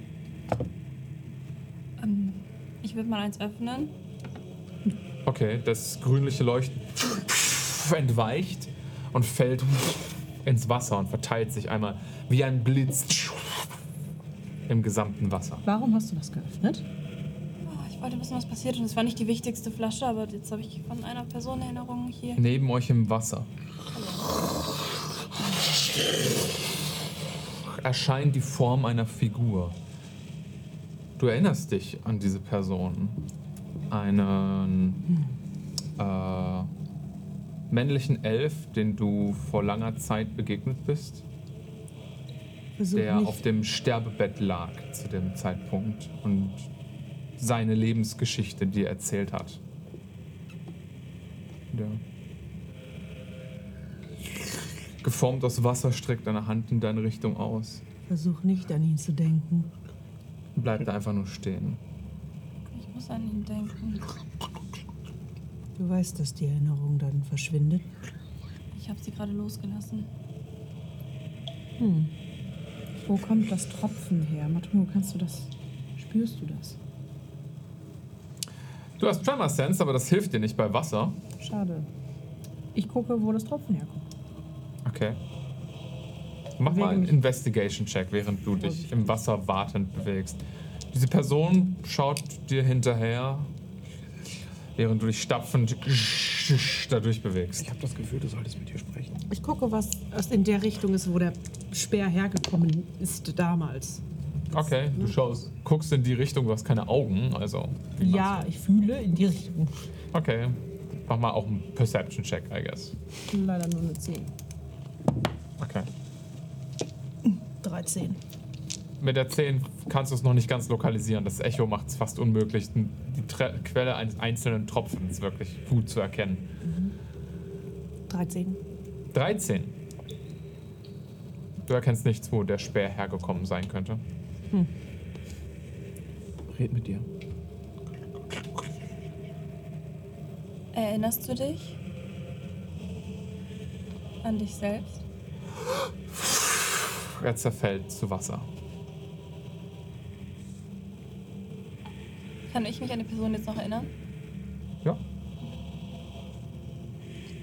Ähm, ich würde mal eins öffnen. Okay, das grünliche Leuchten entweicht und fällt ins Wasser und verteilt sich einmal wie ein Blitz im gesamten Wasser. Warum hast du das geöffnet? Oh, ich wollte wissen, was passiert. Und es war nicht die wichtigste Flasche, aber jetzt habe ich von einer Person Erinnerungen hier. Neben euch im Wasser erscheint die Form einer Figur. Du erinnerst dich an diese Person. Einen äh, männlichen Elf, den du vor langer Zeit begegnet bist, Versuch der nicht. auf dem Sterbebett lag zu dem Zeitpunkt und seine Lebensgeschichte dir erzählt hat. Der geformt aus Wasser streckt deine Hand in deine Richtung aus. Versuch nicht an ihn zu denken. Bleib da einfach nur stehen. Ich muss an ihn denken. Du weißt, dass die Erinnerung dann verschwindet. Ich habe sie gerade losgelassen. Wo kommt das Tropfen her? Matumo, kannst du das? Spürst du das? Du hast Tremor Sense, aber das hilft dir nicht bei Wasser. Schade. Ich gucke, wo das Tropfen herkommt. Okay. Mach mal einen mich. Investigation-Check, während du dich im Wasser wartend bewegst. Diese Person schaut dir hinterher, während du dich stapfend dadurch bewegst. Ich habe das Gefühl, du solltest mit ihr sprechen. Ich gucke, was was in der Richtung ist, wo der Speer hergekommen ist damals. Okay, du schaust, guckst in die Richtung, du hast keine Augen, also. wie machst Ja, ich fühle in die Richtung. du? Okay. Mach mal auch einen Perception-Check, I guess. Leider nur eine 10. Okay. 13. mit der 10 kannst du es noch nicht ganz lokalisieren. Das Echo macht es fast unmöglich, n- die Tre Quelle eines einzelnen Tropfens wirklich gut zu erkennen. 13. 13. Du erkennst nichts, wo der Speer hergekommen sein könnte. Red mit dir. Erinnerst du dich? An dich selbst? Er zerfällt zu Wasser. Kann ich mich an die Person jetzt noch erinnern? Ja.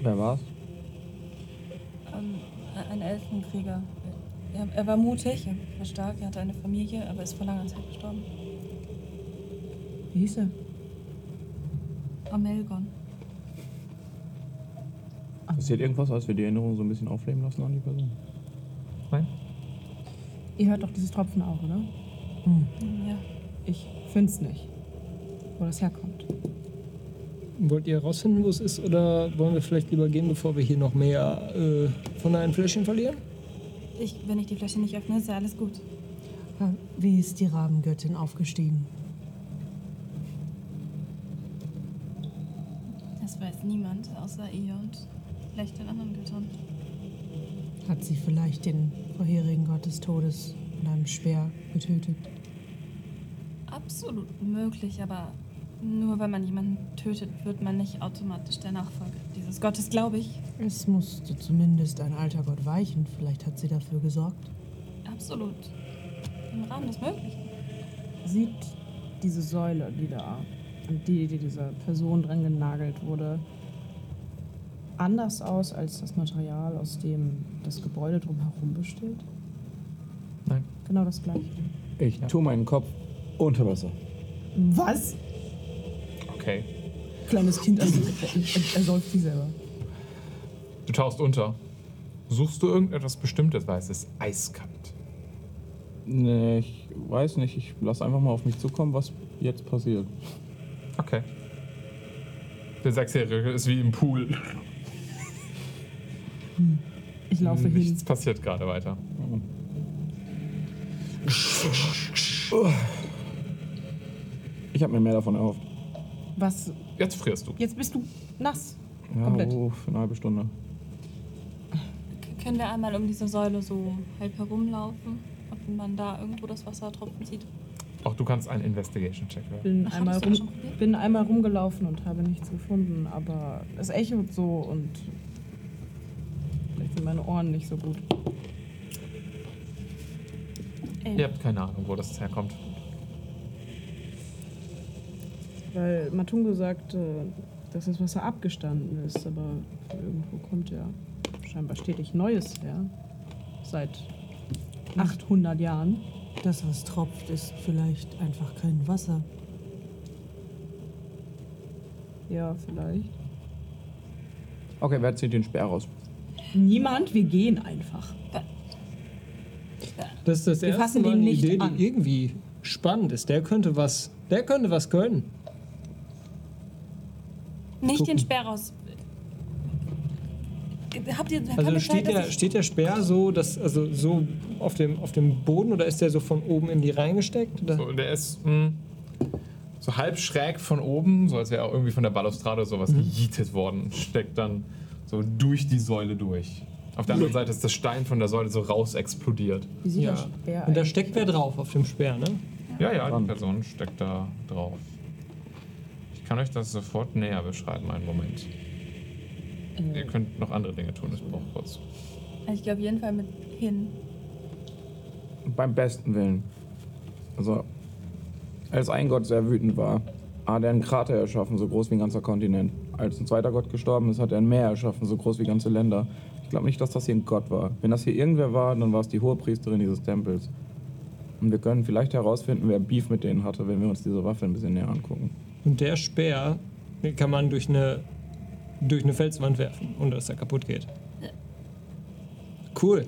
Wer war's? Ähm, ein Elfenkrieger. Er, er war mutig, er war stark, er hatte eine Familie, aber ist vor langer Zeit gestorben. Wie hieß er? Amelgon. Passiert irgendwas, als wir die Erinnerung so ein bisschen aufleben lassen an die Person? Nein? Ihr hört doch dieses Tropfen auch, oder? Hm, Ja. Ich find's nicht. Wo das herkommt. Wollt ihr rausfinden, wo es ist, oder wollen wir vielleicht lieber gehen, bevor wir hier noch mehr äh, von einem Fläschchen verlieren? Ich, wenn ich die Flasche nicht öffne, ist ja alles gut. Wie ist die Rabengöttin aufgestiegen? Das weiß niemand, außer ihr und vielleicht den anderen Göttern. Hat sie vielleicht den vorherigen Gott des Todes mit einem Speer getötet? Absolut möglich, aber Nur weil man jemanden tötet, wird man nicht automatisch der Nachfolger dieses Gottes, glaube ich. Es musste zumindest ein alter Gott weichen. Vielleicht hat sie dafür gesorgt. Absolut. Im Rahmen des Möglichen. Sieht diese Säule, die da, an die, die dieser Person dran genagelt wurde, anders aus als das Material, aus dem das Gebäude drumherum besteht? Nein. Genau das gleiche. Ich tue meinen Kopf unter Wasser. Was? Okay. Kleines Kind ersäuft er, er, er sich selber. Du tauchst unter. Suchst du irgendetwas Bestimmtes, weil es ist eiskalt. Nee, ich weiß nicht. Ich lasse einfach mal auf mich zukommen, was jetzt passiert. Okay. Der Sechsjährige ist wie im Pool. Ich Mhm. laufe hin. Nichts passiert gerade weiter. Ich habe mir mehr davon erhofft. Was? Jetzt frierst du. Jetzt bist du nass. Ja, Komplett. oh, für eine halbe Stunde. K können wir einmal um diese Säule so halb herumlaufen? Ob man da irgendwo das Wasser tropfen sieht? Auch du kannst einen Investigation-Check werfen. Bin Ach, einmal, hattest du das rum, schon probiert? bin einmal rumgelaufen und habe nichts gefunden, aber es echot so und vielleicht sind meine Ohren nicht so gut. Ey, Ihr habt keine Ahnung, wo das herkommt. Weil Matungo sagte, dass das Wasser abgestanden ist, aber von irgendwo kommt ja scheinbar stetig Neues her. Seit 800 Jahren. Das, was tropft, ist vielleicht einfach kein Wasser. Ja, vielleicht. Okay, wer zieht den Speer raus? Niemand, wir gehen einfach. Das ist das Wir erste fassen Mal den eine nicht Idee, an. die irgendwie spannend ist. Der könnte was, der könnte was können. nicht gucken. den Sperr raus. Habt ihr, habt Also ihr steht Zeit, der, dass ich, steht der Speer so, dass, also so auf dem, auf dem Boden oder ist der so von oben in die reingesteckt? Oder? So, der ist mh, so halb schräg von oben, so als wäre er irgendwie von der Balustrade oder sowas gejietet worden. und Steckt dann so durch die Säule durch. Auf der anderen Seite ist der Stein von der Säule so raus explodiert. Wie sieht Ja. das Bär Und da eigentlich steckt wer drauf auf dem Speer, ne? Ja, ja, die Spannend. Person steckt da drauf. Ich kann euch das sofort näher beschreiben, einen Moment. Ihr könnt noch andere Dinge tun, ich brauche kurz. ich gehe auf jeden Fall mit hin. Beim besten Willen. Also, als ein Gott sehr wütend war, hat er einen Krater erschaffen, so groß wie ein ganzer Kontinent. Als ein zweiter Gott gestorben ist, hat er ein Meer erschaffen, so groß wie ganze Länder. Ich glaube nicht, dass das hier ein Gott war. Wenn das hier irgendwer war, dann war es die Hohepriesterin dieses Tempels. Und wir können vielleicht herausfinden, wer Beef mit denen hatte, wenn wir uns diese Waffe ein bisschen näher angucken. Und der Speer den kann man durch eine, durch eine Felswand werfen, ohne dass er kaputt geht. Ja. Cool.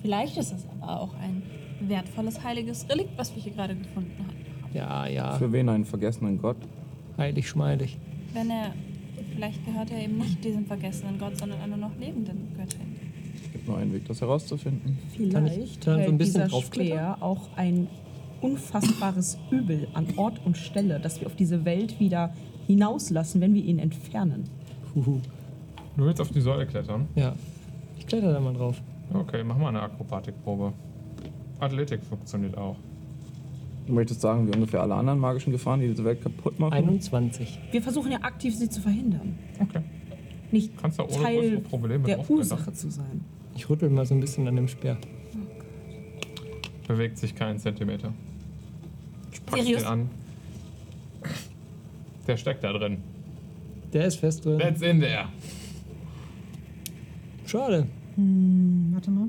Vielleicht ist es aber auch ein wertvolles heiliges Relikt, was wir hier gerade gefunden haben. Ja, ja, Für wen einen vergessenen Gott? heilig schmeidig. Wenn er, vielleicht gehört er eben nicht diesem vergessenen Gott, sondern einer noch lebenden Göttin. Gibt nur einen Weg, das herauszufinden. Kann ich Vielleicht da so ein hält bisschen dieser draufklettern? Speer auch ein unfassbares Übel an Ort und Stelle, das wir auf diese Welt wieder hinauslassen, wenn wir ihn entfernen. Huhu. Du willst auf die Säule klettern? Ja. Ich kletter da mal drauf. Okay, mach mal eine Akrobatikprobe. Athletik funktioniert auch. Du möchtest sagen, wie ungefähr alle anderen magischen Gefahren, die diese Welt kaputt machen? 21. Wir versuchen ja aktiv, sie zu verhindern. Okay. Nicht Kannst du ohne Teil größere Probleme der draufklettern. Ursache zu sein. Ich rüttel mal so ein bisschen an dem Speer. Bewegt sich keinen Zentimeter. Ich pack Sirius? den an. Der steckt da drin. Der ist fest drin. Let's in there. Schade. Hm, warte mal.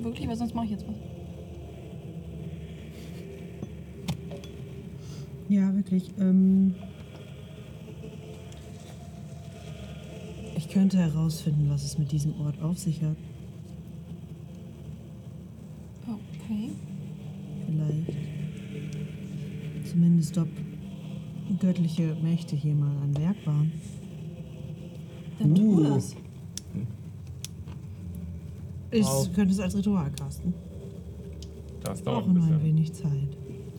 Wirklich, weil sonst mache ich jetzt was. Ja, wirklich. Ähm ich könnte herausfinden, was es mit diesem Ort auf sich hat. Okay. Vielleicht. Zumindest, ob göttliche Mächte hier mal an Werk waren. Dann tu das. Ich Wow. könnte es als Ritual casten. Das dauert Brauche ein nur ein bisschen. wenig Zeit.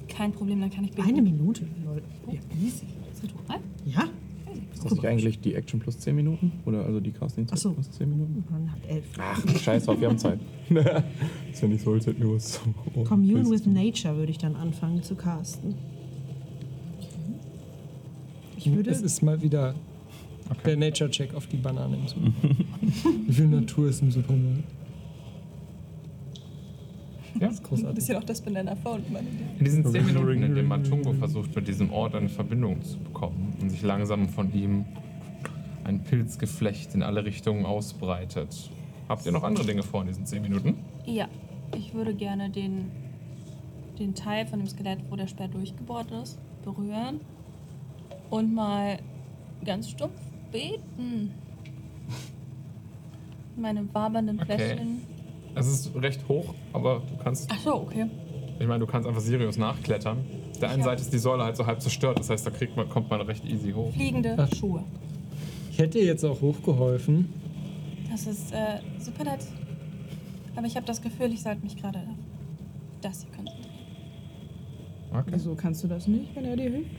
Kein Problem, dann kann ich beten. Eine Minute, Leute. Ja, easy. Das Ritual? Ja, Weiß ich. das nicht eigentlich die Action plus 10 Minuten? Oder also die Casting Ach so. plus 10 Minuten? Man hat elf. Ach, scheiß drauf, wir haben Zeit. ist ja nicht so, als hätten wir was zum Ohren. Commune with Willst du? Nature würde ich dann anfangen zu casten. Ich würde. Oh, Es ist mal wieder der Nature-Check auf die Banane im Supermarkt. Wie viel Natur ist im Supermarkt? Ja. Das ist großartig. ja auch das Banana Phone, meine In diesen zehn Minuten, in denen Matungo versucht, mit diesem Ort eine Verbindung zu bekommen und sich langsam von ihm ein Pilzgeflecht in alle Richtungen ausbreitet. Habt ihr noch andere Dinge vor in diesen zehn Minuten? Ja, ich würde gerne den, den Teil von dem Skelett, wo der Speer durchgebohrt ist, berühren und mal ganz stumpf beten. Meine wabernden Okay. Fläschchen. Es ist recht hoch, aber du kannst. Ach so, okay. Ich meine, du kannst einfach Sirius nachklettern. Auf der einen Ja. Seite ist die Säule halt so halb zerstört, das heißt, da kriegt man, kommt man recht easy hoch. Fliegende Ach. Schuhe. Ich hätte jetzt auch hochgeholfen. Das ist äh, super nett. Aber ich habe das Gefühl, ich sollte mich gerade auf das hier konzentrieren. Okay. Wieso kannst du das nicht, wenn er dir hilft?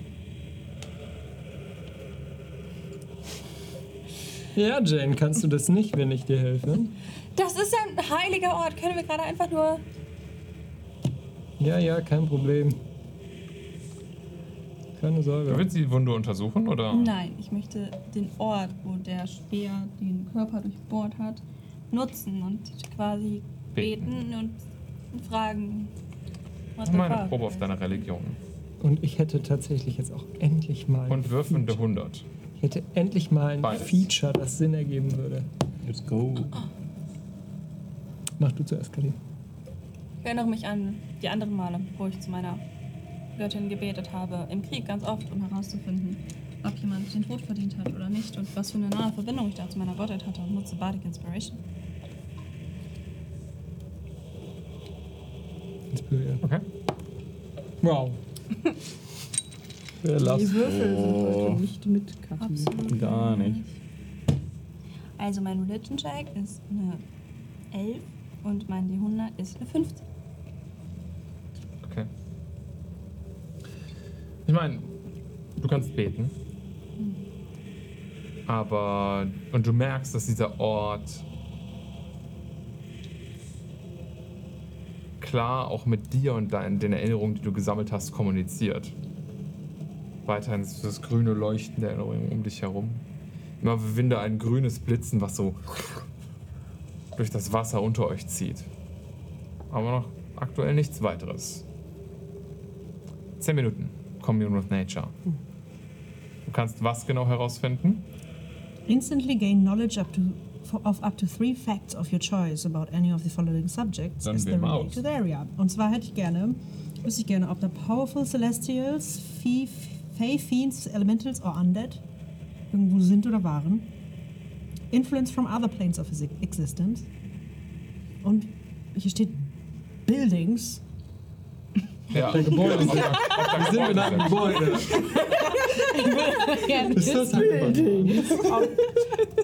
Ja, Jane, kannst du das nicht, wenn ich dir helfe? Das ist ein heiliger Ort. Können wir gerade einfach nur. Ja, ja, kein Problem. Keine Du Sorge. willst die Wunde untersuchen oder? Nein, ich möchte den Ort, wo der Speer den Körper durchbohrt hat, nutzen und quasi beten, Beten. und fragen. What Mach the mal eine fuck? Probe auf deine Religion. Und ich hätte tatsächlich jetzt auch endlich mal. Und würfende 100. Ich hätte endlich mal ein Beides. Feature, das Sinn ergeben würde. Let's go. Mach du zuerst, Kalim. Ich erinnere mich an die anderen Male, wo ich zu meiner Göttin gebetet habe, im Krieg ganz oft, um herauszufinden, ob jemand den Tod verdient hat oder nicht und was für eine nahe Verbindung ich da zu meiner Gottheit hatte und nutze Bardic Inspiration. Inspirieren. Okay. Wow. Wer lacht? Die Würfel sind Oh. heute nicht mit Kaffee. Absolut. Gar nicht. Also mein Religion Check ist eine 11 und mein D100 ist eine 15. Okay. Ich meine, du kannst beten. Aber. Und du merkst, dass dieser Ort. klar auch mit dir und deinen, den Erinnerungen, die du gesammelt hast, kommuniziert. Weiterhin ist das grüne Leuchten der Erinnerungen um dich herum. Immer winde ein grünes Blitzen, was so durch das Wasser unter euch zieht. Aber noch aktuell nichts weiteres. Zehn Minuten. Commune with Nature. Du kannst was genau herausfinden? Instantly gain knowledge up to for, of up to three facts of your choice about any of the following subjects Dann as wähl they mal relate aus. to the area. Und zwar hätte ich gerne, wüsste ich gerne, ob da Powerful Celestials, Fee, Fey, Fiends, Elementals or Undead irgendwo sind oder waren. Influence from other planes of exi- existence. Und hier steht Buildings. Ja. Der Gebäude. Ob da- ob da Sind wir Gebäude da im sind. Gebäude? Ist das ein Gebäude?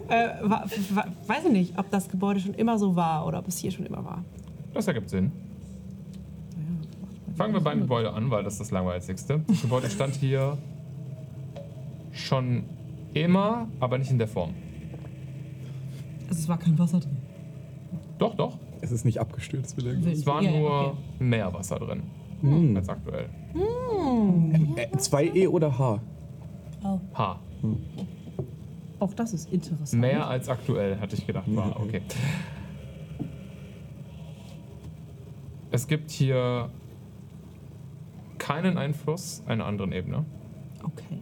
Äh, wa- wa- weiß ich nicht, ob das Gebäude schon immer so war oder ob es hier schon immer war. Das ergibt Sinn. Fangen wir beim Gebäude an, weil das ist das langweiligste. Das Gebäude stand hier schon immer, aber nicht in der Form. Also es war kein Wasser drin. Doch, doch. Es ist nicht abgestürzt, will er. Es war Ja, ja, nur okay. mehr Wasser drin Hm. als aktuell. Äh, 2E oder H? Ha. Auch das ist interessant. Mehr als aktuell, hatte ich gedacht. War okay. Es gibt hier keinen Einfluss einer anderen Ebene. Okay.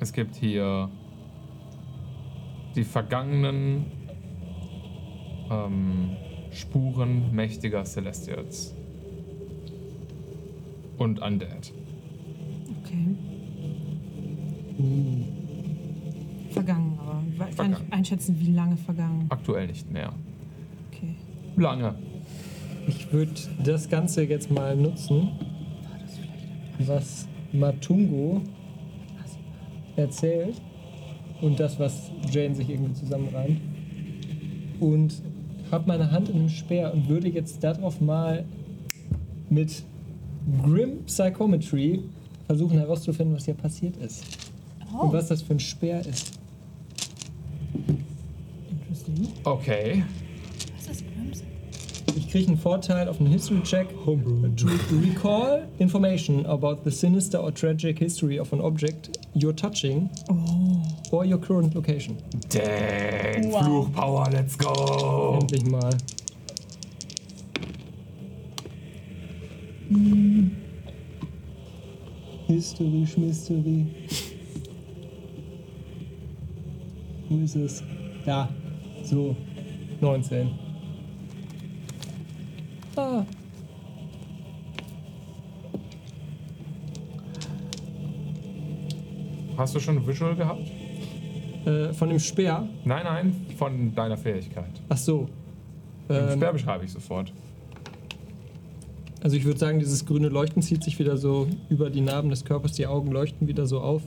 Es gibt hier die vergangenen ähm, Spuren mächtiger Celestials und Undead. Okay. Vergangen, aber we- kann Vergangen. ich einschätzen, wie lange vergangen. Aktuell nicht mehr. Okay. Lange. Ich würde das Ganze jetzt mal nutzen, was Matungo erzählt und das, was Jane sich irgendwie zusammenreimt. Und habe meine Hand in einem Speer und würde jetzt darauf mal mit Grim Psychometry versuchen herauszufinden, was hier passiert ist. Und was das für ein Speer ist. Interesting. Okay. Was ist Crimson? Ich kriege einen Vorteil auf einen History-Check. To recall information about the sinister or tragic history of an object you're touching or your current location. Dang. Wow. Fluchpower, let's go. Endlich mal. History, Schmistery. Wo ist es? Da. So. 19. Ah. Hast du schon ein Visual gehabt? Äh, von dem Speer. Nein, nein, von deiner Fähigkeit. Ach so. Den Ähm, Speer beschreibe ich sofort. also ich würde sagen, dieses grüne Leuchten zieht sich wieder so über die Narben des Körpers. Die Augen leuchten wieder so auf.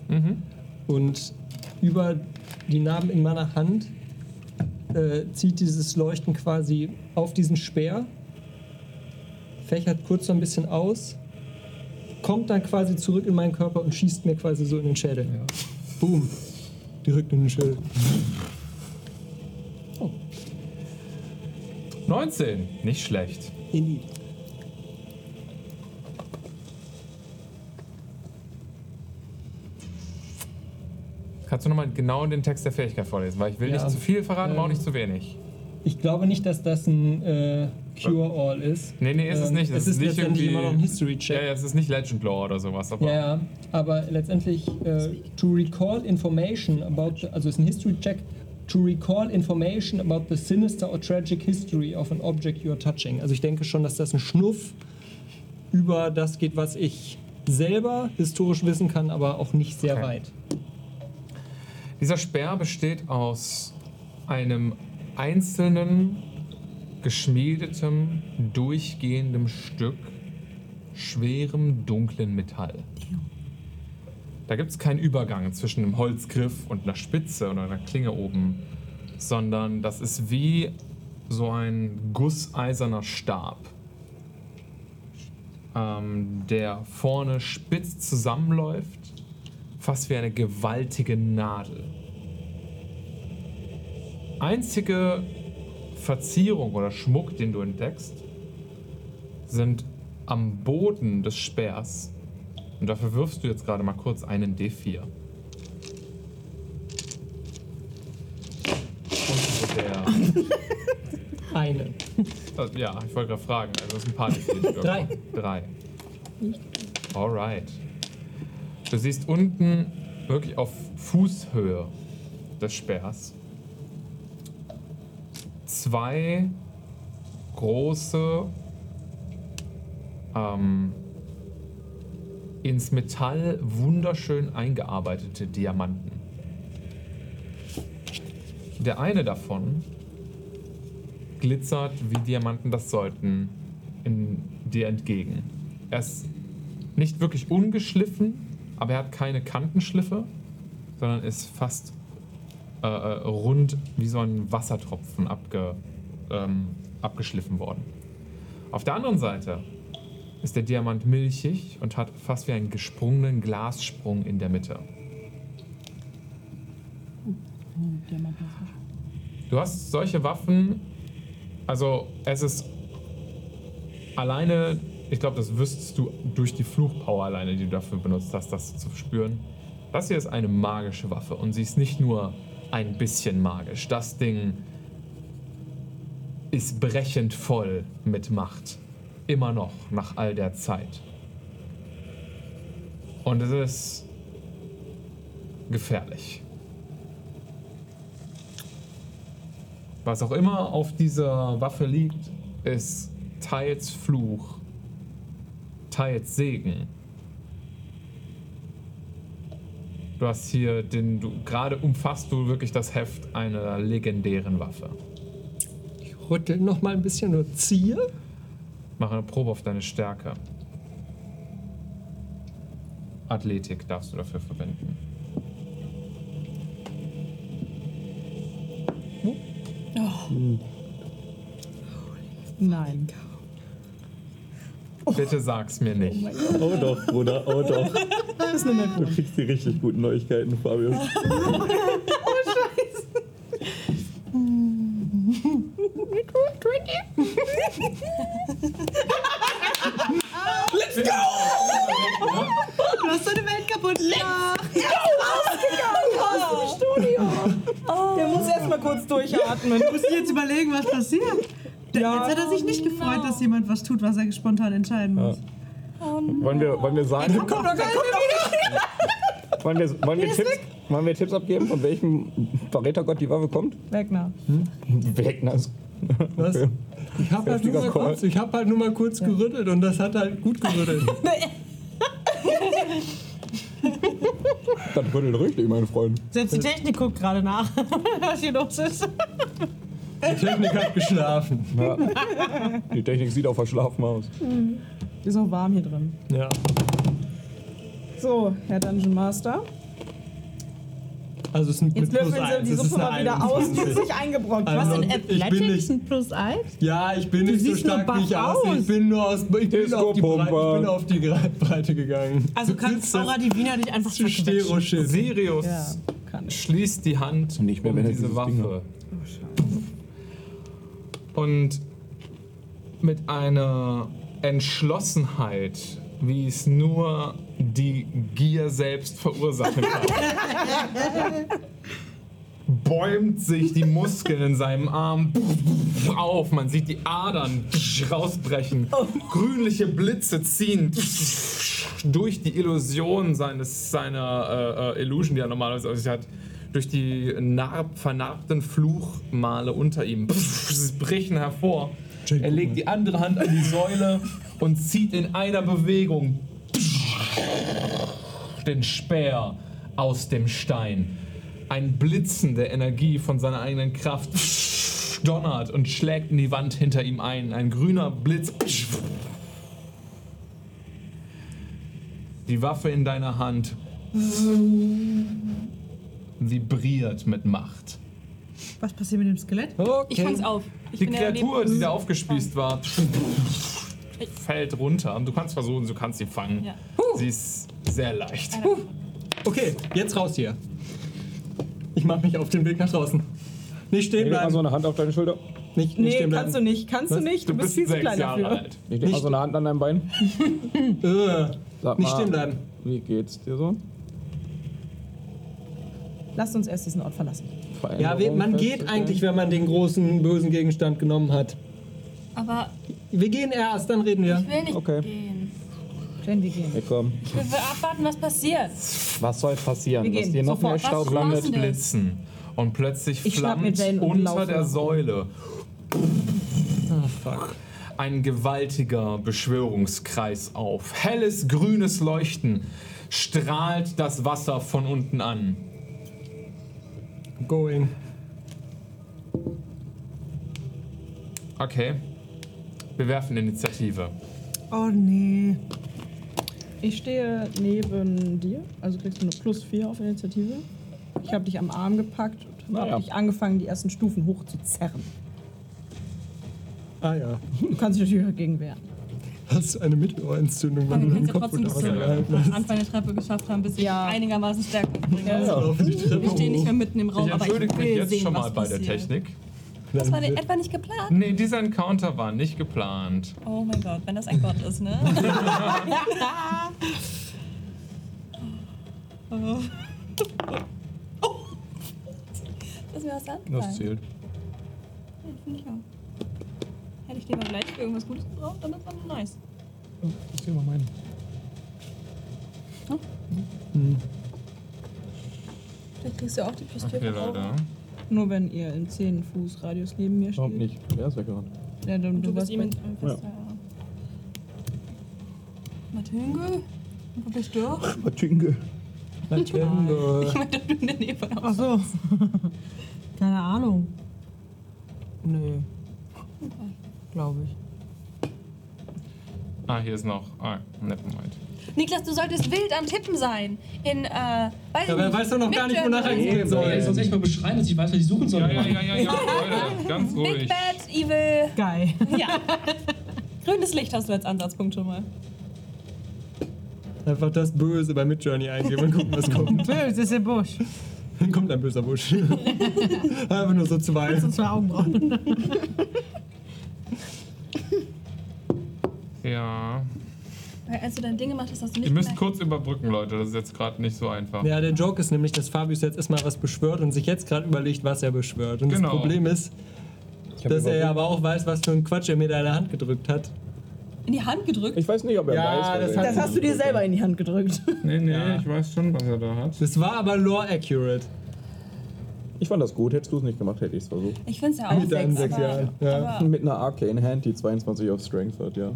Und über die Narben in meiner Hand äh, zieht dieses Leuchten quasi auf diesen Speer, fächert kurz so ein bisschen aus, kommt dann quasi zurück in meinen Körper und schießt mir quasi so in den Schädel. Ja. Boom. Direkt in den Schädel. 19. Nicht schlecht. Indeed. Kannst du nochmal genau den Text der Fähigkeit vorlesen? Weil ich will Ja. nicht zu viel verraten, aber auch Ähm. nicht zu wenig. Ich glaube nicht, dass das ein äh, Cure-All ist. Ähm, Nee, nee, ist es nicht. Das es ist ist nicht letztendlich irgendwie- immer noch ein Ja, History-Check. ja, es ist nicht Legend Lore oder sowas, aber Ja, ja, aber letztendlich äh, to recall information about, the, also ist ein History Check, to recall information about the sinister or tragic history of an object you are touching. Also ich denke schon, dass das ein Schnuff über das geht, was ich selber historisch wissen kann, aber auch nicht sehr Okay. weit. Dieser Speer besteht aus einem einzelnen geschmiedeten, durchgehenden Stück schwerem, dunklen Metall. Da gibt es keinen Übergang zwischen einem Holzgriff und einer Spitze oder einer Klinge oben, sondern das ist wie so ein gusseiserner Stab, ähm, der vorne spitz zusammenläuft fast wie eine gewaltige Nadel. Einzige Verzierung oder Schmuck, den du entdeckst, sind am Boden des Speers. Und dafür wirfst du jetzt gerade mal kurz einen D4. Und so der, Eine. äh, ja, ich wollte gerade fragen. Also, es sind ein paar D4. die ich Drei. würfe. Drei. Alright. Du siehst unten wirklich auf Fußhöhe des Speers zwei große ähm, ins Metall wunderschön eingearbeitete Diamanten. Der eine davon glitzert wie Diamanten das sollten in dir entgegen. Er ist nicht wirklich ungeschliffen, aber er hat keine Kantenschliffe, sondern ist fast äh, äh, rund wie so ein Wassertropfen abge, ähm, abgeschliffen worden. Auf der anderen Seite ist der Diamant milchig und hat fast wie einen gesprungenen Glassprung in der Mitte. Du hast solche Waffen, also es ist alleine, ich glaube, das wüsstest du durch die Fluchpower alleine, die du dafür benutzt hast, das zu spüren. Das hier ist eine magische Waffe und sie ist nicht nur ein bisschen magisch. Das Ding ist brechend voll mit Macht. Immer noch nach all der Zeit. Und es ist gefährlich. Was auch immer auf dieser Waffe liegt, ist teils Fluch, teils Segen. Du hast hier den, du gerade umfasst du wirklich das Heft einer legendären Waffe. Ich rüttel noch mal ein bisschen nur ziehe. Mach eine Probe auf deine Stärke. Athletik darfst du dafür verwenden. Nein. Bitte sag's mir nicht. Oh doch, Bruder, oh doch. Du kriegst die richtig guten Neuigkeiten, Fabio. Du hast deine Welt kaputt gemacht. Der muss erstmal kurz durchatmen. Du musst dir jetzt überlegen, was passiert. Ja. Jetzt hat er sich nicht gefreut, dass jemand was tut, was er spontan entscheiden muss. Wollen wir, wollen wir sagen, wollen wir, wollen wir, Tipps, wollen wir Tipps abgeben, von welchem Verrätergott die Waffe kommt? Wegner. Wegner ist. Was? Okay. Ich habe halt, nur Heftiger mal Call. kurz- ich hab halt nur mal kurz gerüttelt und das hat halt gut gerüttelt. Das rüttelt richtig, mein Freund. Selbst die Technik guckt gerade nach, was hier los ist. Die Technik hat geschlafen. Ja. Die Technik sieht auch verschlafen aus. Ist auch warm hier drin. Ja. So, Herr Dungeon Master. Also es ist ein mit Jetzt plus löffeln eins, sie die es ist Suppe mal eine wieder aus. Die 21. ist nicht eingebrockt. Also- Was denn? Ich bin nicht- ein Plus 1? Ja, ich bin nicht so siehst nur stark, wie ich baff aussehe. aus. Ich bin nur aus. Ich bin, auf die Disco-Pumper. Breite, ich bin auf die Gre- Breite gegangen. Also Du kann sitzt das Zora die Wiener dich einfach zu verquetschen. Steroschild. Sirius Ja, kann ich. schließt die Hand Nicht mehr, um wenn er diese dieses Ding Waffe. Und mit einer Entschlossenheit, wie es nur die Gier selbst verursachen kann, bäumt sich die Muskeln in seinem Arm auf. Man sieht die Adern rausbrechen, grünliche Blitze ziehen durch die Illusion seines, seiner äh, äh, Illusion, die er normalerweise auf sich hat, durch die narb, vernarbten Fluchmale unter ihm brechen hervor. Er legt die andere Hand an die Säule und zieht in einer Bewegung den Speer aus dem Stein. Ein Blitzen der Energie von seiner eigenen Kraft donnert und schlägt in die Wand hinter ihm ein. Ein grüner Blitz. Die Waffe in deiner Hand vibriert mit Macht. Was passiert mit dem Skelett? Oh. Ich fang's auf. Ich Die bin ja Kreatur, daneben. die da aufgespießt war, fällt runter. Du kannst versuchen, du kannst sie fangen. Ja. Sie ist sehr leicht. Okay, jetzt raus hier. Ich mach mich auf den Weg nach draußen. Nicht stehen Ich leg mal bleiben. so eine Hand auf deine Schulter. nicht, nicht Nee, stehen bleiben. kannst du nicht. Kannst du Was? nicht. Du, bist, viel zu sechs klein Jahre dafür. alt. Ich leg mal so eine Hand an deinem Bein. Äh, Sag nicht mal, stehen bleiben. Wie geht's dir so? Lasst uns erst diesen Ort verlassen. Ja, we- man Veränderungen geht festzustellen? eigentlich, wenn man den großen bösen Gegenstand genommen hat. Aber Wir gehen erst, dann reden wir. ich will nicht Okay. gehen. Denn wir gehen. Ja, komm. Ich will abwarten, was passiert. Was soll passieren? Wir Dass gehen dir noch sofort. mehr Was Staub brauchen landet? wir? Denn? Blitzen. Und plötzlich Ich schnapp mir flammt Jane und unter laufe Ah, der nach oben. Säule ein gewaltiger Beschwörungskreis auf. Helles grünes Leuchten strahlt das Wasser von unten an. Going. Okay. Wir werfen Initiative. Oh nee. Ich stehe neben dir, also kriegst du eine plus 4 auf Initiative. Ich habe dich am Arm gepackt und habe Naja. dich angefangen, die ersten Stufen hochzuzerren. Ah ja. Du kannst dich natürlich dagegen wehren. Hast du eine Mittelohrentzündung, wenn Aber du wir deinen können es ja Kopf trotzdem unter bis Wasser zum gehalten Anfang der Treppe geschafft haben, bis ich Ja. einigermaßen stärker bin. hast? Auf die Treppe Wir stehen nicht hoch. mehr mitten im Raum, Ich aber entschuldige ich mich will jetzt sehen, schon mal was bei passiert. der Technik. Das war denn etwa nicht geplant? Nee, dieser Encounter war nicht geplant. Oh mein Gott, wenn das ein Gott ist, ne? oh. Oh. Lass mir was anfangen. Das zählt. Ja, finde ich auch. Hätte ich lieber gleich für irgendwas Gutes gebraucht, dann ist das nice. Oh, Das ist immer meine. Hm? Hm. Vielleicht kriegst du auch die plus 4 Okay, Leute. Nur wenn ihr in 10 Fuß Radius neben mir steht. Überhaupt nicht. Wer ist weggerannt? Ja, dann, Und du du bist ähm, warst ihm in bei, einem Fest. Ja. Matünge? Wo bist du? Matünge. Ich meine, du in der Nähe von der Haus. so. Keine Ahnung. Nö. Glaube ich. Ah, hier ist noch. Ah, nevermind. Niklas, du solltest wild am Tippen sein. In, äh, weiß Aber er weiß doch noch gar nicht, wonach er gehen Ich kann soll. jetzt sonst echt mal beschreiben, dass ich weiß, was ich suchen soll. Ja, ja, ja, ja, ja, Leute, ganz Big ruhig. Bad Evil. Geil. Ja. Grünes Licht hast du als Ansatzpunkt schon mal. Einfach das Böse bei Midjourney eingeben und gucken, was kommt. Böse ist der Busch. Dann kommt ein böser Busch. Einfach nur so zwei. So zwei Augenbrauen. Ja. Weil als du dein Ding gemacht hast, hast du nicht Ihr müsst gemerkt- kurz überbrücken, Leute. Das ist jetzt gerade nicht so einfach. Ja, der Joke ist nämlich, dass Fabius jetzt erstmal was beschwört und sich jetzt gerade überlegt, was er beschwört. Und Genau. das Problem ist, Ich hab dass er ja überprüft. aber auch weiß, was für einen Quatsch er mir da in der Hand gedrückt hat. in die Hand gedrückt. Ich weiß nicht, ob er Ja, weiß. weil das er- hat- Das hast du dir selber in die Hand gedrückt. Nee, nee, ich weiß schon, was er da hat. Das war aber lore accurate. Ich fand das gut. Hättest du es nicht gemacht, hätte ich es versucht. Ich finde es ja auch Mit deinen sechs aber, Jahren, ja. aber Mit einer Arcane Hand, die 22 auf Strength hat, ja.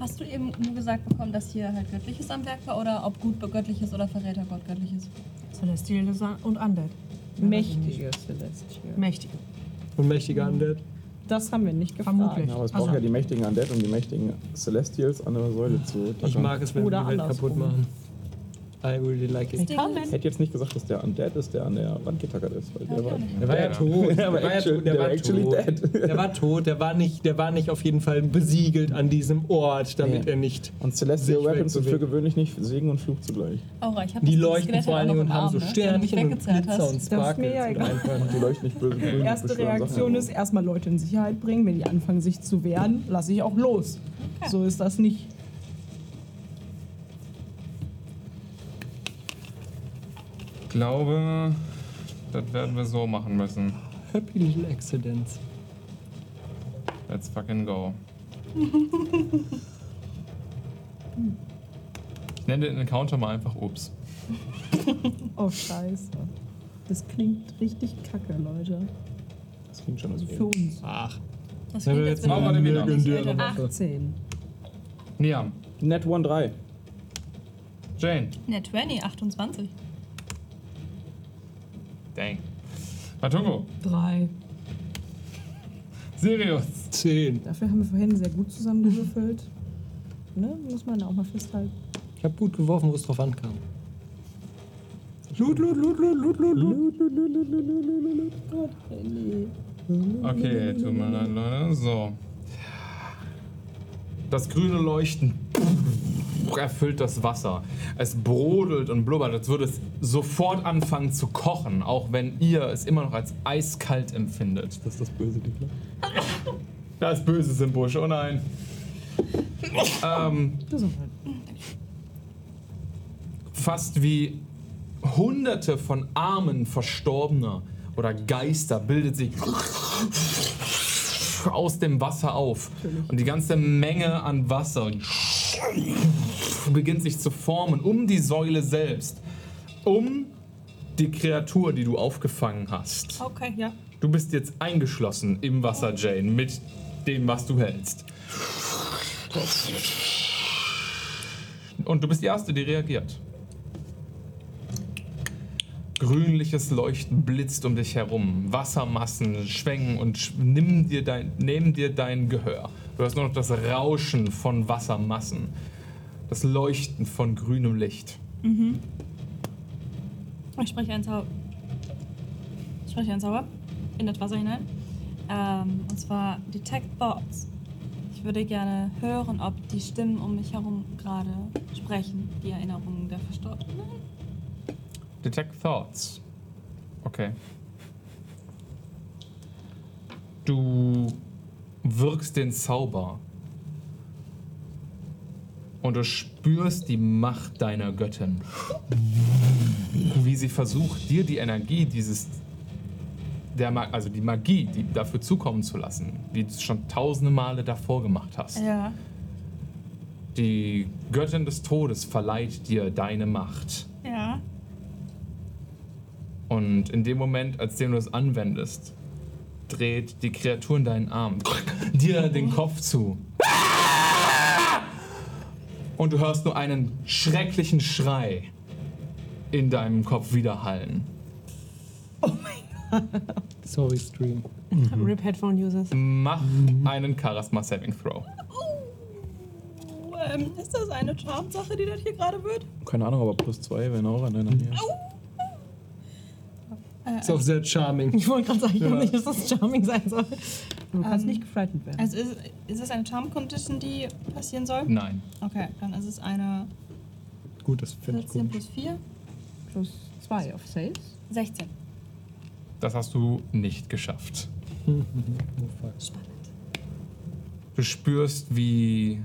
Hast du eben nur gesagt bekommen, dass hier halt Göttliches am Werk war oder ob gut Göttliches oder Verrätergott Göttliches? Celestial Design und Undead. Mächtiges Celestial. Mächtige. Und mächtiger Undead. Das haben wir nicht gefragt. Vermutlich. Ja, aber es Also- braucht ja die mächtigen Undead, um die mächtigen Celestials an der Säule zu Ich tackern. mag es, wenn wir Oder die Welt andersrum. kaputt machen. I really like Das it. Ding Willkommen. ist- Ich hätte jetzt nicht gesagt, dass der Undead ist, der an der Wand getackert ist, weil der war. Der war ja Ja. tot. Der Aber war ja actually- tot. Der der war war actually tot. dead. Der war tot. Der war nicht, der war nicht auf jeden Fall besiegelt an diesem Ort, damit Nee. er nicht. Und Celestial Sich Weapons sind für wegbewegen. gewöhnlich nicht Segen und Fluch zugleich. Aura, ich hab Die das leuchten Skelett vor halt allen auch Dingen noch und haben im so Arm, ne? Wenn du mich Sternchen und weggezerrt hast. Glitzer und mir Sparkles. ja und egal. einfach- Die leuchten nicht böse grün. Erste Reaktion ist erstmal Leute in Sicherheit bringen. Wenn die anfangen, sich zu wehren, lasse ich auch los. Okay. So ist das nicht. Ich glaube, das werden wir so machen müssen. Happy little accidents. Let's fucking go. Ich nenne den Encounter mal einfach Ups. Oh, scheiße. Das klingt richtig kacke, Leute. Das klingt schon Also so für uns. Ach, Das wenn fehlt wir jetzt jetzt wieder. mal eine wieder. legendäre Waffe. 18. Niam, Net 1 3. Jane. Ne, 20, 28. Dang. Matungo, Drei. Sirius. Zehn. Dafür haben wir vorhin sehr gut zusammengewürfelt. Ne? Muss man auch mal festhalten. Ich habe gut geworfen, wo es drauf ankam. Loot, loot, loot, loot, loot, loot, loot, loot, loot, loot, loot, loot, loot, loot. Okay, tut mir leid, Leute. So. Das grüne Leuchten erfüllt das Wasser. Es brodelt und blubbert, als würde es sofort anfangen zu kochen, auch wenn ihr es immer noch als eiskalt empfindet. Das ist das böse Ding. ne? Da ist Böses im Busch, oh nein. ähm, Gesundheit. fast wie hunderte von Armen Verstorbener oder Geister bildet sich aus dem Wasser auf. Und die ganze Menge an Wasser beginnt sich zu formen um die Säule selbst, um die Kreatur, die du aufgefangen hast. Okay, ja. Oh. Du bist jetzt eingeschlossen im Wasser, Jane, mit dem, was du hältst. Und du bist die Erste, die reagiert. Grünliches Leuchten blitzt um dich herum. Wassermassen schwenken und sch nimm dir dein, nehmen dir dein Gehör. Du hörst nur noch das Rauschen von Wassermassen. Das Leuchten von grünem Licht. Ich spreche einen Zauber. Ich spreche einen Zauber in das Wasser hinein. Ähm, und zwar Detect Thoughts. Ich würde gerne hören, ob die Stimmen um mich herum gerade sprechen, die Erinnerungen der Verstorbenen. Detect Thoughts. Okay. Du wirkst den Zauber. Und du spürst die Macht deiner Göttin. Wie sie versucht, dir die Energie dieses. Der, Ma- also die Magie, die dafür zukommen zu lassen, die du schon tausende Male davor gemacht hast. Ja. Die Göttin des Todes verleiht dir deine Macht. Ja. Und in dem Moment, als dem du es anwendest, dreht die Kreatur in deinen Arm dir den Kopf zu. Und du hörst nur einen schrecklichen Schrei in deinem Kopf widerhallen. Sorry, Stream. Rip Headphone Users. Mach einen Charisma Saving Throw. Uh, ähm, ist das eine Charm-Sache, die das hier gerade wird? Keine Ahnung, aber plus 2 wären auch an deiner Nähe. Äh, Ist auch sehr charming. Ich wollte gerade sagen, ich Ja. glaube nicht, dass das charming sein soll. Du kannst Ähm, nicht gefrightened werden. Also ist, ist es eine Charm Condition, die passieren soll? Nein. Okay, dann ist es eine Hm. Gut, das finde ich 14 gut. plus 4. plus zwei auf Saves. 16. Das hast du nicht geschafft. Spannend. Du spürst, wie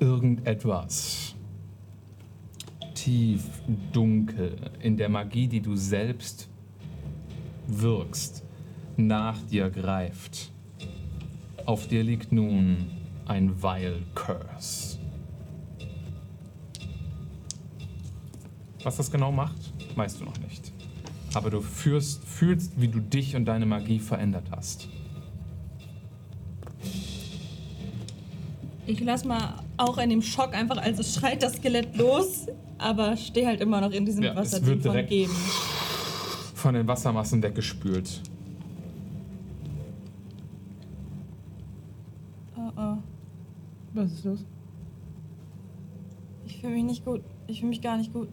irgendetwas tief dunkel in der Magie, die du selbst wirkst, nach dir greift. Auf dir liegt nun ein Vile Curse. Was das genau macht, weißt du noch nicht. Aber du führst, fühlst, wie du dich und deine Magie verändert hast. Ich lass mal auch in dem Schock einfach, also es schreit das Skelett los, aber stehe halt immer noch in diesem Ja, es Wasser wird von direkt- geben. von den Wassermassen weggespült. Oh oh. Was ist los? Ich fühle mich nicht gut. Ich fühle mich gar nicht gut.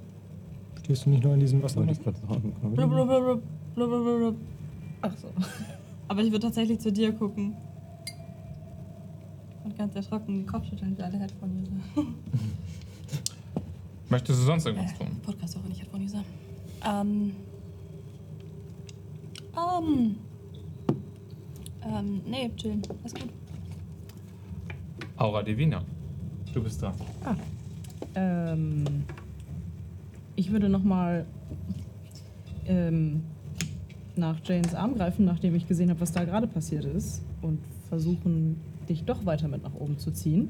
Stehst du nicht noch in diesem Wasser? Wollte ich gerade sagen. hab ich- Blub, blub, blub, blub, blub, blub, blub, blub. Ach so. Aber ich würde tatsächlich zu dir gucken. Und ganz erschrocken den Kopf schütteln, die alle Headphone-User. Möchtest du sonst irgendwas Äh, tun? Podcast auch nicht Headphone-User. Ähm. Ähm. Ähm, nee, chillen. Alles gut. Aura Divina, du bist dran. Ähm, ich würde nochmal ähm, nach Janes Arm greifen, nachdem ich gesehen habe, was da gerade passiert ist. Und versuchen, dich doch weiter mit nach oben zu ziehen.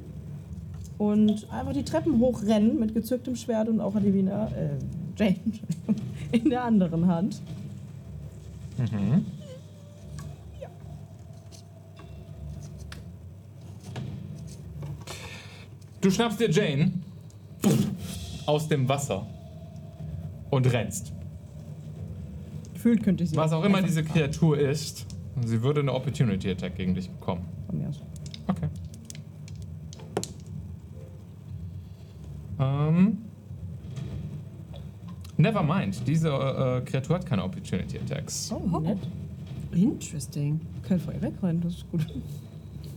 Und einfach die Treppen hochrennen mit gezücktem Schwert und auch Adivina, äh, Jane, in der anderen Hand. Mhm. Du schnappst dir Jane aus dem Wasser und rennst. Gefühlt könnte ich sie Was auch immer einfach diese fahren. Kreatur ist, sie würde eine Opportunity Attack gegen dich bekommen. Von mir aus. Okay. Ähm. Nevermind, diese äh, Kreatur hat keine Opportunity Attacks. Oh, nett. Interesting. Können vor ihr wegrennen, das ist gut.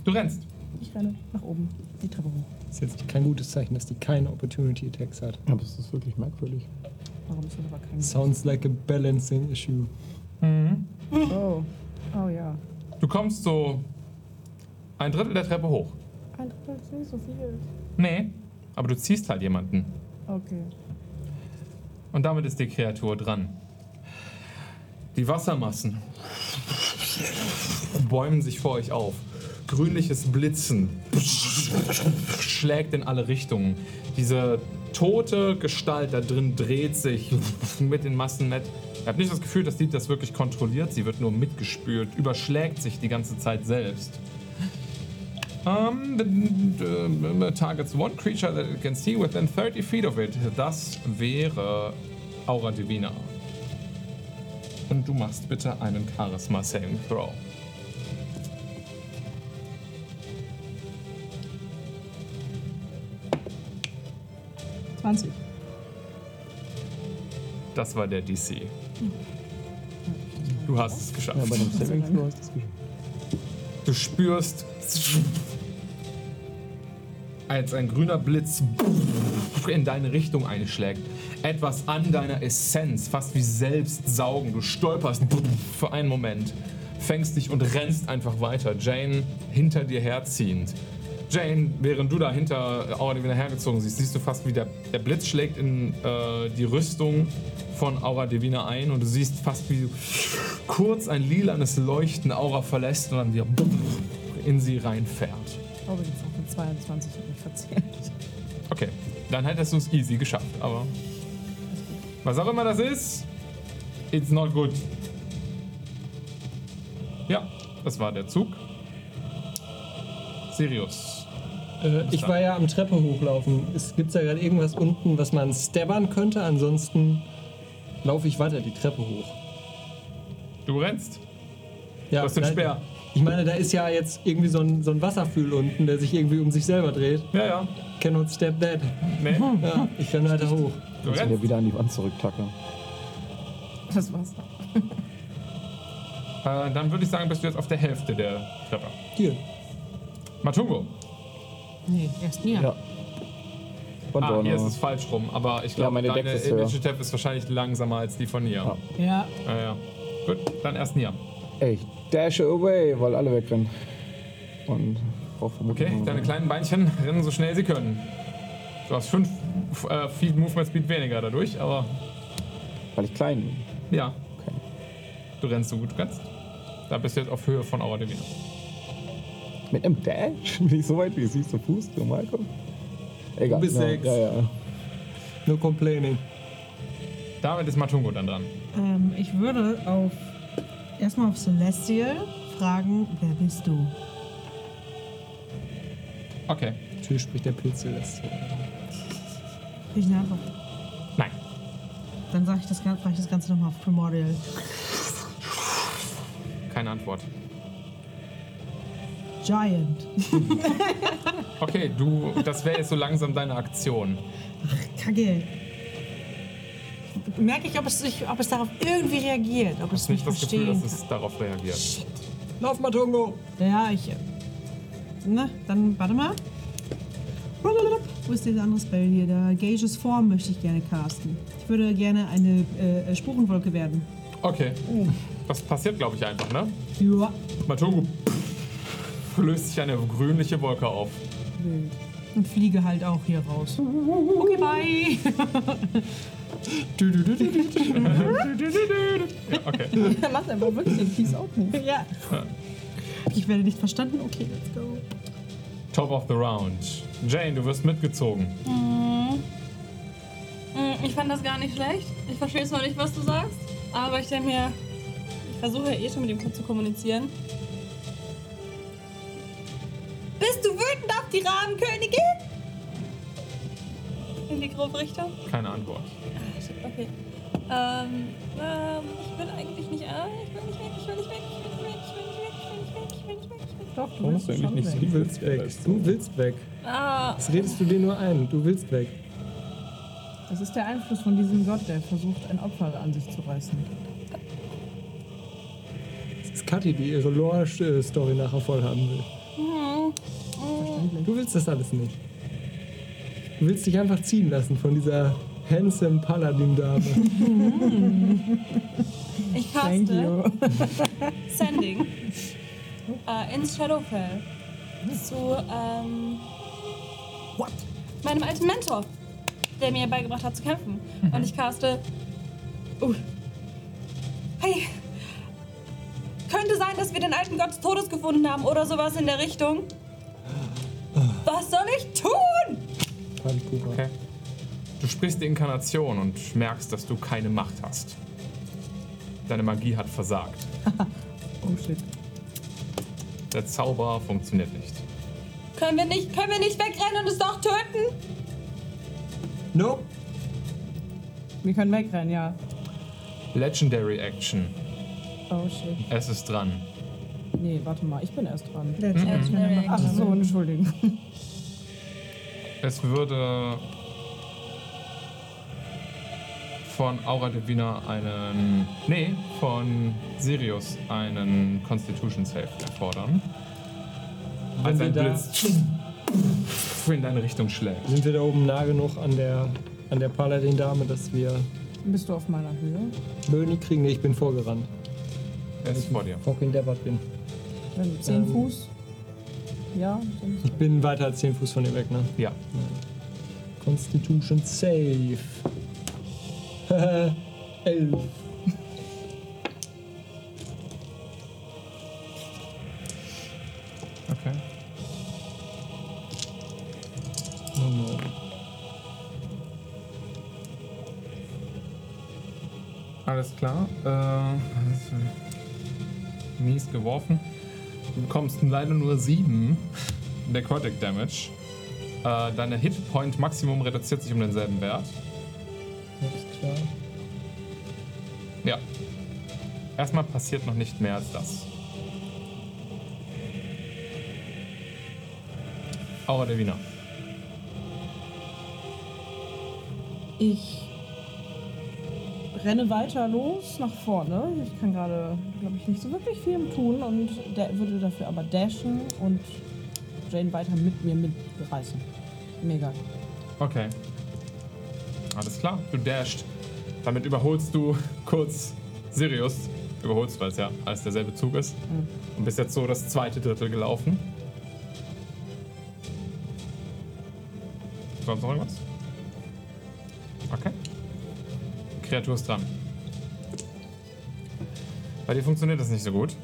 Du rennst. Ich renne nach oben, die Treppe hoch. Ist jetzt kein gutes Zeichen, dass die keine Opportunity Attacks hat. Aber es ist wirklich merkwürdig. Warum ist das aber kein... Sounds like a balancing issue. Oh, oh ja. Du kommst so ein Drittel der Treppe hoch. Ein Drittel ist nicht so viel. Nee, aber du ziehst halt jemanden. Okay. Und damit ist die Kreatur dran. Die Wassermassen bäumen sich vor euch auf. Grünliches Blitzen schlägt in alle Richtungen. Diese tote Gestalt da drin dreht sich mit den Massen mit. Ihr habt nicht das Gefühl, dass die das wirklich kontrolliert. Sie wird nur mitgespült, überschlägt sich die ganze Zeit selbst. Um, the, the, the ähm, äh, targets one creature that it can see within 30 feet of it. Das wäre Aura Divina. Und du machst bitte einen Charisma Saving Throw. Das war der DC. Du hast es geschafft. Ja, bei dem Saving Throw hast du es geschafft. Du spürst, als ein grüner Blitz in deine Richtung einschlägt. Etwas an deiner Essenz, fast wie Selbstsaugen. Du stolperst für einen Moment, fängst dich und rennst einfach weiter. Jane hinter dir herziehend. Jane, während du da hinter Aura Divina hergezogen siehst, siehst du fast, wie der, der Blitz schlägt in äh, die Rüstung von Aura Divina ein und du siehst fast, wie kurz ein lilanes Leuchten Aura verlässt und dann wieder in sie reinfährt. Ich glaube, jetzt auf den 22 habe ich verzählt. Okay, dann hättest du es easy geschafft, aber. Was auch immer das ist, it's not good. Ja, das war der Zug. Sirius. Äh, ich war ja am Treppe hochlaufen. Es gibt da gerade irgendwas unten, was man stabbern könnte. Ansonsten laufe ich weiter die Treppe hoch. Du rennst. Ja, Du hast den da- Speer. Ich meine, da ist ja jetzt irgendwie so ein, so ein Wasserfühl unten, der sich irgendwie um sich selber dreht. Ja, ja. Cannot step that. Nee, Ja, ich renne weiter du hoch. Jetzt wieder rennst. wieder an die Wand zurücktackern. Das war's. Äh, dann würde ich sagen, bist du jetzt auf der Hälfte der Treppe. Hier. Matungo. Nee, erst mir. Ja. Und Ah, Dorno. hier ist es falsch rum, aber ich Ja, glaube, meine deine Dex ist höher. Initiative ist wahrscheinlich langsamer als die von ihr. Ja. Ja, Ja, ja. Gut, dann erst Nia. äh, Ey, ich dash away, weil alle wegrennen. Und brauch vermutlich. Okay, noch- deine kleinen Beinchen rennen so schnell sie können. Du hast fünf f- äh, Feet Movement Speed weniger dadurch, aber Weil ich klein bin. ja, Okay. du rennst so gut du kannst. Da bist du jetzt auf Höhe von Aura Divina. Mit einem Dash bin ich so weit, wie siehst du Fuß, du Marco? Egal. Bis ja, sechs. Ja, ja. No complaining. Damit ist Matungo dann dran. Ähm, ich würde auf erstmal auf Celestial fragen, wer bist du? Okay. Natürlich spricht der Pilz Celeste. Ich eine Antwort. Nein. Dann sage ich das, Gan- frag ich das Ganze nochmal auf Primordial. Keine Antwort. Giant. Okay, du, das wäre jetzt so langsam deine Aktion. Kacke. Merke ich, ob es, sich, ob es darauf irgendwie reagiert, ob es Hast nicht mich das Gefühl, verstehen dass es darauf reagiert. Lauf, Matungo! kann. Ja, ich. äh, Ne, dann warte mal. Wo ist dieser andere Spell hier? Da Gages Form möchte ich gerne casten. Ich würde gerne eine äh, Spurenwolke werden. Okay. Uh. Das passiert, glaube ich, einfach, ne? Ja. Matungo pff, löst sich eine grünliche Wolke auf. Und fliege halt auch hier raus. Okay, bye. Ja, okay. er macht einfach wirklich den Peace Out Move. ja. Ich werde nicht verstanden. Okay, let's go. Top of the Round. Jane, du wirst mitgezogen. Mm, Ich fand das gar nicht schlecht. Ich verstehe zwar nicht, was du sagst, aber ich denke mir, ich versuche ja eh schon mit ihm zu kommunizieren. Bist du wütend auf die Rahmenkönigin? In die grobe Richtung? Keine Antwort. Ah, shit, okay. Ähm, ähm, ich will eigentlich nicht. Ah, ich will nicht weg, ich will nicht weg, ich will nicht weg, ich will nicht weg, ich will nicht weg, ich will nicht weg, ich will nicht weg. Doch, du Warum hast willst du eigentlich schon nicht weg. so Du willst weg. Du willst weg. Ah, Das redest du dir nur ein. Du willst weg. Das ist der Einfluss von diesem Gott, der versucht, ein Opfer an sich zu reißen. Das ist Kathi, die ihre Lore-Story nachher voll haben will. Du willst das alles nicht. Du willst dich einfach ziehen lassen von dieser handsome Paladin-Dame. ich Thank caste you. Sending äh, ins Shadowfell zu ähm, meinem alten Mentor, der mir beigebracht hat zu kämpfen. Mhm. Und ich caste. Uh, hey! Könnte sein, dass wir den alten Gott des Todes gefunden haben oder sowas in der Richtung. Was soll ich tun? Okay. Du sprichst die Inkarnation und merkst, dass du keine Macht hast. Deine Magie hat versagt. Oh shit. Der Zauber funktioniert nicht. Können wir nicht, können wir nicht wegrennen und es doch töten? nope. Wir können wegrennen, ja. Legendary Action. Oh shit. Es ist dran. Nee, warte mal, ich bin erst dran. Legendary Ach so, Entschuldigung. Es würde von Aura Divina einen. Nee, von Sirius einen Constitution Save erfordern. Als wir ein da- Blitz in deine Richtung schlägt. Sind wir da oben nah genug an der, an der Paladin-Dame, dass wir Bist du auf meiner Höhe? Böni kriegen? Nee, ich bin vorgerannt. Er ist vor dir. Fucking Deppert bin. Wenn 10 Ähm. Fuß? Ja, 10 Fuß. Ich bin weiter als 10 Fuß von ihr weg, ne? Ja. Constitution safe. Elf. Okay. Oh no. Alles klar. Äh, das war mies geworfen. Du bekommst leider nur 7 Necrotic Damage. Äh, deine Hitpoint Maximum reduziert sich um denselben Wert. Alles klar. Ja. Erstmal passiert noch nicht mehr als das. Aura der Wiener. Ich renne weiter los nach vorne. Ich kann gerade, glaube ich, nicht so wirklich viel tun und da- würde dafür aber dashen und Jane weiter mit mir mitreißen. Mega. Okay. Alles klar, du dasht. Damit überholst du kurz Sirius. Überholst, weil es ja alles derselbe Zug ist. Und bist jetzt so das zweite Drittel gelaufen. Sonst noch irgendwas? Okay. Kreatur ist dran. Bei dir funktioniert das nicht so gut.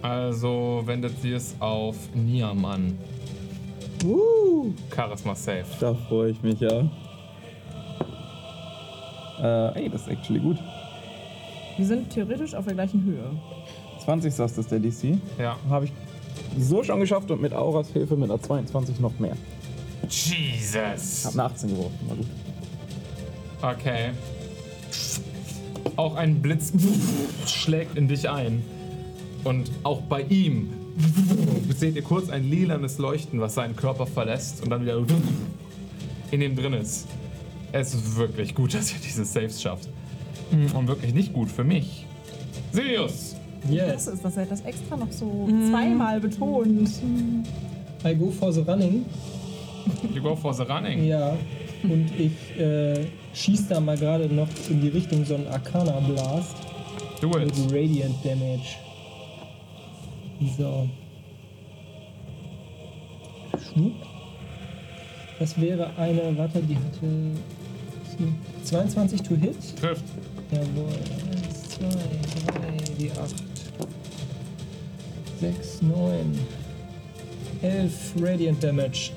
Also wendet sie es auf Niam an. Uh, Charisma Safe. da freue ich mich ja. Äh, ey, das ist actually gut. Wir sind theoretisch auf der gleichen Höhe. 20 sagst das der DC. Ja. Habe ich so schon geschafft und mit Auras Hilfe mit einer 22 noch mehr. Jesus. Hab eine 18 geworfen, war gut. Okay. Auch ein Blitz schlägt in dich ein. Und auch bei ihm seht ihr kurz ein lilanes Leuchten, was seinen Körper verlässt und dann wieder in ihm drin ist. Es ist wirklich gut, dass ihr diese Saves schafft. Hm, Und wirklich nicht gut für mich. Sirius! Das Yes. ist, dass er das extra noch so zweimal betont. I go for the running. You go for the running. Ja. Und ich äh, schieß da mal gerade noch in die Richtung so einen Arcana Blast Do it. mit Radiant Damage. So. Schwupp. Das wäre eine, warte, die hatte 22 to hit. Trifft. Jawohl. 1, 2, 3, die 8. 6, 9. 11 Radiant Damage.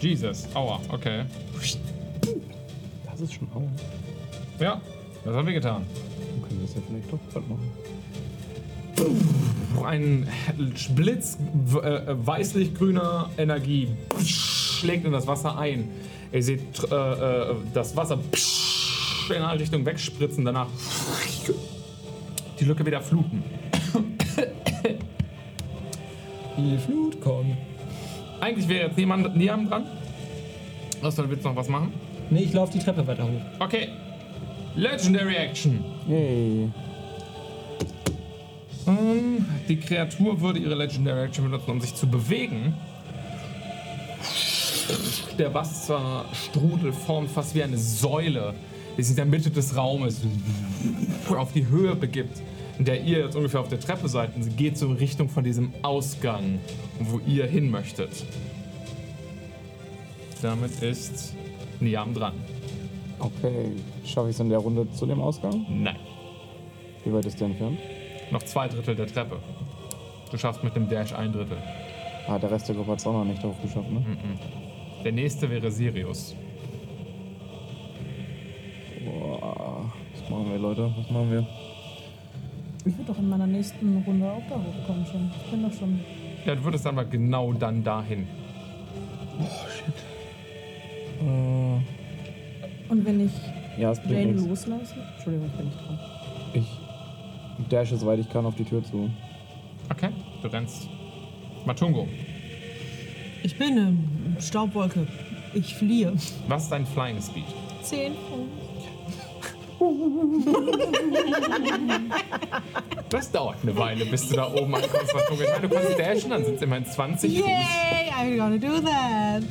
Jesus. Aua. Okay. Das ist schon Aura. Ja, das haben wir getan. Dann können wir das ja vielleicht doch bald machen. Ein Blitz w- äh, weißlich-grüner Energie schlägt in das Wasser ein. Ihr seht tr- äh, äh, das Wasser in alle Richtungen wegspritzen, danach die Lücke wieder fluten. Die Flut kommt. Eigentlich wäre jetzt niemand niemand dran. Außer du willst noch was machen. Nee, ich laufe die Treppe weiter hoch. Okay. Legendary Action. Yay. Ähm, Die Kreatur würde ihre Legendary Action benutzen, um sich zu bewegen. Der Wasserstrudel formt fast wie eine Säule, die sich in der Mitte des Raumes auf die Höhe begibt, in der ihr jetzt ungefähr auf der Treppe seid. Und sie geht so in Richtung von diesem Ausgang, wo ihr hin möchtet. Damit ist Niam dran. Okay. Schaffe ich es in der Runde zu dem Ausgang? Nein. Wie weit ist der entfernt? Noch zwei Drittel der Treppe. Du schaffst mit dem Dash ein Drittel. Ah, der Rest der Gruppe hat es auch noch nicht drauf geschafft, ne? Der nächste wäre Sirius. Boah. Ah, Was machen wir, Leute? Was machen wir? Ich würde doch in meiner nächsten Runde auch da hochkommen schon. Ich bin doch schon. Ja, du würdest aber genau dann dahin. Äh, Und wenn ich ja, es Jane bringt nichts. loslasse. Entschuldigung, ich bin nicht dran. Ich dashe, soweit ich kann, auf die Tür zu. Okay, du rennst. Matungo, Ich bin eine Staubwolke. Ich fliehe. was ist dein Flying Speed? Zehn. Das dauert eine Weile, bis du da oben ankommst, Matungo. Ich meine, du kannst dashen, dann sind es immerhin 20 Fuß. Yay, I'm gonna do that.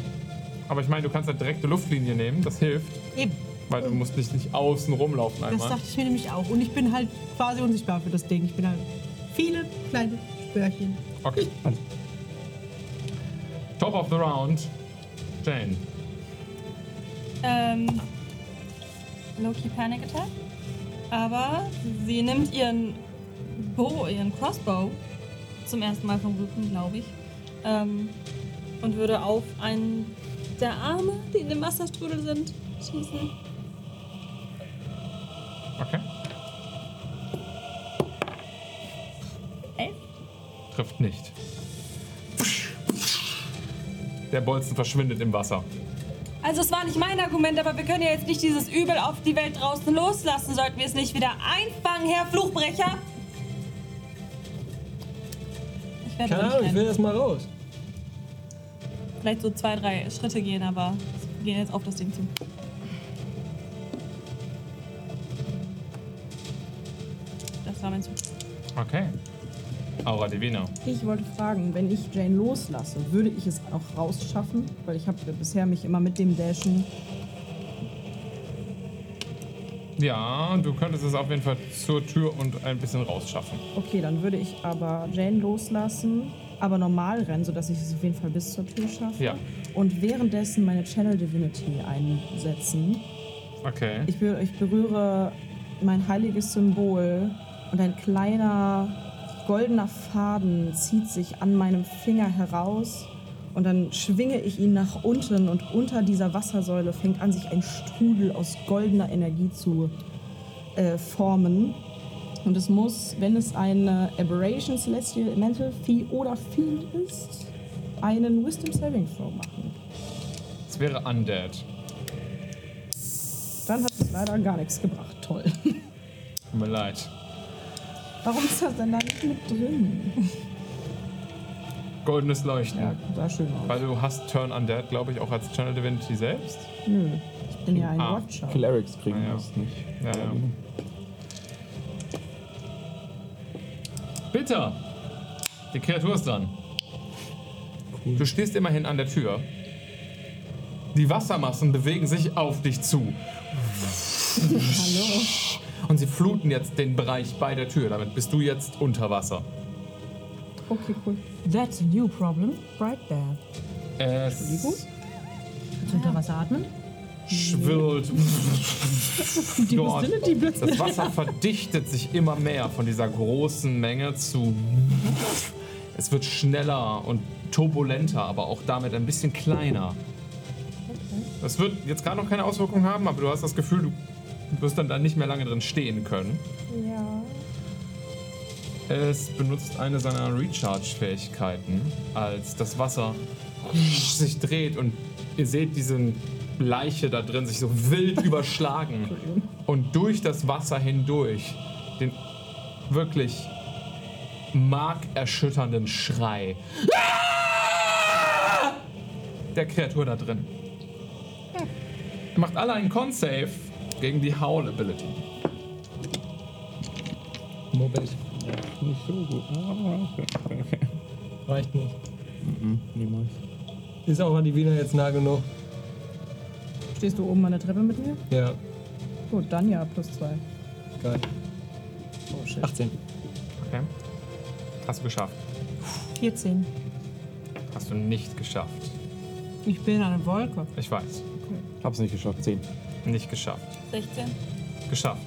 Aber ich meine, du kannst eine direkte Luftlinie nehmen, das hilft, Eben, weil du musst dich nicht außen rumlaufen das einmal. dachte ich mir nämlich auch. Und ich bin halt quasi unsichtbar für das Ding. Ich bin halt viele kleine Spörchen. Okay. Top of the round. Jane. Ähm, Loki Panic Attack. Aber sie nimmt ihren Bow, ihren Crossbow, zum ersten Mal vom Rücken, glaube ich. Ähm, und würde auf einen der Arme, die in dem Wasserstrudel sind, schießen. Okay. Elf. Trifft nicht. Der Bolzen verschwindet im Wasser. Also es war nicht mein Argument, aber wir können ja jetzt nicht dieses Übel auf die Welt draußen loslassen. Sollten wir es nicht wieder einfangen, Herr Fluchbrecher? Ich werde Keine nicht Ahnung, ich rennen. will das mal raus. vielleicht so zwei, drei Schritte gehen, aber wir gehen jetzt auf das Ding zu. Rahmen hinzu. Okay. Aura Divina. Ich wollte fragen, wenn ich Jane loslasse, würde ich es auch rausschaffen? Weil ich habe bisher mich immer mit dem Dashen. Ja, du könntest es auf jeden Fall zur Tür und ein bisschen rausschaffen. Okay, dann würde ich aber Jane loslassen, aber normal rennen, sodass ich es auf jeden Fall bis zur Tür schaffe. Ja. Und währenddessen meine Channel Divinity einsetzen. Okay. Ich, be ich berühre mein heiliges Symbol und ein kleiner goldener Faden zieht sich an meinem Finger heraus und dann schwinge ich ihn nach unten und unter dieser Wassersäule fängt an, sich ein Strudel aus goldener Energie zu äh, formen. Und es muss, wenn es eine Aberration, Celestial, Elemental, Fee oder Fiend ist, einen Wisdom Saving Throw machen. Es wäre Undead. Dann hat es leider gar nichts gebracht. Toll. Tut mir leid. Warum ist das denn da nicht mit drin? Goldenes Leuchten. Ja, sah schön aus. Weil du hast Turn Undead, glaube ich, auch als Channel Divinity selbst. Nö, ich bin ja ein Ah, Watcher. Clerics kriegen Ah, ja. das nicht. Ja, ja. Bitte! Die Kreatur ist dran. Du stehst immerhin an der Tür. Die Wassermassen bewegen sich auf dich zu. Hallo. Und sie fluten jetzt den Bereich bei der Tür. Damit bist du jetzt unter Wasser. Okay, cool. That's a new problem, right there. Es Kannst du unter Wasser atmen? schwirrt. Die Dort. Hostility plötzlich. Das Wasser verdichtet sich immer mehr von dieser großen Menge zu. Es wird schneller und turbulenter, aber auch damit ein bisschen kleiner. Das wird jetzt gerade noch keine Auswirkung haben, aber du hast das Gefühl, du wirst dann da nicht mehr lange drin stehen können. Ja. Es benutzt eine seiner Recharge-Fähigkeiten, als das Wasser sich dreht und ihr seht diesen Leiche da drin sich so wild überschlagen und durch das Wasser hindurch den wirklich markerschütternden Schrei Ah! der Kreatur da drin. Macht alle einen Con-Save gegen die Howl-Ability. Moment, Nicht so gut. Ah, okay, okay, okay. reicht nicht. Niemals. Ist auch an die Wiener jetzt nah genug. Stehst du oben an der Treppe mit mir? Ja, Gut, dann ja, plus zwei. geil. Oh shit. 18. Okay. Hast du geschafft. 14. Hast du nicht geschafft. Ich bin eine Wolke. Ich weiß. Hab's nicht geschafft. 10. Nicht geschafft. 16. Geschafft.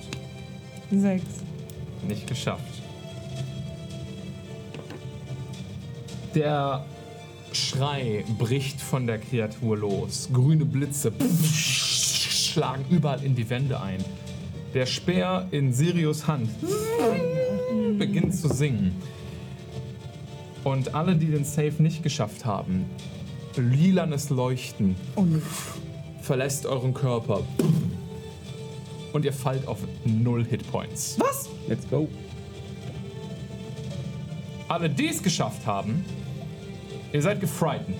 Sechs. Nicht geschafft. Der Schrei bricht von der Kreatur los. Grüne Blitze schlagen überall in die Wände ein. Der Speer in Sirius Hand beginnt zu singen. Und alle, die den Save nicht geschafft haben, lilanes Leuchten Oh nee. verlässt euren Körper. Und ihr fallt auf null Hitpoints. Let's go. alle, die es geschafft haben, ihr seid gefrightened.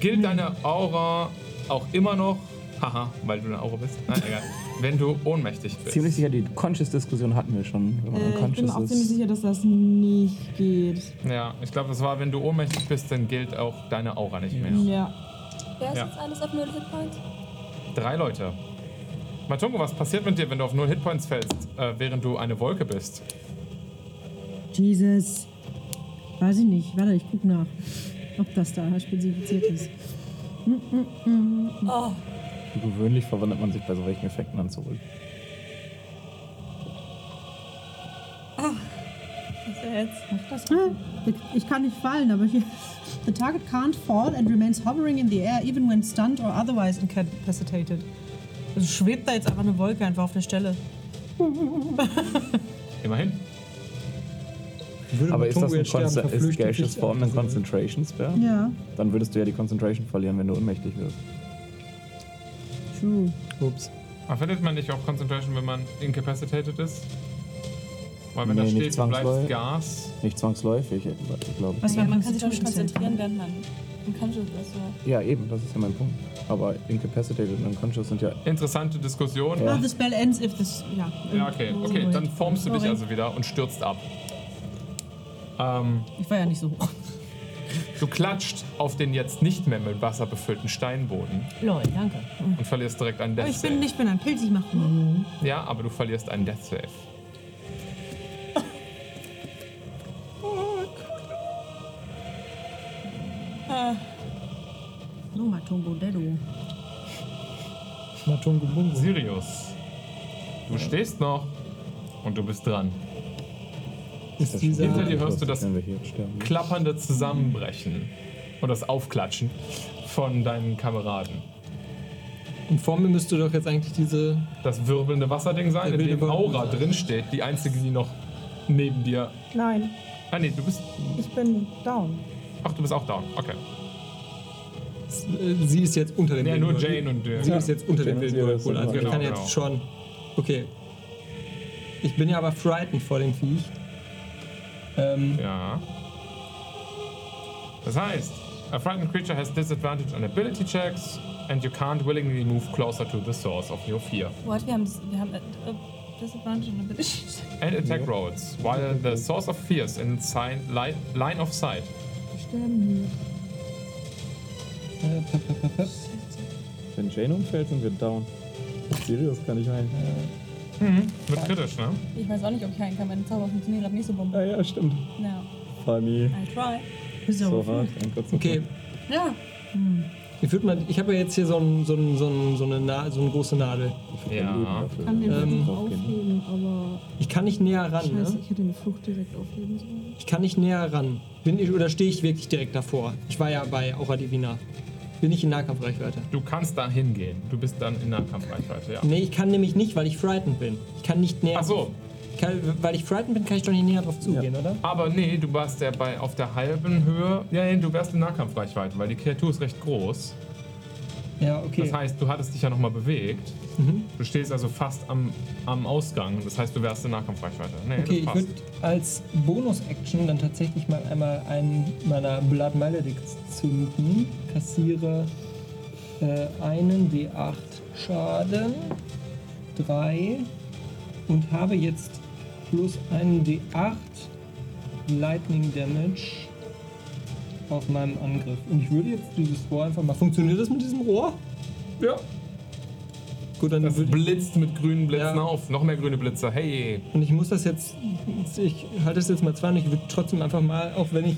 Gilt deine Aura auch immer noch? Haha, weil du eine Aura bist? Nein, egal. Wenn du ohnmächtig bist. Ziemlich sicher, die Conscious-Diskussion hatten wir schon. Wenn man Äh, ich bin unconscious auch ziemlich ist. sicher, dass das nicht geht. Ja, ich glaube, das war, wenn du ohnmächtig bist, dann gilt auch deine Aura nicht mehr. Ja. Wer ist Ja. jetzt alles auf 0 Hitpoints? Drei Leute. Matungo, was passiert mit dir, wenn du auf null Hitpoints fällst, äh, während du eine Wolke bist? Jesus. Weiß ich nicht. Warte, ich guck nach, ob das da spezifiziert ist. Oh, Wie gewöhnlich verwandelt man sich bei solchen Effekten dann zurück. was ist jetzt? Ich kann nicht fallen, aber hier. The target can't fall and remains hovering in the air even when stunned or otherwise incapacitated. Also schwebt da jetzt einfach eine Wolke einfach auf der Stelle. Immerhin. Würde Aber ist das Matungo ein jetzt sterben, Conce- ist verflüchtigt Gaseous sich Form einfach ein so. Concentration Spell? Ja. Dann würdest du ja die Concentration verlieren, wenn du ohnmächtig wirst. True. Ups. Aber findet man nicht auch Concentration, wenn man incapacitated ist? Weil wenn Nee, da nicht steht, du bleibst zwangsläufig. Gas. Nicht zwangsläufig, glaube ich. Was Ja, man kann sich schon konzentrieren, während man Unconscious ist, ja. Ja, eben, das ist ja mein Punkt. Aber incapacitated und unconscious sind ja. Interessante Diskussion. Ja. Well, the spell ends if this. Ja. Ja, okay, okay. Dann formst du dich also wieder und stürzt ab. Ähm, Ich war ja nicht so hoch. du klatscht auf den jetzt nicht mehr mit Wasser befüllten Steinboden Lol, danke. und verlierst direkt einen Mhm. Aber Death ich bin Save. nicht bin ein Pilz, ich mach nur. Ja, aber du verlierst einen Death Save. No, Matumbo Dedo. Matungo Bungo. Sirius, du stehst noch und du bist dran. Ist dieser, Hinter dir hörst du das Wenn wir hier sterben. klappernde Zusammenbrechen und das Aufklatschen von deinen Kameraden. und vor mir müsste doch jetzt eigentlich diese. Das wirbelnde Wasserding sein, Der in wilde dem Wirbel. Aura drinsteht, die einzige, die noch neben dir. Nein, Ah, nee, du bist. ich bin down. Ach, du bist auch down. Okay. äh, Sie ist jetzt unter dem Ja, nur Wildwolf. Jane und. Äh, Sie ist jetzt unter Jane dem und wilden sie Whirlpool, ist- Also ich genau, kann genau. jetzt schon. Okay. Ich bin ja aber frightened vor dem Viech. Ähm, Ja. Das heißt, a frightened creature has disadvantage on ability checks and you can't willingly move closer to the source of your fear. What? Wir haben, das- wir haben äh, äh, Disadvantage und Ability. And attack rolls, while the source of fear is in sign, li line of sight. Wenn Jane umfällt, sind wir down. Sirius kann ich heilen. Wird kritisch, ne? Ich weiß auch nicht, ob ich heilen kann. Meine Zauber funktionieren gerade nicht so bombe. Ah ja, stimmt. Ja, Funny. I try. So hart. Ein kurzer okay. Ja, Ich würde mal. Ich habe ja jetzt hier so, ein, so, ein, so, ein, so, eine Na so eine große Nadel. Ja. Kann den Ähm, Fluch draufgehen. aufheben, aber Ich kann nicht näher ran, scheiße, ne? ich hätte den Fluch direkt aufheben sollen. Ich kann nicht näher ran. Bin ich oder stehe ich wirklich direkt davor? Ich war ja bei Aura Divina. Bin ich in Nahkampfreichweite? Du kannst da hingehen. Du bist dann in Nahkampfreichweite, ja. Nee, ich kann nämlich nicht, weil ich frightened bin. Ich kann nicht näher. Ach so, Ich Kann, weil ich frightened bin, kann ich doch nicht näher drauf zugehen, oder? aber nee, du warst ja bei auf der halben Höhe. Ja, nee, du wärst in Nahkampfreichweite, weil die Kreatur ist recht groß. Ja, Mhm. okay. Das heißt, du hattest dich ja nochmal bewegt. Du stehst also fast am, am Ausgang. Das heißt, du wärst in Nahkampfreichweite. Nee, Okay, das ich passt. würde als Bonus-Action dann tatsächlich mal einmal einen meiner Blood Maledicts zünden. Kassiere äh, einen D8 Schaden, drei und habe jetzt plus einen D8 Lightning Damage auf meinem Angriff. Und ich würde jetzt dieses Rohr einfach mal. Funktioniert das mit diesem Rohr? Ja. Gut, dann Das würde ich blitzt mit grünen Blitzen Ja. auf. Noch mehr grüne Blitze. Hey. Und ich muss das jetzt, ich halte es jetzt mal zwei und ich würde trotzdem einfach mal, auch wenn ich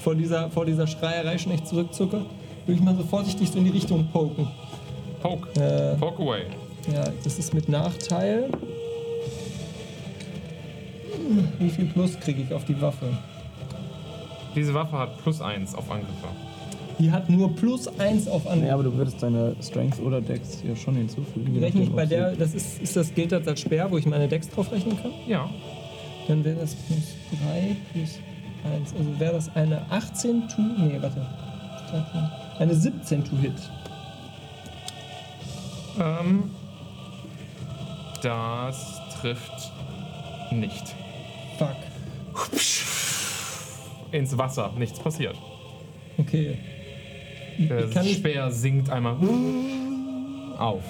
vor dieser, vor dieser Schreierei schon echt zurückzucke, würde ich mal so vorsichtig so in die Richtung poken. Poke. Äh, Poke away. ja, das ist mit Nachteil. Wie viel Plus kriege ich auf die Waffe? Diese Waffe hat plus eins auf Angriffe. Die hat nur plus eins auf Nee, Angriff. aber du würdest deine Strength oder Dex ja schon hinzufügen. je Rechne ich nachdem, bei ob der, sie- das ist, ist das gilt das als Sperr, wo ich meine Decks drauf rechnen kann? Ja. Dann wäre das plus 3 plus 1. Also wäre das eine 18 to. Nee, warte. Eine 17 to Hit. Ähm, das trifft nicht. Fuck. Ins Wasser. Nichts passiert. Okay. Der Ich kann nicht- Speer sinkt einmal auf.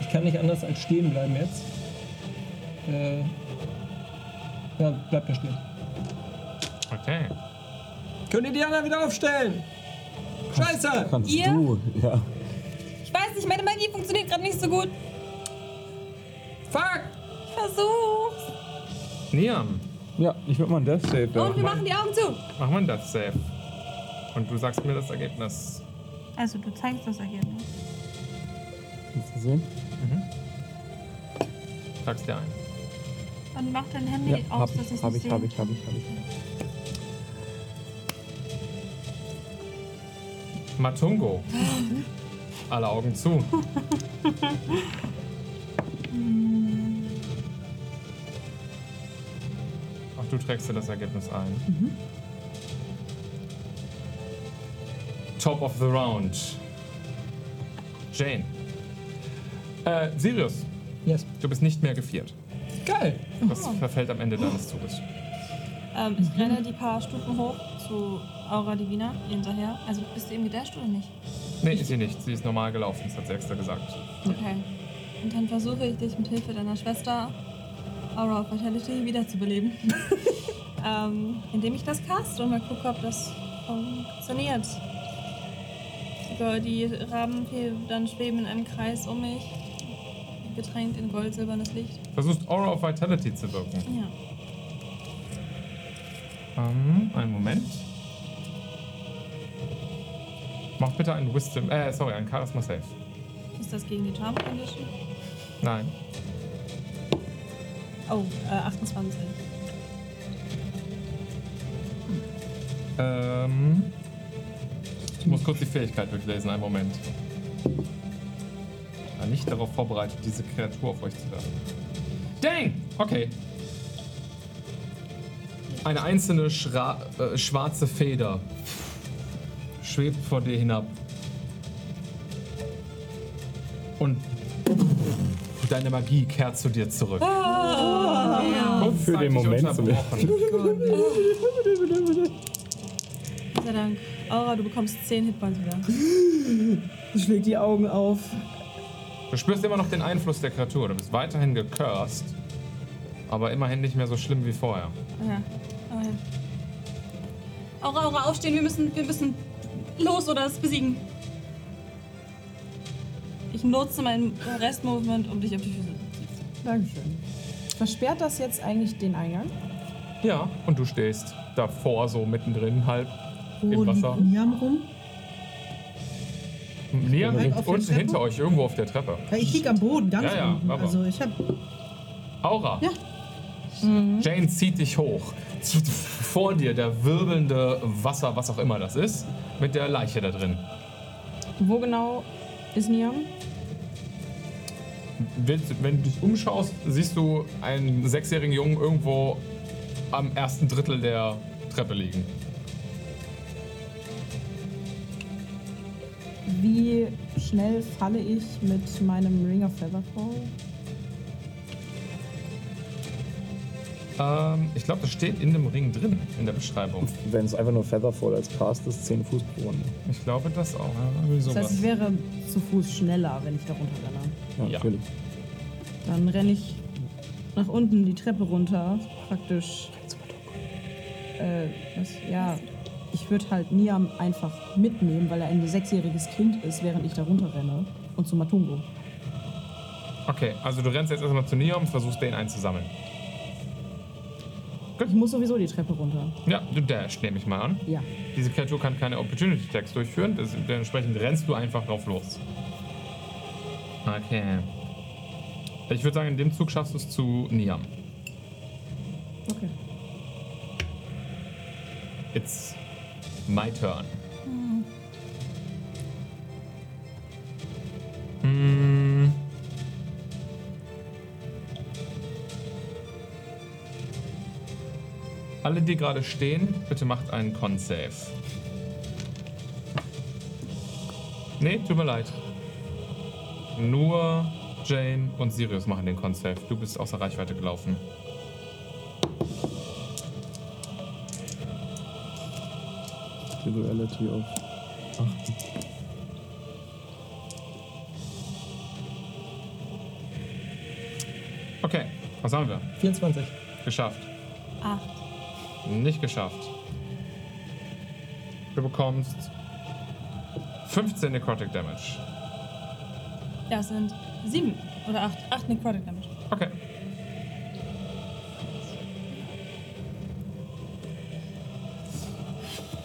Ich kann nicht anders als stehen bleiben jetzt. Äh, ja, bleibt ja stehen. Okay. Könnt ihr die anderen wieder aufstellen? Scheiße! Kannst Ihr? du, ja. ich weiß nicht, meine Magie funktioniert gerade nicht so gut. Fuck! Ich versuch's. Niam, Ja, ich würde mal ein Death Save da. Oh. Und wir machen die Augen zu. mach mal das Save. Und du sagst mir das Ergebnis. Also, du zeigst das Ergebnis. Kannst du sehen? Sagst dir ein. Und mach dein Handy Ja, hab ich, hab ich, hab ich, hab ich, hab ich. Matungo. Alle Augen zu. Ach, du trägst dir das Ergebnis ein. Top of the round. Jane. Äh, Sirius, Yes. du bist nicht mehr geviert. Geil! Das verfällt am Ende deines Zuges. Ähm, ich renne die paar Stufen hoch zu Aura Divina hinterher. Also bist du eben gedasht oder nicht? Nee, ist sie nicht. Sie ist normal gelaufen, das hat sie extra gesagt. Okay. Und dann versuche ich dich mit Hilfe deiner Schwester Aura of Vitality wiederzubeleben. ähm, indem ich das caste und mal gucke, ob das funktioniert. So, die Rabenfee dann schweben in einem Kreis um mich, getränkt in gold-silbernes Licht. Versuchst Aura of Vitality zu wirken. Ja. Ähm, einen Moment. Mach bitte einen Wisdom, äh, sorry, einen Charisma Save. Ist das gegen die Charm Condition? Nein. Oh, äh, 28. Ähm, ich muss kurz die Fähigkeit durchlesen, einen Moment. Ich war nicht darauf vorbereitet, diese Kreatur auf euch zu werfen. Dang! Okay. Eine einzelne Schra äh, schwarze Feder schwebt vor dir hinab. Und deine Magie kehrt zu dir zurück. Für den Moment zumindest. Gott sei Dank. Aura, du bekommst 10 Hitpoints wieder. Sie schlägt die Augen auf. Du spürst immer noch den Einfluss der Kreatur. Du bist weiterhin gecursed, aber immerhin nicht mehr so schlimm wie vorher. Ja. Aber ja. Aura, Aura, aufstehen, wir müssen, wir müssen los oder es besiegen. Ich nutze mein Restmovement, um dich auf die Füße zu ziehen. Dankeschön. Versperrt das jetzt eigentlich den Eingang? Ja, und du stehst davor so mittendrin halb im Wo Wasser. liegt Niam rum? Liam liegt Direkt halt auf der unten Treppe? hinter euch irgendwo auf der Treppe. Ja, ich lieg am Boden, ganz Ja, ja, unten. aber- Also ich hab. Aura. Ja. Mhm. Jane zieht dich hoch. Vor dir der wirbelnde Wasser, was auch immer das ist, mit der Leiche da drin. Wo genau ist Niam? Willst du- Wenn du dich umschaust, siehst du einen sechsjährigen Jungen irgendwo am ersten Drittel der Treppe liegen. Wie schnell falle ich mit meinem Ring of Featherfall? Ähm, ich glaube, das steht in dem Ring drin, in der Beschreibung. Wenn es einfach nur Featherfall als Cast ist, 10 Fuß pro Runde. Ich glaube, das auch. ja, Irgendwie Das heißt, sowas. ich wäre zu Fuß schneller, wenn ich da runterrenne. Ja, Ja. natürlich. Dann renne ich nach unten die Treppe runter, praktisch. Äh, was? Ja, ich würde halt Niam einfach mitnehmen, weil er ein sechsjähriges Kind ist, während ich da runterrenne. Und zu Matungo. Okay, also du rennst jetzt erstmal zu Neon und versuchst den einzusammeln. Ich muss sowieso die Treppe runter. Ja, du dash, nehme ich mal an. Ja. Diese Kreatur kann keine Opportunity Attacks durchführen, das, dementsprechend rennst du einfach drauf los. Okay. Ich würde sagen, in dem Zug schaffst du es zu Niam. Okay. It's my turn. Mm. Alle, die gerade stehen, bitte macht einen Con-Save. Nee, tut mir leid. Nur Jane und Sirius machen den Con-Save. Du bist außer Reichweite gelaufen. Die Duality auf. Okay, was haben wir? 24. Geschafft. Ah. Acht. Nicht geschafft. Du bekommst 15 Necrotic Damage. Das sind sieben oder acht. Acht Necrotic Damage. Okay.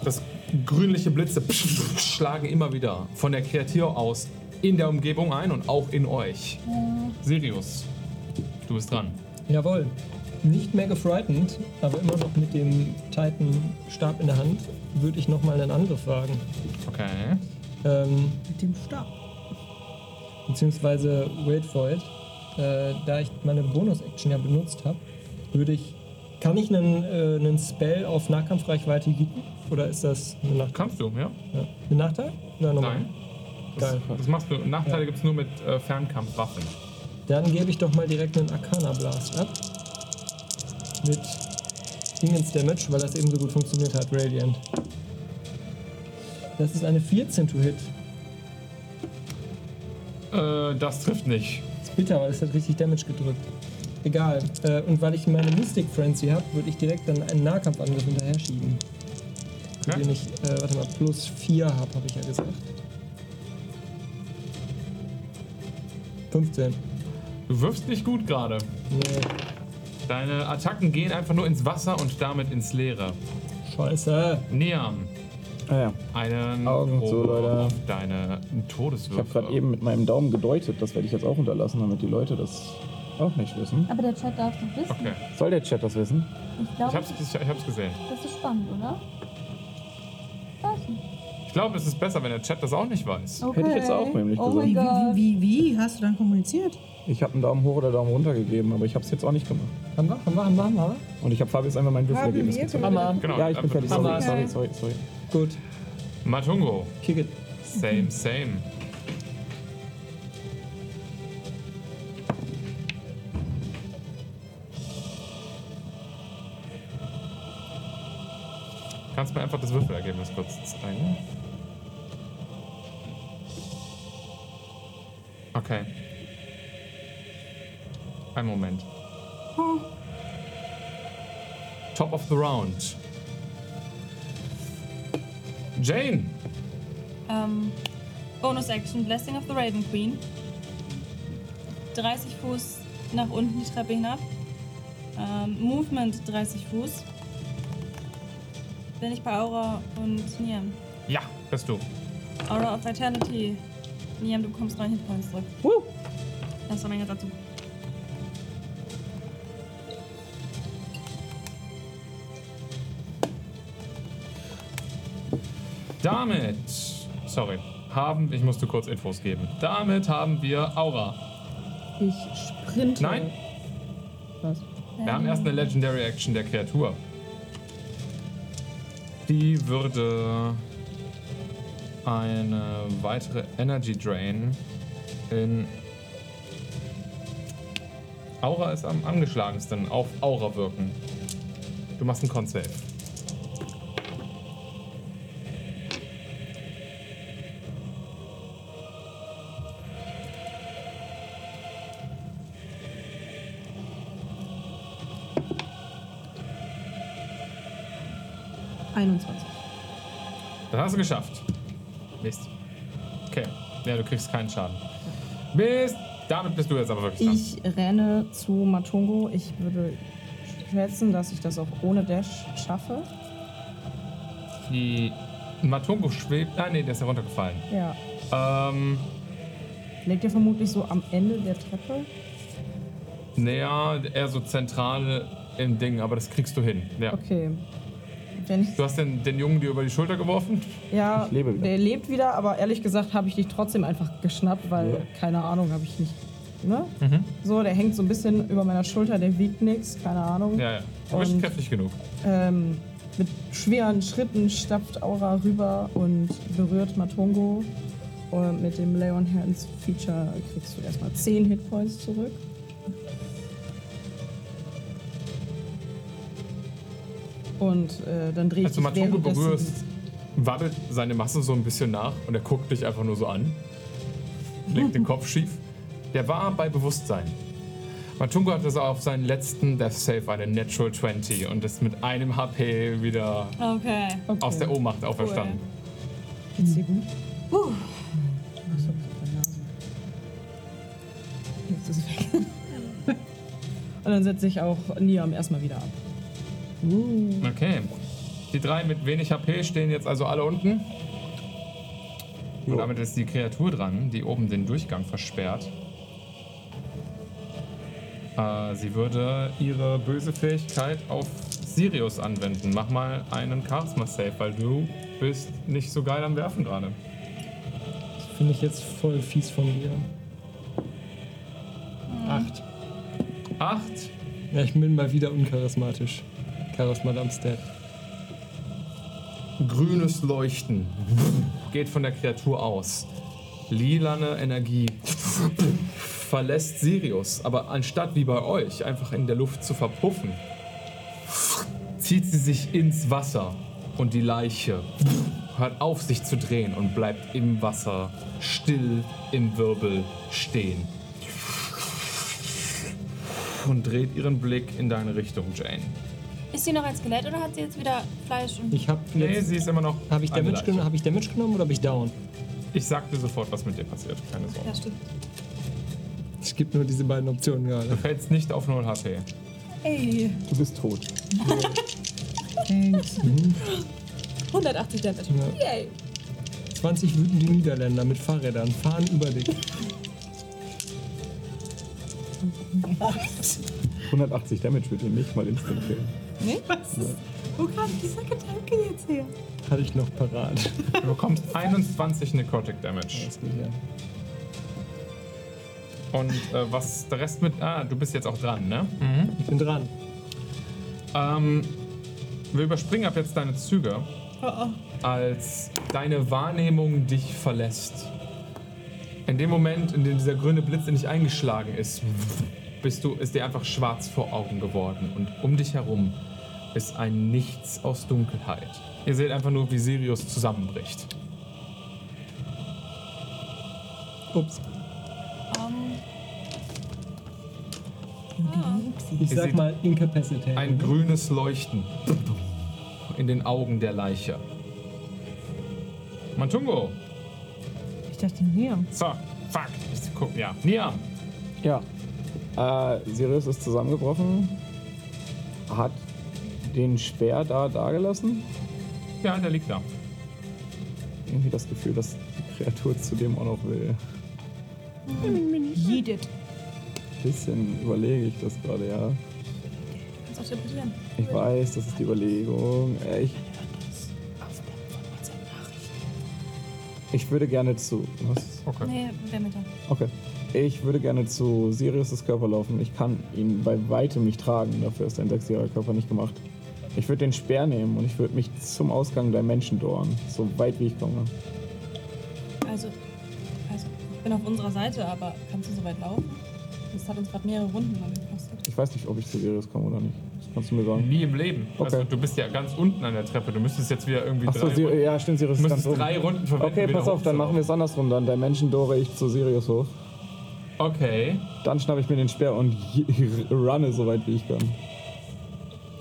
Das grünliche Blitze schlagen immer wieder von der Kreatur aus in der Umgebung ein und auch in euch. Sirius, du bist dran. Jawohl. Nicht mehr gefrightened, aber immer noch mit dem Titan-Stab in der Hand würde ich nochmal einen Angriff wagen. Okay. Ähm, Mit dem Stab. beziehungsweise wait for it. Äh, da ich meine Bonus-Action ja benutzt habe, würde ich. Kann ich einen, äh, einen Spell auf Nahkampfreichweite hitten? Oder ist das ein Nachteil? Kannst du, ja? Ja. Ein Nachteil? Oder normal? Nein. Das, Geil. das machst du. Nachteile gibt's nur mit äh, Fernkampfwaffen. Dann gebe ich doch mal direkt einen Arcana Blast ab. Mit Dingens Damage, weil das eben so gut funktioniert hat, Radiant. Das ist eine 14 to Hit. Äh, das trifft nicht. ist bitter, weil es hat richtig Damage gedrückt. Egal. Äh, und weil ich meine Mystic Frenzy habe, würde ich direkt dann einen Nahkampfangriff hinterher schieben. Okay. Den ich, äh, warte mal, plus 4 habe, habe ich ja gesagt. 15. Du wirfst nicht gut gerade. Nee, Deine Attacken gehen einfach nur ins Wasser und damit ins Leere. scheiße. Neam, Ah ja, einen Augen zu, Rohr Leute. auf deine ich habe Todeswürfe. gerade eben mit meinem Daumen gedeutet, das werde ich jetzt auch unterlassen, damit die Leute das auch nicht wissen. Aber der Chat darf doch wissen. Okay, Soll der Chat das wissen? Ich ich glaube, hab's, ich hab's gesehen. das ist spannend, oder? Weiß nicht. Ich glaube, es ist besser, wenn der Chat das auch nicht weiß. Okay. Hätte ich jetzt auch nämlich oh mein gesagt. Gott. Wie, wie, wie hast du dann kommuniziert? Ich habe einen Daumen hoch oder Daumen runter gegeben, aber ich habe es jetzt auch nicht gemacht. Haben wir, haben wir, haben wir, haben wir. Und ich habe Fabius einfach mein Würfelergebnis gezeigt. Hammer. Genau. Ja, ich bin einfach- fertig. Sorry, Hammer. sorry, sorry, sorry. Gut, Matungo, kick it. same, same. Kannst mir einfach das Würfelergebnis kurz zeigen? Okay. Ein Moment. Top of the round. Jane! Ähm, Bonus Action, Blessing of the Raven Queen. 30 Fuß nach unten die Treppe hinab. Ähm, Movement 30 Fuß. Bin ich bei Aura und Niam. Ja, bist du. Aura of Vitality. Niam, du bekommst 9 Hitpoints zurück. Woo! Das war mein Satz dazu. Damit, sorry, haben, ich musste kurz Infos geben. Damit haben wir Aura. Ich sprinte. Nein, Was? wir haben erst eine Legendary Action der Kreatur. Die würde eine weitere Energy Drain in. Aura ist am angeschlagensten, auf Aura wirken. Du machst einen Con-Save. Äh, 21. Dann hast du geschafft. Mist. Okay. Ja, du kriegst keinen Schaden. Mist. Damit bist du jetzt aber wirklich dran. Ich renne zu Matungo. Ich würde schätzen, dass ich das auch ohne Dash schaffe. Die Matungo schwebt. Ah, nee, der ist ja runtergefallen. Ja. Ähm, Liegt ja vermutlich so am Ende der Treppe. naja, eher so zentral im Ding, aber das kriegst du hin. Ja. Okay. Wenn ich, Du hast den, den Jungen dir über die Schulter geworfen? ja, Ich lebe wieder. der lebt wieder, aber ehrlich gesagt habe ich dich trotzdem einfach geschnappt, weil, Ja. Mhm. keine Ahnung, habe ich nicht. Ne? So, der hängt so ein bisschen über meiner Schulter, der wiegt nichts, keine Ahnung. Ja, ja. Du bist Und- kräftig genug. Ähm, mit schweren Schritten stapft Aura rüber und berührt Matongo. Und mit dem Leon Hands Feature kriegst du erstmal 10 Hitpoints zurück. Und äh, dann drehe ich Als du mich Also Matongo währenddessen- berührst, wabbelt seine Masse so ein bisschen nach und er guckt dich einfach nur so an. Legt den Kopf schief. Der war bei Bewusstsein. Matungo hatte so auf seinen letzten Death Save eine Natural 20 und ist mit einem HP wieder Okay. Okay. aus der Ohnmacht auferstanden. Geht's dir gut? Puh. Ach so, das war Nase. Jetzt ist es weg. Und dann setze ich auch Niam erstmal wieder ab. Okay. Die drei mit wenig HP stehen jetzt also alle unten. Und damit ist die Kreatur dran, die oben den Durchgang versperrt. Äh, sie würde ihre böse Fähigkeit auf Sirius anwenden. Mach mal einen Charisma-Save, weil du bist nicht so geil am Werfen gerade. Das finde ich jetzt voll fies von dir. Acht. Acht. Ja, ich bin mal wieder uncharismatisch. Charisma Dumpstead. Grünes Leuchten geht von der Kreatur aus. Lilane Energie verlässt Sirius, aber anstatt wie bei euch einfach in der Luft zu verpuffen, zieht sie sich ins Wasser und die Leiche hört auf, sich zu drehen und bleibt im Wasser still im Wirbel stehen. Und dreht ihren Blick in deine Richtung, Jane. Ist sie noch als Skelett oder hat sie jetzt wieder Fleisch und. Ich habe Nee, sie ist immer noch. Habe ich, eine Damage Leiche. genommen- hab ich Damage genommen oder bin ich down? Ich sag dir sofort, was mit dir passiert. Keine Sorge. Ja, stimmt. Es gibt nur diese beiden Optionen gerade. Du fällst nicht auf 0 HP. Ey, Du bist tot. 180 Damage. Ja. Yay. 20 wütende Niederländer mit Fahrrädern fahren über dich. 180 Damage wird dir nicht mal instant killen. Wo kam dieser Gedanke jetzt her? Hatte ich noch parat. Du bekommst 21 Necrotic Damage. Das geht ja. Und äh, was der Rest mit. Ah, du bist jetzt auch dran, ne? Ich bin dran. Ähm, wir überspringen ab jetzt deine Züge. Als deine Wahrnehmung dich verlässt. In dem Moment, in dem dieser grüne Blitz in dich eingeschlagen ist, bist du, ist dir einfach schwarz vor Augen geworden. Und um dich herum ist ein Nichts aus Dunkelheit. Ihr seht einfach nur, wie Sirius zusammenbricht. Ups. Ähm, Ich Ihr sag seht- mal Incapacitated. Ein grünes Leuchten in den Augen der Leiche. Mantungo! Ich dachte, Niam. So, fuck. Ich guck, ja. Niam! Ja. Äh, Sirius ist zusammengebrochen. Hat den Speer da dagelassen. Ja, der liegt da. Irgendwie das Gefühl, dass die Kreatur zudem auch noch will. Hm, Jedet. Bisschen überlege ich das gerade, ja. kannst auch teleportieren. Ich weiß, das ist die Überlegung. Äh, Ich, ich würde gerne zu. Was? Okay. Nee, wer mit da? Okay. Ich würde gerne zu Sirius' Körper laufen. Ich kann ihn bei weitem nicht tragen. Dafür ist ein sechsjähriger Körper nicht gemacht. Ich würde den Speer nehmen und ich würde mich zum Ausgang der Menschen dorn. So weit wie ich komme. Also, also, ich bin auf unserer Seite, aber kannst du so weit laufen? Das hat uns gerade mehrere Runden mal gekostet. Ich weiß nicht, ob ich zu Sirius komme oder nicht. Das kannst du mir sagen. Nie im Leben. Okay. Also, du bist ja ganz unten an der Treppe. Du müsstest jetzt wieder irgendwie Achso, drei, Runden- ja, stimmt, Sirius du ist äh, ganz müsstest oben. drei Runden verwenden. Okay, wieder pass auf, dann machen wir es hochzulaufen. andersrum. Dann Dimension Dore ich zu Sirius hoch. Okay. Dann schnappe ich mir den Speer und runne so weit wie ich kann.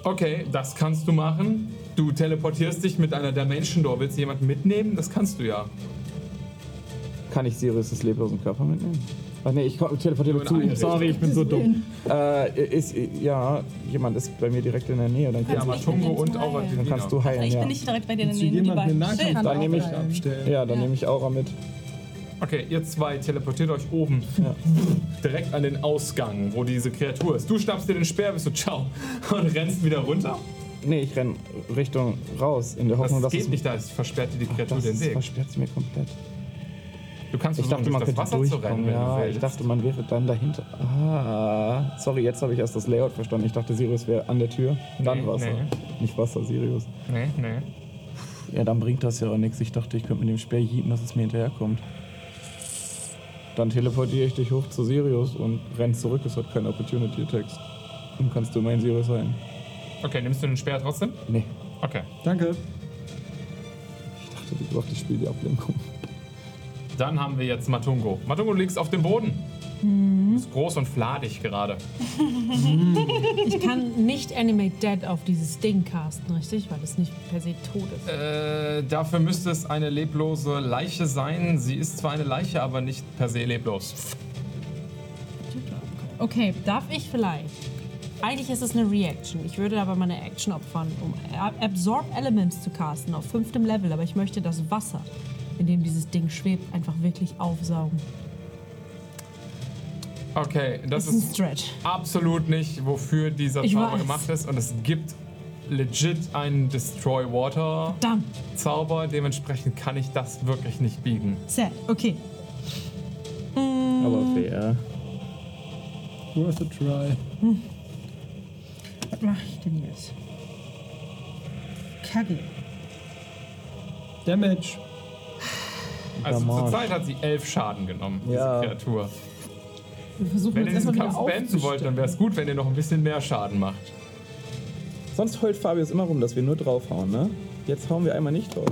Okay, das kannst du machen. Du teleportierst dich mit einer Dimension Door. Willst du jemanden mitnehmen? Das kannst du ja. Kann ich Sirius' leblosen Körper mitnehmen? Ach nee, ich komm- teleportiere Nur zu in ihm. eine Sorry, ich bin so dumm. Äh, ist, ja, jemand ist bei mir direkt in der Nähe. Dann, Ja, kannst- Matungo und Aura Dann dann Divina. kannst du heilen, Ich ja. bin nicht direkt bei dir in der Zu Nähe, die jemandem beiden. im Nahkampf Shit. Dann nehme ich- abstellen. Ja, dann nehme ich Aura mit. Okay, ihr zwei teleportiert euch oben Ja. direkt an den Ausgang, wo diese Kreatur ist. Du schnappst dir den Speer, bist so ciao und rennst wieder runter. Nee, ich renn Richtung raus, in der Das Hoffnung, dass geht es... nicht, da ist versperrt dir die Kreatur das den Weg. versperrt sie mir komplett. Du kannst Ich versuchen, dachte, man durch könnte das Wasser zu rennen, durchkommen. wenn du Ja, willst. ich dachte, man wäre dann dahinter. Ah, sorry, jetzt habe ich erst das Layout verstanden. Ich dachte, Sirius wäre an der Tür. Dann Nee, Wasser. Nicht Wasser, Sirius. nee, nee. Ja, dann bringt das ja auch nichts. Ich dachte, ich könnte mit dem Speer hieben, dass es mir hinterherkommt. Dann teleportiere ich dich hoch zu Sirius und renn zurück. Es hat keinen Opportunity Text. Dann kannst du mein Sirius sein. Okay, nimmst du den Speer trotzdem? Nee, Okay. Danke. ich dachte, wie gesagt, ich spiele die Ablenkung. Dann haben wir jetzt Matungo. Matungo, du liegst auf dem Boden. Mhm. Du bist groß und fladig gerade. Ich kann nicht Animate Dead auf dieses Ding casten, richtig? Weil es nicht per se tot ist. Äh, dafür müsste es eine leblose Leiche sein. Sie ist zwar eine Leiche, aber nicht per se leblos. Okay, darf ich vielleicht? Eigentlich ist es eine Reaction. Ich würde aber meine Action opfern, um Ab- Absorb Elements zu casten auf fünftem Level. Aber ich möchte das Wasser, in dem dieses Ding schwebt, einfach wirklich aufsaugen. Okay, das Das ist ein ist Stretch. absolut nicht, wofür dieser Ich Zauber weiß. gemacht ist. Und es gibt legit einen Destroy Water Dann. Zauber. Dementsprechend kann ich das wirklich nicht biegen. Sad. Okay. Aber fair. Worth a try. Was mache ich denn jetzt? Kacke. Damage. Also Blamage. zurzeit hat sie elf Schaden genommen, Ja. diese Kreatur. Wir versuchen Wenn ihr jetzt diesen erstmal wieder Kampf beenden wollt, dann wäre es gut, wenn ihr noch ein bisschen mehr Schaden macht. Sonst heult Fabius immer rum, dass wir nur draufhauen, ne? Jetzt hauen wir einmal nicht drauf.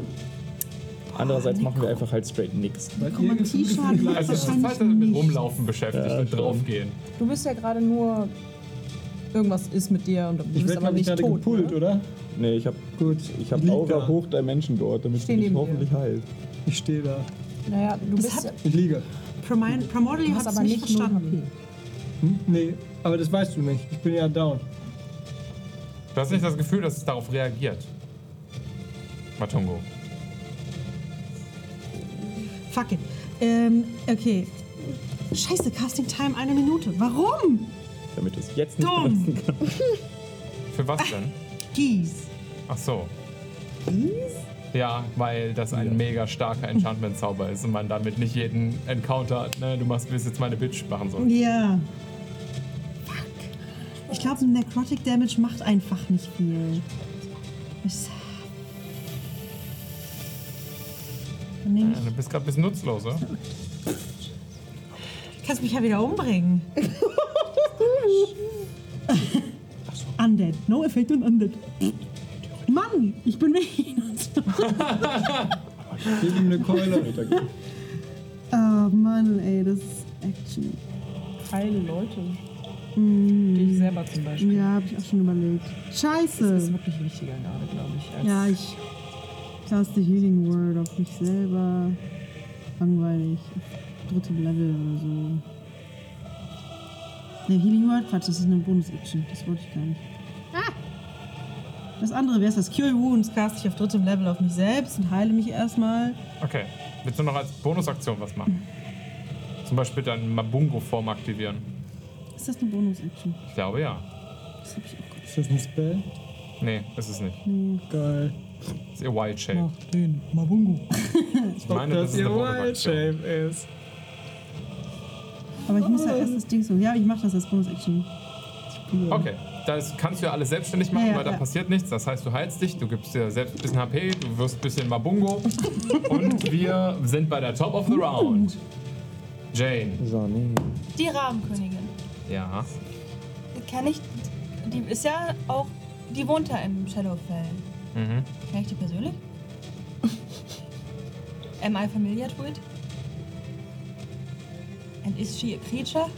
Ah, Andererseits machen wir einfach halt straight nix. Weil Komm mal, ihr- T-Shirt macht Also, es ist wahrscheinlich halt mit nicht. Rumlaufen beschäftigt Ja, und schon. draufgehen. Du bist ja gerade nur. Irgendwas ist mit dir und du Ich bist werde, aber glaube ich, nicht gerade tot. gepult, ne? oder? Nee, ich hab, Gut, ich hab lieg Aura da. hoch der Menschen dort, damit Steh sie mich neben dir. hoffentlich heilt. Ich stehe da. Naja, du Das bist. hat- Ich liege. Promine- Primordial du hat hast es aber nicht nicht nur verstanden. HP. Nee, aber das weißt du nicht. Ich bin ja down. Du hast nicht das Gefühl, dass es darauf reagiert. Matungo. Fuck it. Ähm, okay. Scheiße, Casting Time eine Minute. Warum? Damit es jetzt nicht Dumm. benutzen kann. Für was denn? Gies. Ach so. Ja, weil das ein mega starker Enchantment-Zauber ist und man damit nicht jeden Encounter, ne, du machst, willst jetzt meine Bitch machen soll. Ja. Fuck. Ich glaube, Necrotic Damage macht einfach nicht viel. Ich- Dann nehm Ja, du bist gerade ein bisschen nutzlos, oder? ich. Kannst mich ja wieder umbringen. undead. No effect on undead. Mann, ich bin weg. Gib ihm eine Keule. Oh Mann, ey, das ist Action. Heile Leute. Dich selber zum Beispiel. Ja, hab ich auch schon überlegt. Das ist Scheiße. wirklich wichtiger gerade, glaube ich. Als Ja, ich cast the Healing Word auf mich selber. Langweilig. Auf Drittem Level oder so. Ne, Healing Word, Quatsch, das ist eine Bonus-Action. Das wollte ich gar nicht. Ah! Das andere wäre es, das Cure Wounds cast ich auf drittem Level auf mich selbst und heile mich erstmal. Okay. Willst du noch als Bonusaktion was machen? Zum Beispiel deinen Mabungo-Form aktivieren. Ist das eine Bonus-Action? Ich glaube ja. Das hab ich auch Ist das ein Spell? Nee, ist es nicht. Geil. Ist ihr Wild Oh. Shape. Mach den. Mabungo. Ich meine, das Dass ist ihr eine Wild Bonusaktion. Shape ist. Aber ich muss ja erst das Ding so. Ja, ich mache das als Bonus-Action. Okay. Das kannst du ja alles selbstständig machen, Ja, ja, weil da ja. passiert nichts. Das heißt, du heilst dich, du gibst dir selbst ein bisschen HP, du wirst ein bisschen Mabungo. und wir sind bei der Top of the Round. Jane. So, nee. Die Rabenkönigin. Ja. Kann ich. Die ist ja auch. Die wohnt ja im Shadowfell. Mhm. Kenn ich die persönlich? Am I familiar to it? And is she a creature?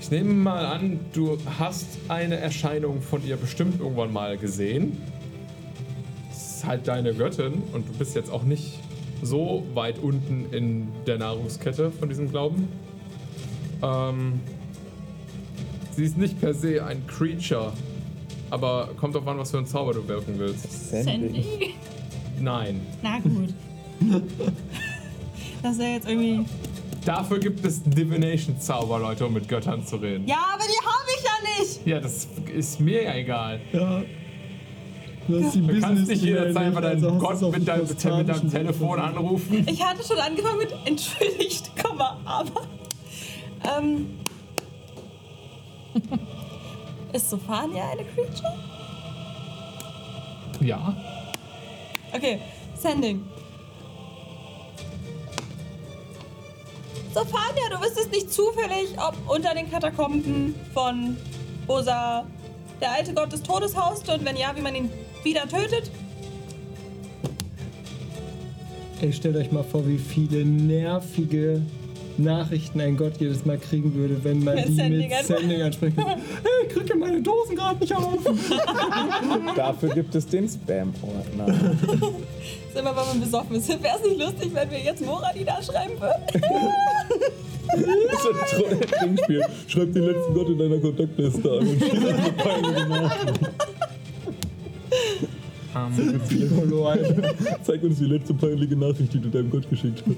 Ich nehme mal an, du hast eine Erscheinung von ihr bestimmt irgendwann mal gesehen. Das ist halt deine Göttin und du bist jetzt auch nicht so weit unten in der Nahrungskette von diesem Glauben. Ähm, sie ist nicht per se ein Creature, aber kommt drauf an, was für einen Zauber du wirken willst. Sandy. Nein. Na gut. Das wäre jetzt irgendwie. Dafür gibt es Divination-Zauber, Leute, um mit Göttern zu reden. Ja, aber die habe ich ja nicht! ja das ist mir ja egal. Ja. Du hast die Du kannst dich Business-Domäne jederzeit bei deinem also hast Gott es auf mit deinem, mit Kostanischen deinem Telefon anrufen. Ich hatte schon angefangen mit entschuldigt, Komma, aber. Ähm, ist Sophania eine Creature? Ja. Okay, Sending. Sophania, du wüsstest nicht zufällig, ob unter den Katakomben von Osa der alte Gott des Todes hauste und wenn ja, wie man ihn wieder tötet? Ey, stellt euch mal vor, wie viele nervige Nachrichten ein Gott jedes Mal kriegen würde, wenn man Mit die Sending mit anspricht. Sending anspricht. Hey, ich kriege meine Dosen gerade nicht auf. Dafür gibt es den Spam-Ordner. Das ist immer, wenn man besoffen ist. Wäre es nicht lustig, wenn wir jetzt Mora die da schreiben würden? Das ist ein Tro- Trinkspiel. Schreib den letzten Gott in deiner Kontaktliste an. Ähm, und Zeig uns die letzte peinliche Nachricht, die du deinem Gott geschickt hast.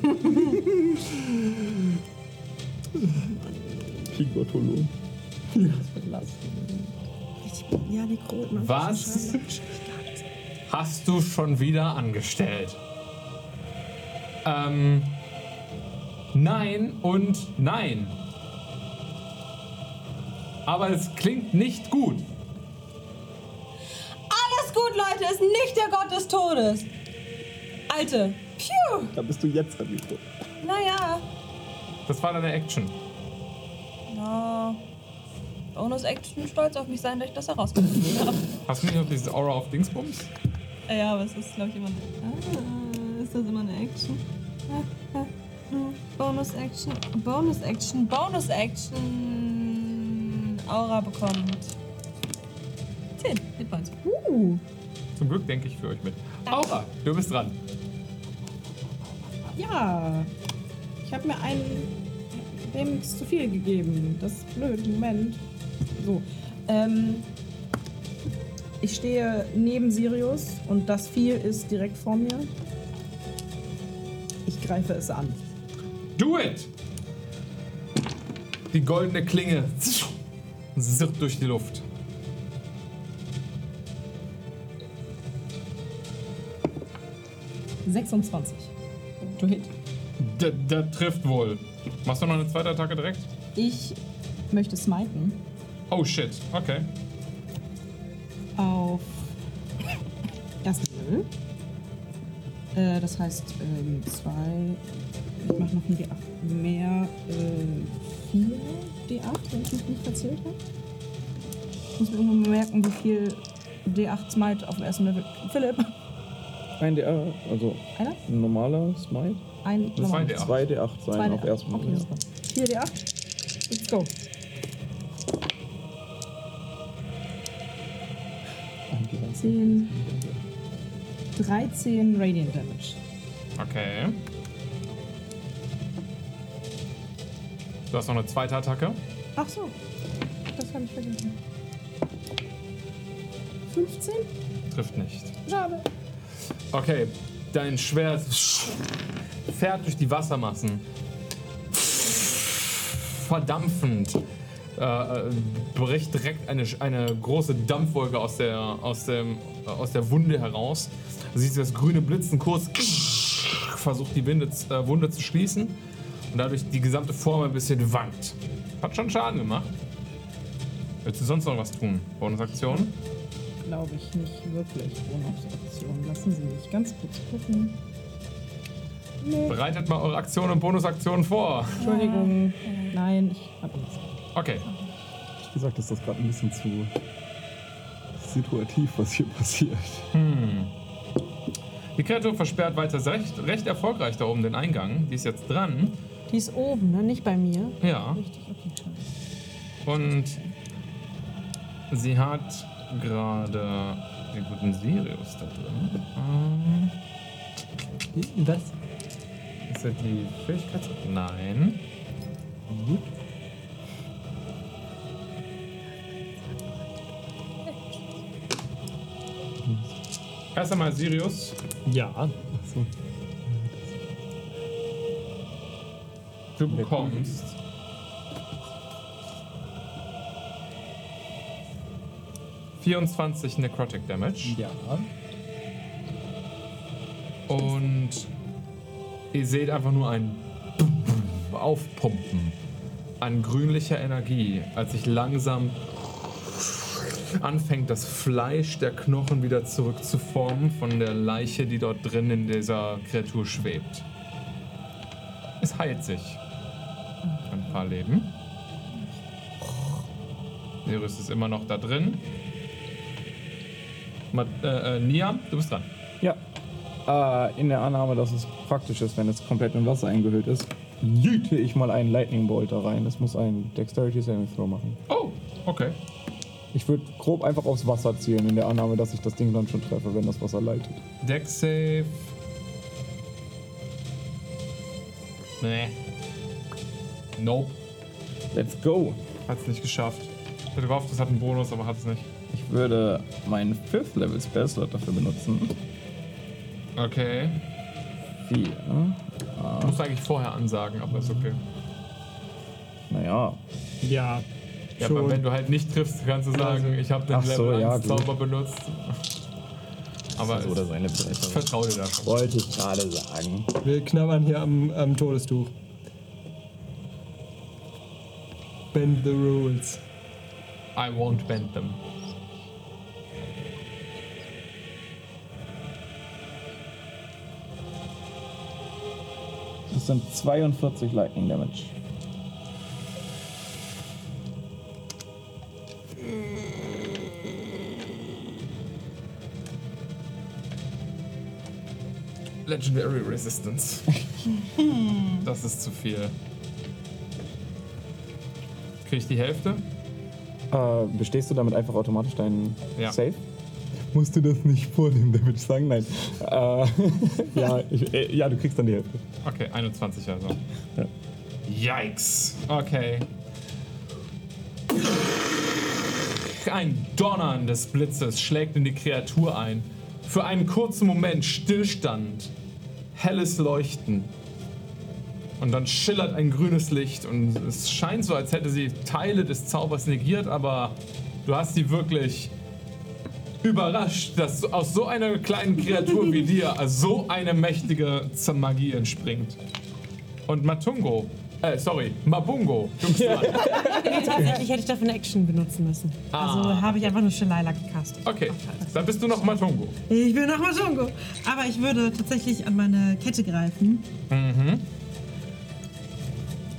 Schick Gott Holo. Ja, die Kroten. was hast du schon wieder angestellt? Ähm, nein und nein. Aber es klingt nicht gut. Alles gut, Leute, ist nicht der Gott des Todes. Alte. Phew. Da bist du jetzt am Mikro. Naja. Das war deine Action. No. Bonus-Action stolz auf mich sein, dass ich das herausgefunden habe. Hast du nicht noch dieses Aura auf Dingsbums? Ja, aber es ist, glaube ich, immer eine. Ah, ist das immer eine Action? Ah, ah, hm. Bonus-Action, Bonus-Action, Bonus-Action. Aura bekommt. 10 Hitpoints. Oh, Zum Glück denke ich für euch mit. Danke. Aura, du bist dran. Ja. Ich habe mir einen Remix zu viel gegeben. Das ist blöd. Moment. So. Ähm, ich stehe neben Sirius und das Vieh ist direkt vor mir. Ich greife es an. Do it! Die goldene Klinge sirrt durch die Luft. Du hit. Der, der trifft wohl. Machst du noch eine zweite Attacke direkt? Ich möchte smiten Oh shit, okay. auf das Level. Äh, das heißt, ähm, zwei. Ich mache noch ein D8 mehr. Äh, vier D8, wenn ich mich nicht verzählt habe. Ich muss mir irgendwann mal merken, wie viel D8 Smite auf dem ersten Level. Philipp, Ein DR, also einer? ein normaler Smite. Ein, Zwei nochmal. D8. Zwei D8 sein Zwei auf D8. ersten Okay, super. Vier D8. Let's go. Zehn. 13 Radiant Damage. Okay. Du hast noch eine zweite Attacke. Ach so, das habe ich vergessen. 15? Trifft nicht. Schade. Okay, dein Schwert fährt durch die Wassermassen. Verdampfend äh, äh, bricht direkt eine, Sch- eine große Dampfwolke aus der, aus, dem, äh, aus der Wunde heraus. Du siehst das grüne Blitzen kurz, versucht die Winde, z- äh, Wunde zu schließen und dadurch die gesamte Form ein bisschen wankt. Hat schon Schaden gemacht. Willst du sonst noch was tun? Bonusaktion? Glaube ich nicht wirklich. Bonusaktion. Lassen Sie mich ganz kurz gucken. Bereitet mal eure Aktionen und Bonusaktionen vor. Entschuldigung. Nein, ich habe nichts. Okay. Ich gesagt, ist das gerade ein bisschen zu situativ, was hier passiert. Die Kreatur versperrt weiter recht, recht erfolgreich da oben den Eingang. Die ist jetzt dran. Die ist oben, ne? Nicht bei mir. Ja. Richtig, okay, schade. Und sie hat gerade den guten Sirius da drin. Ähm, Was? Ist das die Fähigkeit? Nein. Gut. Erst einmal Sirius. Ja. Achso. Du bekommst. ...24 Necrotic Damage. Ja. Und ihr seht einfach nur ein Aufpumpen an grünlicher Energie, als sich langsam anfängt, das Fleisch der Knochen wieder zurückzuformen von der Leiche, die dort drin in dieser Kreatur schwebt. Es heilt sich. Ein paar Leben. Sirius ist immer noch da drin. Mat äh, äh, Nia, du bist dran. Ja. Äh, in der Annahme, dass es praktisch ist, wenn es komplett in Wasser eingehüllt ist, jüte ich mal einen Lightning Bolt da rein. Das muss ein Dexterity Saving Throw machen. Oh, okay. Ich würde grob einfach aufs Wasser zielen, in der Annahme, dass ich das Ding dann schon treffe, wenn das Wasser leitet. Deck Save. Nee. Nope. Let's go! Hat's nicht geschafft. Ich hätte gehofft, es hat einen Bonus, aber hat's nicht. Ich würde meinen Fifth Level Spell Slot dafür benutzen. Okay. Vier. Ich muss eigentlich vorher ansagen, aber ist okay. Naja. Ja. Ja, Schon. aber wenn du halt nicht triffst, kannst du sagen, ich habe den Also, Ach so, Level ja, 1 gut. Zauber benutzt. Aber so oder ich seine Bretter. vertraue dir da schon. Wollte ich gerade sagen. Wir knabbern hier am, am Todestuch. Bend the rules. I won't bend them. Das sind 42 Lightning Damage. Legendary Resistance. Das ist zu viel. Krieg ich die Hälfte? Äh, bestehst du damit einfach automatisch deinen Ja. Save? Musst du das nicht vor dem Damage sagen? Nein. Äh, ja, ich, äh, ja, du kriegst dann die Hälfte. Okay, 21 also. Yikes. Okay. Ein Donnern des Blitzes schlägt in die Kreatur ein. Für einen kurzen Moment Stillstand, helles Leuchten. Und dann schillert ein grünes Licht und es scheint so, als hätte sie Teile des Zaubers negiert, aber du hast sie wirklich überrascht, dass aus so einer kleinen Kreatur wie dir so eine mächtige Magie entspringt. Und Matungo, äh, sorry, Mabungo, du bist dran. Tatsächlich hätte ich dafür eine Action benutzen müssen. Ah. Also habe ich einfach nur Shalila gecastet. Okay, dann bist du noch Matungo. Ich bin nochmal Django. Aber ich würde tatsächlich an meine Kette greifen. Mhm.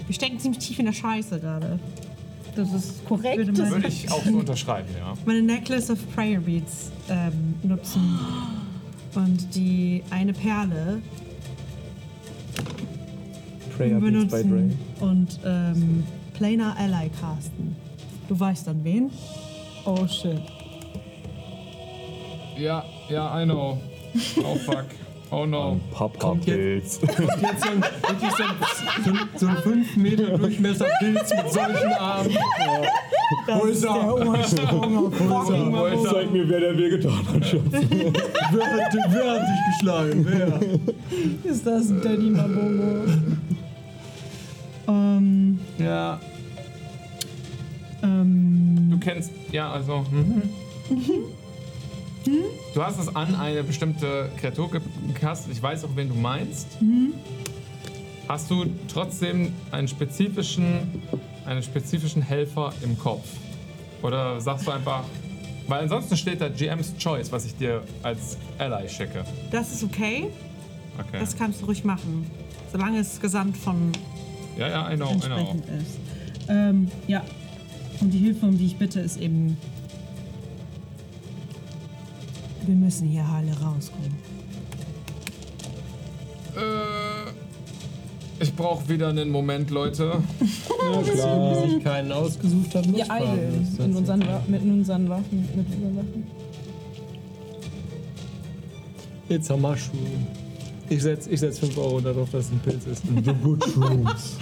Wir stecken ziemlich tief in der Scheiße gerade. Das ist korrekt. Würde Das meine- würde ich auch so unterschreiben, ja. meine Necklace of Prayer Beads ähm, nutzen. Und die eine Perle Prayer Beats by Dre. benutzen und ähm, Planar Ally casten. Du weißt dann wen? Oh shit. Ja, ja, I know. Oh fuck. Oh no. Papa Pilz. Jetzt so ein, wirklich so ein, so ein, so ein 5 Meter Durchmesser Pilz mit solchen Armen. Wo ist er? Fucking Mabungo. Zeig mir, wer der wehgetan hat, Schatz. Wer hat, wer hat dich geschlagen? Wer? Ist das ein Daddy Mabongo? Ähm, Ja, ähm, du kennst, ja, also. Mhm. Du hast es an eine bestimmte Kreatur ge- gecastet. Ich weiß auch, wen du meinst. Mhm. Hast du trotzdem einen spezifischen, einen spezifischen Helfer im Kopf? Oder sagst du einfach, weil ansonsten steht da GM's Choice, was ich dir als Ally schicke. das ist okay. Okay. Das kannst du ruhig machen. Solange es gesamt von ja, ja, I know, I know. entsprechend ist. Ähm, ja. Und die Hilfe, um die ich bitte, ist eben. Wir müssen hier alle rauskommen. Äh, ich brauche wieder einen Moment, Leute. Ja, klar. Die sich keinen ausgesucht haben. Wir eilen in unseren, Wa- mit unseren Waffen. Mit unseren Waffen. It's a mushroom. Ich setz, ich setz 5 Euro darauf, dass es ein Pilz ist. The Good Rooms.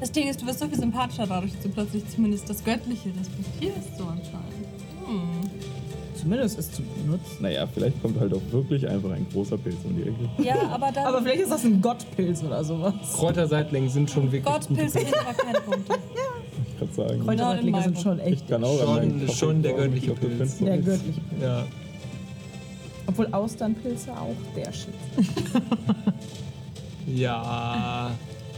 Das Ding ist, du wirst so viel sympathischer dadurch, dass du plötzlich zumindest das Göttliche respektierst, so anscheinend. Hm. Zumindest ist zu benutzen. Naja, vielleicht kommt halt auch wirklich einfach ein großer Pilz um die Ecke. Ja, aber dann. Aber vielleicht ist das ein Gottpilz oder sowas. Kräuterseitlinge sind schon wirklich gute Gottpilze sind aber keine Punkte. Ich kann sagen. Kräuterreitlinge sind schon echt Ich kann auch Schon- an meinen Kopf schon der glauben, göttliche ich glaub, du Pilz. kennst doch der nichts. göttliche Pilz. Ja. Obwohl Austernpilze auch der Shit. Ja.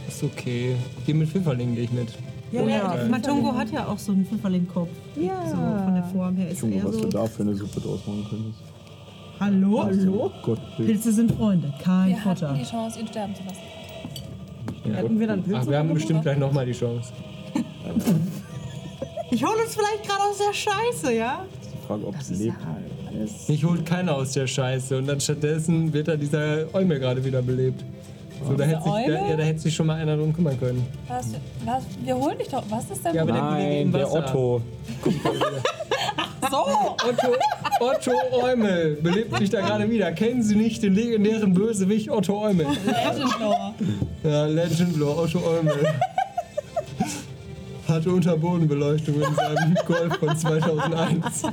Ist okay. Hier mit Pfifferling gehe ich mit. Ja, Oh der- ja. der Matungo hat ja auch so einen Pfifferling-Kopf. Ja. So von der Form her ist Junge, er was du so. da für eine Suppe draus machen könntest. Oh Hallo? Hallo? Gott, Pilz. Pilze sind Freunde, kein Wir hatten Futter. die Chance, ihn sterben zu lassen. Hätten wir dann Pilze? Ach, wir haben bestimmt gleich nochmal die Chance. Ich hole uns vielleicht gerade aus der Scheiße, ja? Die Frage, ob es Das ist lebt. ja alles. Mich holt keiner aus der Scheiße und dann stattdessen wird da dieser Eumel gerade wieder belebt. So, da hätte, sich, da, Eumel? ja, da hätte sich schon mal einer drum kümmern können. Was, was, wir holen dich doch. Was ist denn? Ja, aber Nein, der Otto. So! Otto, Otto Eumel belebt sich da gerade wieder. Kennen Sie nicht den legendären Bösewicht Otto Eumel? Ja, Legend Lore, Otto Eumel. Hatte Unterbodenbeleuchtung in seinem Golf von 2001.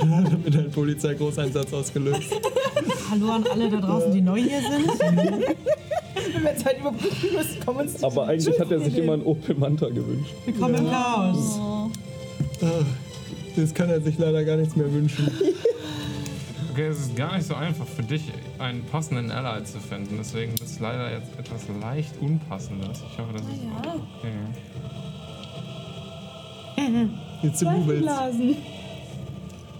Er hat damit einen Polizeigroßeinsatz ausgelöst. Hallo an alle da draußen, die neu hier sind. Wenn wir jetzt halt überbrücken müssen, kommen uns die Aber eigentlich hat er sich immer einen Opel Manta gewünscht. Willkommen im Chaos. Jetzt kann er sich leider gar nichts mehr wünschen. Okay, es ist gar nicht so einfach für dich, einen passenden Ally zu finden. Deswegen ist es leider jetzt etwas leicht Unpassendes. Ich hoffe, das ist Ja. okay. Jetzt im Ubels. Blasen.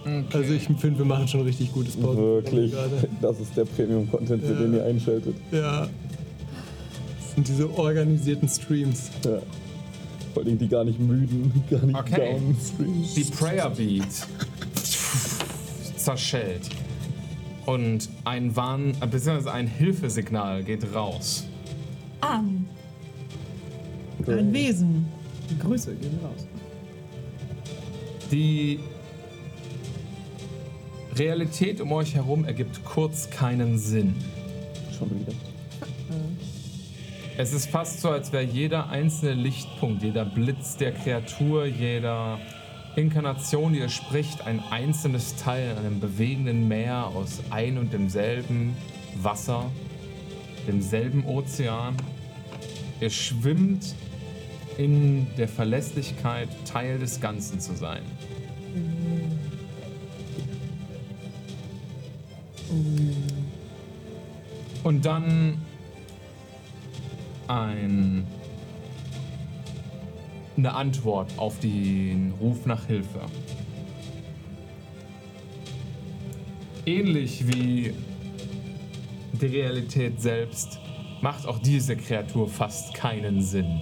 okay. Also ich finde, wir machen schon richtig gutes Podcast. Wirklich. gerade. Das ist der Premium-Content, für Ja. den ihr einschaltet. Ja. Das sind diese organisierten Streams. Ja. Vor allem die gar nicht müden, gar nicht Okay. down streams. Die Prayer Beat zerschellt. Und ein Warn, äh, beziehungsweise ein Hilfesignal geht raus. An. Ein Wesen. Die Grüße gehen raus. Die Realität um euch herum ergibt kurz keinen Sinn. Schon wieder. Es ist fast so, als wäre jeder einzelne Lichtpunkt, jeder Blitz der Kreatur, jeder Inkarnation, die ihr spricht, ein einzelnes Teil in einem bewegenden Meer aus ein und demselben Wasser, demselben Ozean. Ihr schwimmt in der Verlässlichkeit, Teil des Ganzen zu sein. Und dann ein, eine Antwort auf den Ruf nach Hilfe. Ähnlich wie die Realität selbst macht auch diese Kreatur fast keinen Sinn.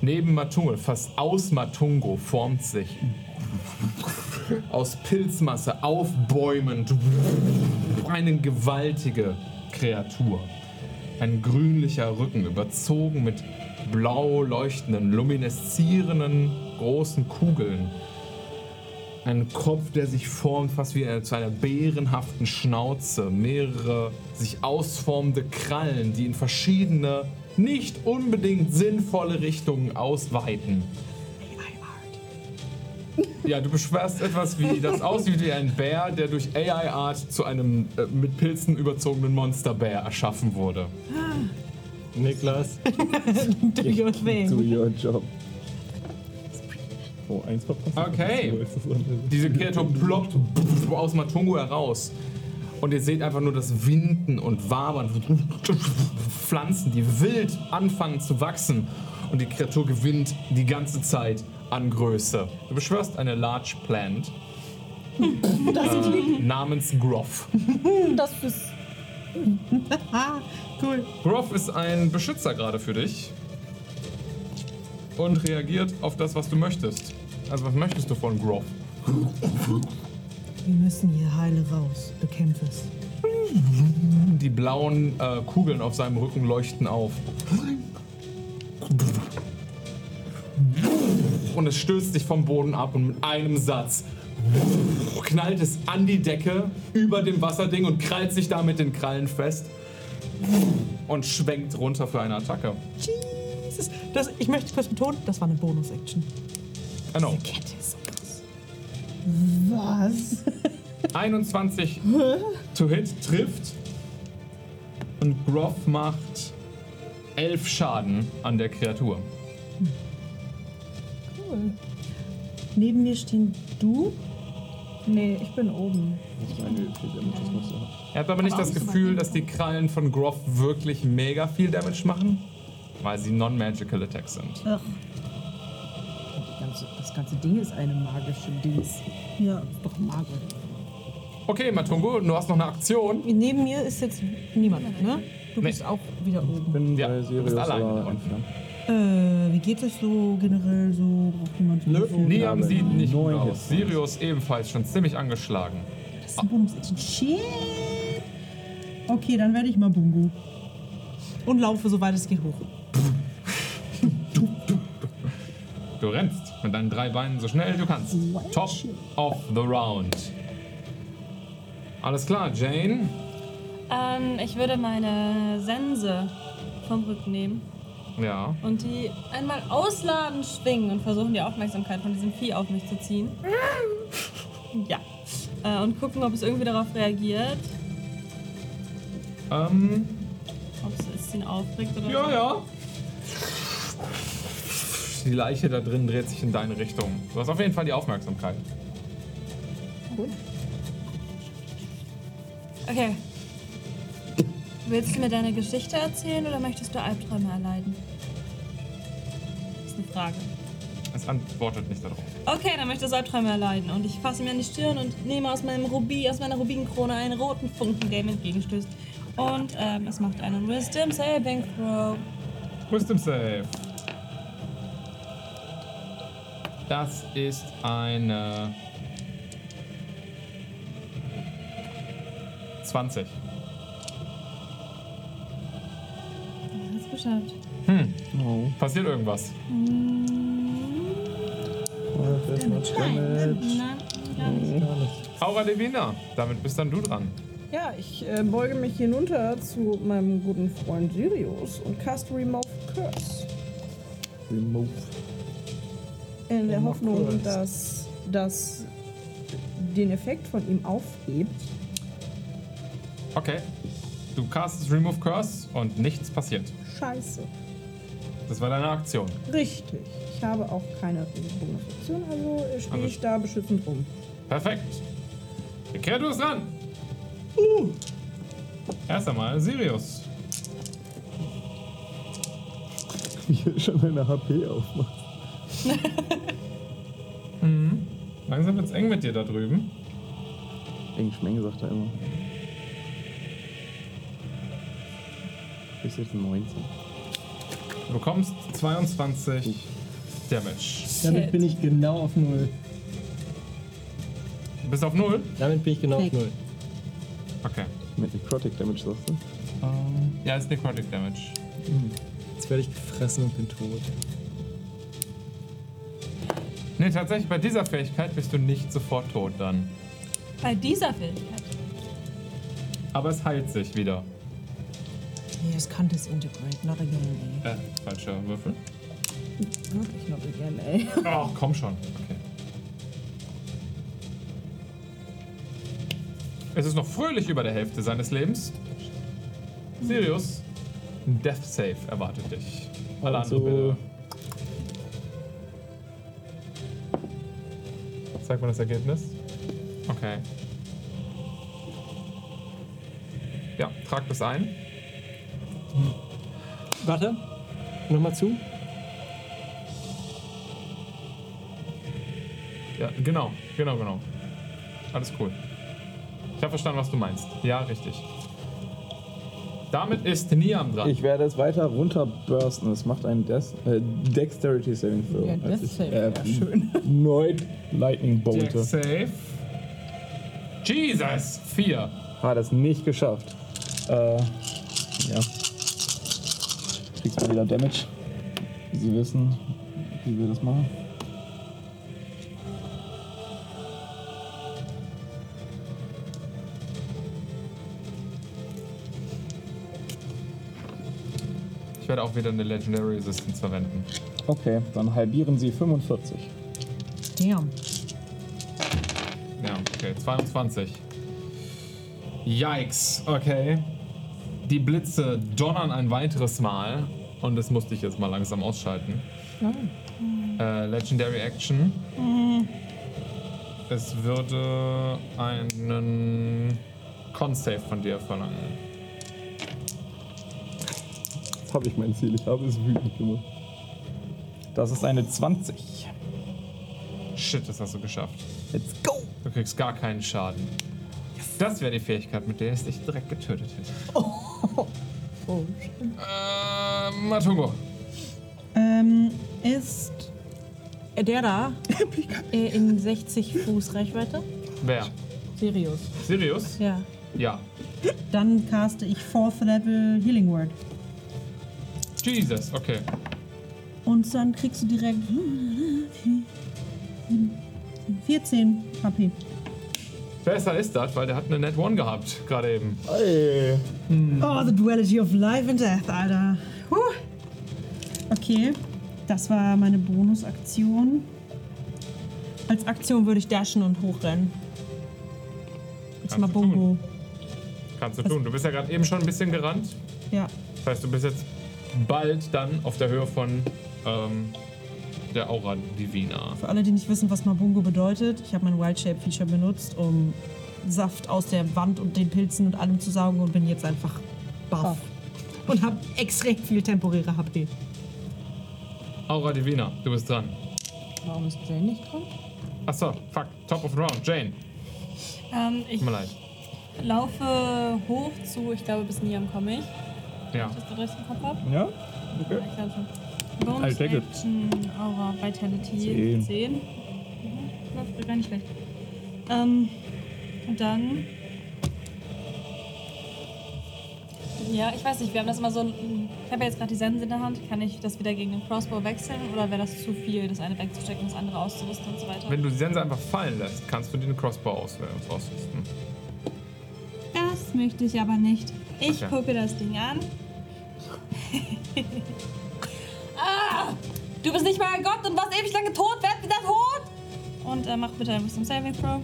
Neben Matungo, fast aus Matungo, formt sich aus Pilzmasse aufbäumend eine gewaltige Kreatur. Ein grünlicher Rücken, überzogen mit blau leuchtenden, lumineszierenden großen Kugeln. Ein Kopf, der sich formt, fast wie eine, zu einer bärenhaften Schnauze. Mehrere sich ausformende Krallen, die in verschiedene, nicht unbedingt sinnvolle Richtungen ausweiten. Ja, du beschwerst etwas, wie das aussieht wie ein Bär, der durch AI-Art zu einem äh, mit Pilzen überzogenen Monsterbär erschaffen wurde. Niklas. Do Do your thing. your job. Oh, eins verpasst. Okay. Diese Kreatur ploppt aus Matungu heraus. Und ihr seht einfach nur das Winden und Wabern Pflanzen, die wild anfangen zu wachsen. Und die Kreatur gewinnt die ganze Zeit an Größe. Du beschwörst eine Large Plant äh, namens Groff. Das ist. Ah, cool. Groff ist ein Beschützer gerade für dich. Und reagiert auf das, was du möchtest. Also, was möchtest du von Groff? Wir müssen hier heile raus. Bekämpf es. Die blauen äh, Kugeln auf seinem Rücken leuchten auf. Und es stößt sich vom Boden ab und mit einem Satz knallt es an die Decke über dem Wasserding und krallt sich da mit den Krallen fest und schwenkt runter für eine Attacke. Jesus. Das, ich möchte kurz betonen, das war eine Bonus-Action. Genau. Was? 21 to hit trifft und Groff macht 11 Schaden an der Kreatur. Cool. Neben mir stehen du? Nee, ich bin oben. Ich meine, wie viel Damage das noch so hat. Ihr habt aber nicht das Gefühl, dass die Krallen von Groff wirklich mega viel Damage machen, weil sie Non-Magical Attacks sind. Ach, Die ganze, das ganze Ding ist eine magische Dings. ja. Doch magisch. Okay, Matungo, du hast noch eine Aktion. Neben mir ist jetzt niemand, ne? Du Nee. bist auch wieder Ich oben. bin Ja, bei du bist Äh, Sirius allein aber da unten. entfernt. Äh, wie geht es so generell so? Braucht jemand Nö. so? Liam sieht nicht gut Neun aus. Hits. Sirius ebenfalls schon ziemlich angeschlagen. Das ist ein Bums. Shit. Okay, dann werde ich mal Bungo. Und laufe, soweit es geht, hoch. Du rennst mit deinen drei Beinen so schnell du kannst. Top of the round. Alles klar, Jane. Ähm, ich würde meine Sense vom Rücken nehmen Ja. und die einmal ausladen schwingen und versuchen, die Aufmerksamkeit von diesem Vieh auf mich zu ziehen. ja. Äh, und gucken, ob es irgendwie darauf reagiert. Ähm, Ob es- es ihn aufregt oder Ja, ja. Die Leiche da drin dreht sich in deine Richtung. Du hast auf jeden Fall die Aufmerksamkeit. Okay. Willst du mir deine Geschichte erzählen oder möchtest du Albträume erleiden? Das ist eine Frage. Es antwortet nicht darauf. Okay, dann möchte ich Albträume erleiden. Und ich fasse mir an die Stirn und nehme aus meinem Rubin, aus meiner Rubinkrone einen roten Funken, der ihm entgegenstößt. Und ähm, es macht einen Wisdom Saving Throw. Wisdom Save. Das ist eine 20. Du hast geschafft. Hm. Passiert irgendwas? Aura Levina, damit bist dann du dran. Ja, ich äh, beuge mich hinunter zu meinem guten Freund Sirius und cast Remove Curse. Remove. In der Remove Hoffnung, Curse. dass das den Effekt von ihm aufhebt. Okay. Du castest Remove Curse und nichts passiert. Scheiße. Das war deine Aktion. Richtig. Ich habe auch keine Bonusaktion, also äh, stehe Aber- ich da beschützend rum. Perfekt. Ikea, du bist dran. Uh. Erst einmal Sirius. Ich will schon meine HP aufmachen. Langsam wird's eng mit dir da drüben. Eng Schmenge sagt er immer. Bis jetzt 19. Du bekommst 22 Damage. Damit bin ich genau auf Null. Du bist auf null. Damit bin ich genau auf Weg. Null. Okay. Mit Necrotic Damage sagst du? Ja, ist Necrotic Damage. Jetzt werde ich gefressen und bin tot. Nee, tatsächlich, bei dieser Fähigkeit bist du nicht sofort tot dann. Bei dieser Fähigkeit. Aber es heilt sich wieder. Nee, es kann disintegrate, not again, Äh, falscher Würfel. ey. Wirklich not again, ey. Ach, komm schon. Okay. Es ist noch fröhlich über der Hälfte seines Lebens. Sirius, ein Death Save erwartet dich. Alle Also- anderen bitte. Zeig mal das Ergebnis. Okay. Ja, trag das ein. Warte. Nochmal zu. Ja, genau, genau, genau. Alles cool. Ich habe verstanden, was du meinst. Ja, richtig. Damit ist Niam dran. Ich werde es weiter runterbursten. Es macht einen Des äh, Dexterity Saving Throw. Ja, als Death ich, Save, äh, ja, schön. Erneut Lightning Bolte. Dex Save. Jesus! Vier. Hat es nicht geschafft. Äh, ja. Kriegst mal wieder Damage. Sie wissen, wie wir das machen. Ich werde auch wieder eine Legendary Resistance verwenden. Okay, dann halbieren sie 45. Damn. Ja, okay. 22. Yikes. Okay. Die Blitze donnern ein weiteres Mal. Und das musste ich jetzt mal langsam ausschalten. Oh. Äh, Legendary Action. Mhm. Es würde einen Con-Save von dir verlangen. Jetzt habe ich mein Ziel. Ich habe es wütend gemacht. Das ist eine 20. Shit, das hast du geschafft. Let's go! Du kriegst gar keinen Schaden. Das wäre die Fähigkeit, mit der es dich direkt getötet hätte. Oh, Äh, Matungo. Ähm, ist der da äh, in 60 Fuß Reichweite? Wer? Sirius. Sirius? Ja. Ja. Dann caste ich Fourth Level Healing Word. Jesus, okay. Und dann kriegst du direkt 14 HP. Besser ist das, weil der hat eine Net One gehabt, gerade eben. Ey. Oh, the duality of life and death, Alter. Huh. Okay, das war meine Bonusaktion. Als Aktion würde ich dashen und hochrennen. Jetzt Kannst mal du Bongo. tun. Kannst du tun. Du bist ja gerade eben schon ein bisschen gerannt. Ja. Das heißt, du bist jetzt bald dann auf der Höhe von ähm, der Aura Divina. Für alle, die nicht wissen, was Mabungo bedeutet, ich habe mein Wild Shape Feature benutzt, um Saft aus der Wand und den Pilzen und allem zu saugen und bin jetzt einfach baff. Und habe extrem viel temporäre HP. Aura Divina, du bist dran. Warum ist Jane nicht dran? Achso, fuck. Top of the round. Jane, Ähm, ich tut mir leid. laufe hoch zu, ich glaube, bis Niam komme ich. Ja. Wenn ich das gerade richtig im Kopf habe. Ja? Ja, ich glaube schon. Bonus Alter, gut. Action, Aura, Vitality, Zehn. 10. Mhm. Läuft gar nicht schlecht. Ähm, und dann Ja, ich weiß nicht, wir haben das immer so. Ich habe ja jetzt gerade die Sense in der Hand. Kann ich das wieder gegen den Crossbow wechseln oder wäre das zu viel, das eine wegzustecken, das andere auszurüsten und so weiter? Wenn du die Sense einfach fallen lässt, kannst du den Crossbow aus- äh, ausrüsten. Das möchte ich aber nicht. Ich Okay. gucke das Ding an. ah, du bist nicht mal Gott und warst ewig lange tot. Werd wieder tot! Und äh, mach bitte ein Wisdom Saving Throw.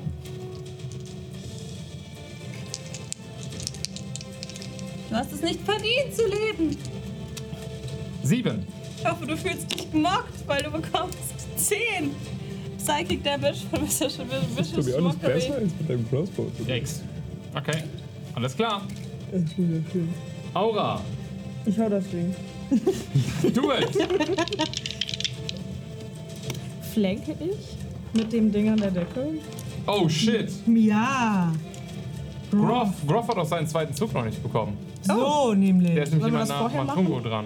Du hast es nicht verdient zu leben. Sieben. Ich hoffe, du fühlst dich gemockt, weil du bekommst 10 Psychic Damage von Mr. Du Vicious bist auch nicht besser Mockery. als mit deinem Crossbow. Yikes. Okay, alles klar. Aura, Ich hau das Ding. do it! Flenke ich mit dem Ding an der Decke? Oh shit! Ja. Groff, Groff hat auch seinen zweiten Zug noch nicht bekommen. So Oh. Der nämlich. ist nämlich Wollen wir immer das nach vorher Matungo dran.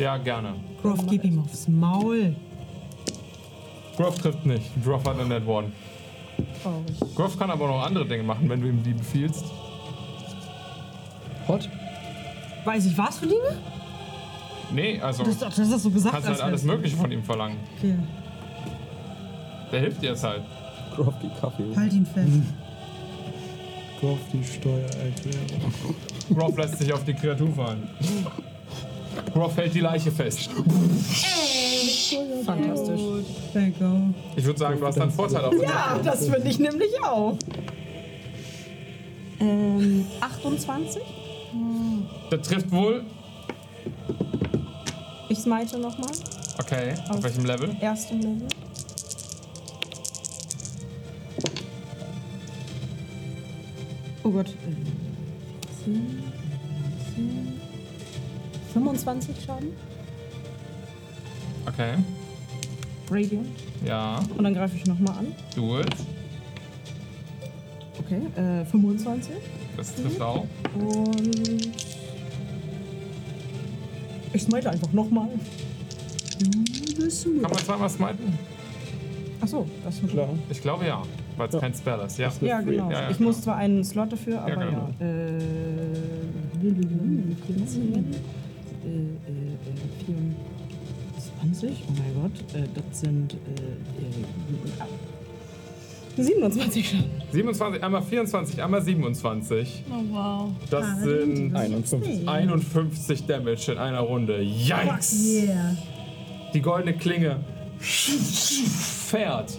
Ja, gerne. Groff, gib ihm aufs Maul. Groff trifft nicht. Groff hat eine Net One. Traurig. Groff kann aber noch andere Dinge machen, wenn du ihm die befiehlst. Hot? Weiß ich was für Dinge? Nee, also Das, das hast du gesagt. kannst halt als alles Mögliche von ihm verlangen. Okay. Der hilft dir jetzt halt. Groff die Kaffee. Halt ihn fest. Kauf die Steuererklärung. Groff lässt sich auf die Kreatur fallen. Groff hält die Leiche fest. Fantastisch. There you go. Ich würde sagen, du hast einen Vorteil auf ja. Ah, das finde ich nämlich auch. Ähm, 28? Der trifft wohl. Ich smite nochmal. Okay, auf welchem Level? Erstem Level. Oh Gott. ähm, 10, 10, 25 Schaden. Okay, Radiant. ja, Und dann greife ich nochmal an. do it. Okay, äh, 25. Das trifft auch. Und ich smite einfach nochmal. Kann man zweimal smiten? Achso, das ist klar. Ich glaube ja, weil es kein Spell ist. Ja. Ja, genau. Ja, ja, ich klar. muss zwar einen Slot dafür, aber ja. genau. Äh, äh, äh, äh, 24? Oh mein Gott, äh, das sind äh, äh, 27 schon. 27, einmal 24, einmal 27. Oh wow. Das sind 51. 51 Damage in einer Runde. Yikes! Yeah. Die goldene Klinge fährt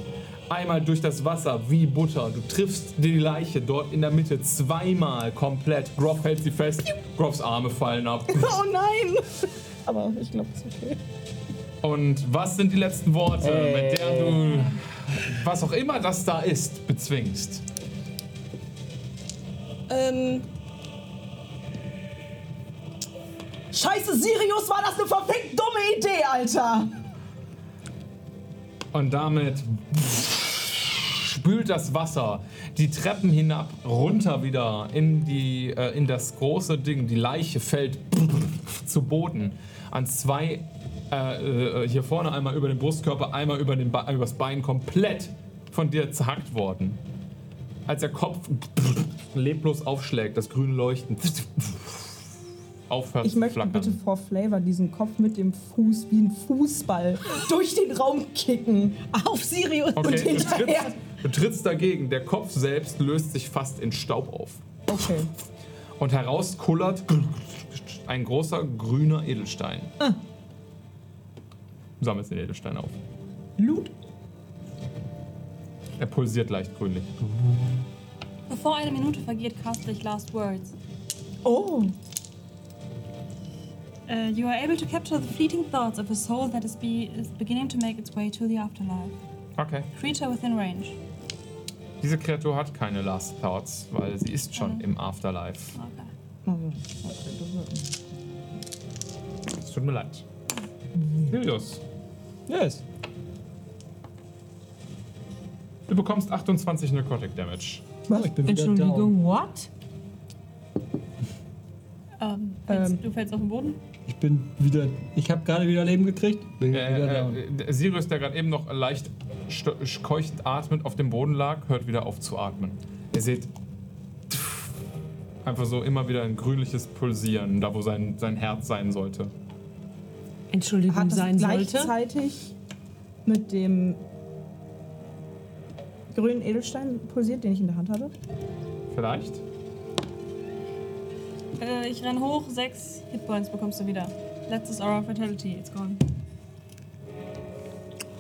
einmal durch das Wasser wie Butter. Du triffst die Leiche dort in der Mitte zweimal komplett. Groff hält sie fest, Groffs Arme fallen ab. Oh nein! Aber ich glaube, das ist okay. Und was sind die letzten Worte, mit deren du was auch immer das da ist, bezwingst? Ähm, Scheiße, Sirius, war das eine verfickt dumme Idee, Alter! Und damit spült das Wasser die Treppen hinab, runter wieder in, die, äh, in das große Ding. Die Leiche fällt zu Boden an zwei, äh, äh, hier vorne einmal über den Brustkörper, einmal über den Be übers Bein, komplett von dir zerhackt worden. Als der Kopf leblos aufschlägt, das grüne Leuchten aufhört Ich zu möchte flackern. bitte vor Flavor diesen Kopf mit dem Fuß wie ein Fußball durch den Raum kicken. Auf Sirius und Okay, du hinterher. trittst, du trittst dagegen. Der Kopf selbst löst sich fast in Staub auf. Okay. Und heraus kullert ein großer grüner Edelstein. Ah. Du sammelst den Edelstein auf. Loot. Er pulsiert leicht grünlich. Bevor eine Minute vergeht, caste ich Last Words. Oh. Uh, you are able to capture the fleeting thoughts of a soul that is, be is beginning to make its way to the afterlife. Okay. Creature within range. Diese Kreatur hat keine Last Thoughts, weil sie ist schon Ah. im Afterlife. Okay. Es tut mir leid. Julius, Yes. du bekommst 28 Narcotic Damage. Was? Oh, Ich bin wieder down. Entschuldigung, what? Ähm, fällst, Du fällst auf den Boden? Ich bin wieder. Ich habe gerade wieder Leben gekriegt. Bin wieder Äh, down. äh, der Sirius, der gerade eben noch leicht stö- keuchend atmend auf dem Boden lag, hört wieder auf zu atmen. Ihr seht Einfach so immer wieder ein grünliches Pulsieren, da wo sein, sein Herz sein sollte. Entschuldigung Hat das sein sollte. gleichzeitig mit dem grünen Edelstein pulsiert, den ich in der Hand habe? Vielleicht? Äh, ich renn hoch, sechs Hitpoints bekommst du wieder. Letztes Aura of Fatality, it's gone.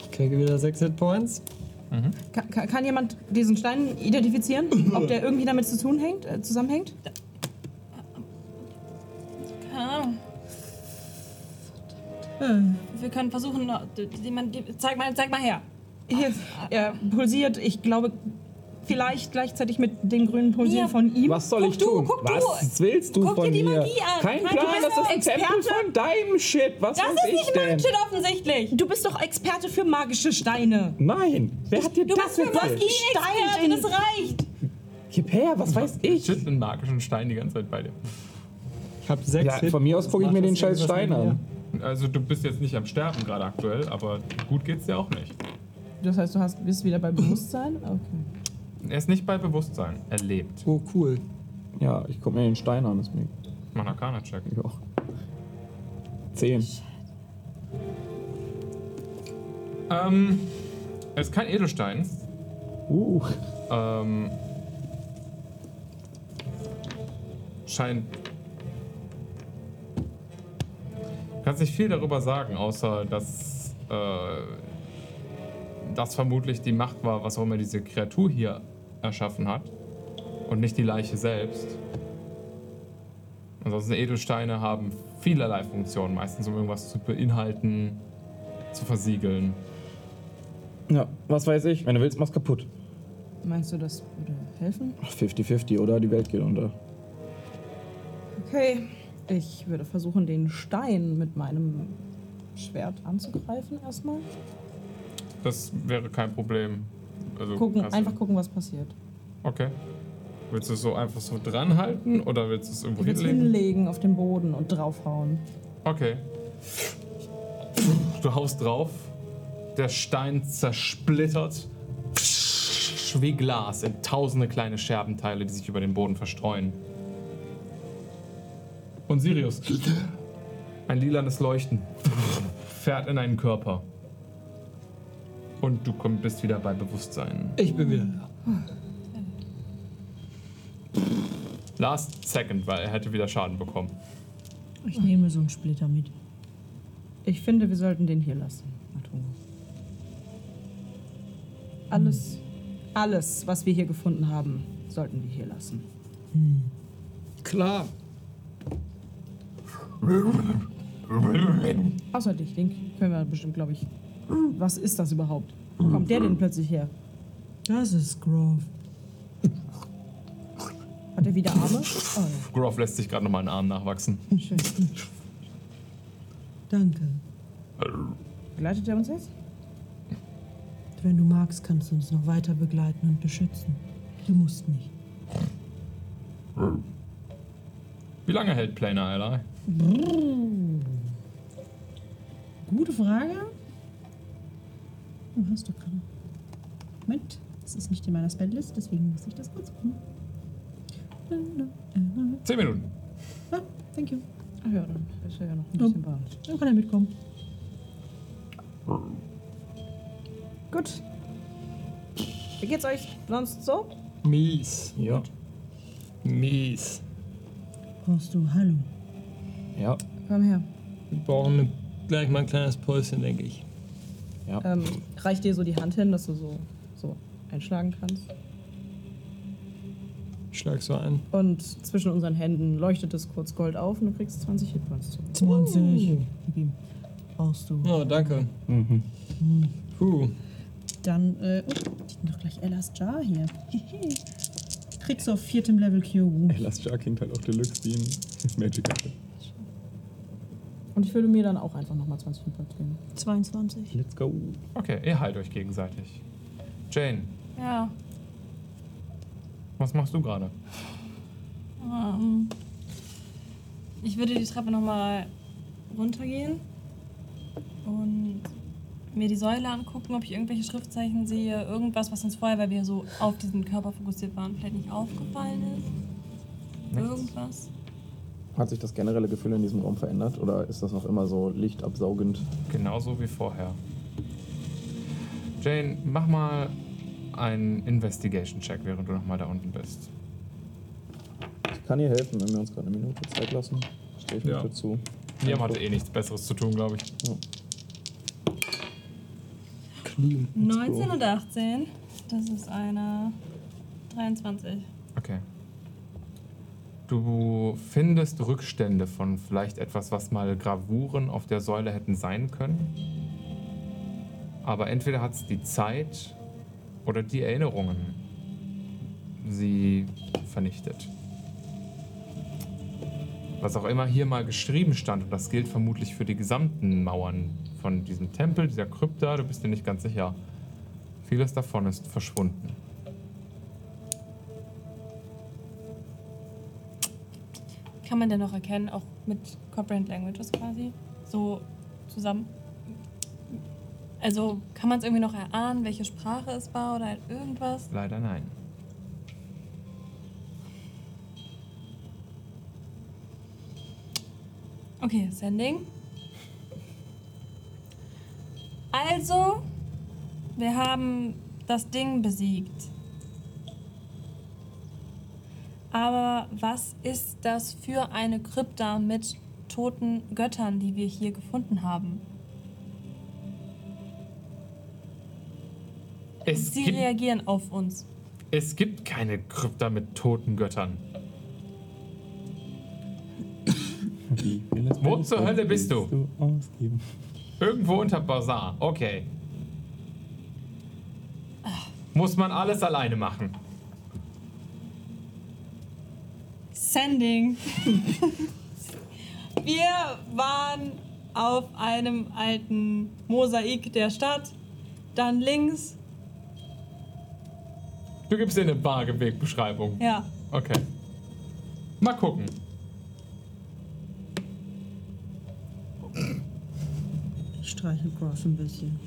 Ich kriege wieder 6 Hitpoints. Kann, kann, kann jemand diesen Stein identifizieren? Ob der irgendwie damit zu tun hängt, äh, zusammenhängt? Keine Ahnung. Wir können versuchen, noch- d- d- jemand, gib- zeig mal, zeig mal her. Hier, er pulsiert, ich glaube, vielleicht gleichzeitig mit dem grünen Pulsieren Hier. von ihm. Was soll ich tun? Oh, guck du. Was willst du Guck dir von die mir? Magie an. Kein Mann, Plan, du bist das ist ein doch Tempel Experte. von deinem Shit. Was Das weiß ist ich nicht denn? mein Shit offensichtlich. Du bist doch Experte für magische Steine. Nein, wer hat dir Du das bist für erzählt? Magie-Experte, das reicht. Gib her, was weiß ich? Shit, einen magischen Stein die ganze Zeit bei dir. Ich habe 6 Ja, von mir aus gucke ich mir den scheiß Stein an. Also du bist jetzt nicht am Sterben gerade aktuell, aber gut geht's dir auch nicht. Das heißt, du hast, bist wieder bei Bewusstsein? Okay. Er ist nicht bei Bewusstsein. Er lebt. Oh, cool. Ja, ich gucke mir den Stein an, ist mir Mach einen Arcana-Check. Ja. Zehn. Ähm, er ist kein Edelstein. Uh. Ähm, scheint. Kannst nicht viel darüber sagen, außer dass äh, das vermutlich die Macht war, was auch immer diese Kreatur hier erschaffen hat. Und nicht die Leiche selbst. Ansonsten Edelsteine haben vielerlei Funktionen, meistens um irgendwas zu beinhalten, zu versiegeln. Ja, was weiß ich? Wenn du willst, mach's kaputt. Meinst du, das würde helfen? 50-50, oder? Die Welt geht unter. Okay. Ich würde versuchen, den Stein mit meinem Schwert anzugreifen erstmal. Das wäre kein Problem. Also Gucken, kannst du- einfach gucken, was passiert. Okay. Willst du es so einfach so dran halten oder willst du es irgendwo Ich würde es hinlegen? hinlegen auf den Boden und draufhauen. Okay. Du haust drauf. Der Stein zersplittert wie Glas in tausende kleine Scherbenteile, die sich über den Boden verstreuen. Und Sirius, ein lilanes Leuchten fährt in einen Körper. Und du komm- bist wieder bei Bewusstsein. Ich bin wieder da. Last second, weil er hätte wieder Schaden bekommen. Ich nehme so einen Splitter mit. Ich finde, wir sollten den hier lassen, Matungo. Alles, alles, was wir hier gefunden haben, sollten wir hier lassen. Klar. Außer dich, den können wir bestimmt, glaube ich. Was ist das überhaupt? Wo kommt der denn plötzlich her? Das ist Grove. Hat er wieder Arme? Oh, Groff lässt sich gerade nochmal einen Arm nachwachsen. ja. schön. Danke. Begleitet er uns jetzt? Wenn du magst, kannst du uns noch weiter begleiten und beschützen. Du musst nicht. Wie lange hält Planer Ally? Gute Frage. Du hast doch gerade. Moment, das ist nicht in meiner Spelllist, deswegen muss ich das kurz machen. Zehn Minuten. Ah, thank you. Ach Ah, ja, dann ist er ja noch ein bisschen bald. Dann kann er mitkommen. Gut. Wie geht's euch sonst so? Mies. Ja. Mies. Brauchst du Hallo? Ja. Komm her. Wir brauchen ne- gleich mal ein kleines Päuschen, denke ich. Ähm, reich dir so die Hand hin, dass du so, so einschlagen kannst. Ich Schlag so ein. Und zwischen unseren Händen leuchtet es kurz Gold auf und du kriegst 20 Hitpoints zurück. 20. Gib ihm. Brauchst du. Oh, danke. Mhm. Puh. Dann, äh, oh, die sind doch gleich Ella's Jar hier. Hihi. Kriegst du auf viertem Level Kyogu. Ey, lass Jar King halt auch Deluxe dienen. Magic Apple. Und ich würde mir dann auch einfach nochmal 20 Hitpoints geben. 22. Let's go. Okay, ihr heilt euch gegenseitig. Jane, Ja. was machst du gerade? Ähm, ich würde die Treppe nochmal runtergehen und mir die Säule angucken, ob ich irgendwelche Schriftzeichen sehe, irgendwas, was uns vorher, weil wir so auf diesen Körper fokussiert waren, vielleicht nicht aufgefallen ist. Irgendwas. Hat sich das generelle Gefühl in diesem Raum verändert oder ist das noch immer so lichtabsaugend? Genauso wie vorher. Jane, mach mal einen Investigation-Check, während du nochmal da unten bist. Ich kann ihr helfen, wenn wir uns gerade eine Minute Zeit lassen. Stehe ich Ja. mit dazu. Liam hatte eh nichts Besseres zu tun, glaube ich. Clean. 19 und 18. Das ist eine 23. Okay. Du findest Rückstände von vielleicht etwas, was mal Gravuren auf der Säule hätten sein können. Aber entweder hat es die Zeit oder die Erinnerungen sie vernichtet. Was auch immer hier mal geschrieben stand, und das gilt vermutlich für die gesamten Mauern von diesem Tempel, dieser Krypta, du bist dir nicht ganz sicher. Vieles davon ist verschwunden. Kann man denn noch erkennen, auch mit Corporate Languages quasi? So zusammen? Also kann man es irgendwie noch erahnen, welche Sprache es war oder halt irgendwas? Leider nein. Okay, Sending. Also, wir haben das Ding besiegt. Aber was ist das für eine Krypta mit toten Göttern, die wir hier gefunden haben? Es Sie gibt reagieren auf uns. Es gibt keine Krypta mit toten Göttern. Wo zur Hölle bist du? Ausgeben. Irgendwo unter Bazar. Okay. Muss man alles alleine machen. Sending. Wir waren auf einem alten Mosaik der Stadt. Dann links. Du gibst dir eine vage Wegbeschreibung. Ja. Okay. Mal gucken. Streichel Groff ein bisschen.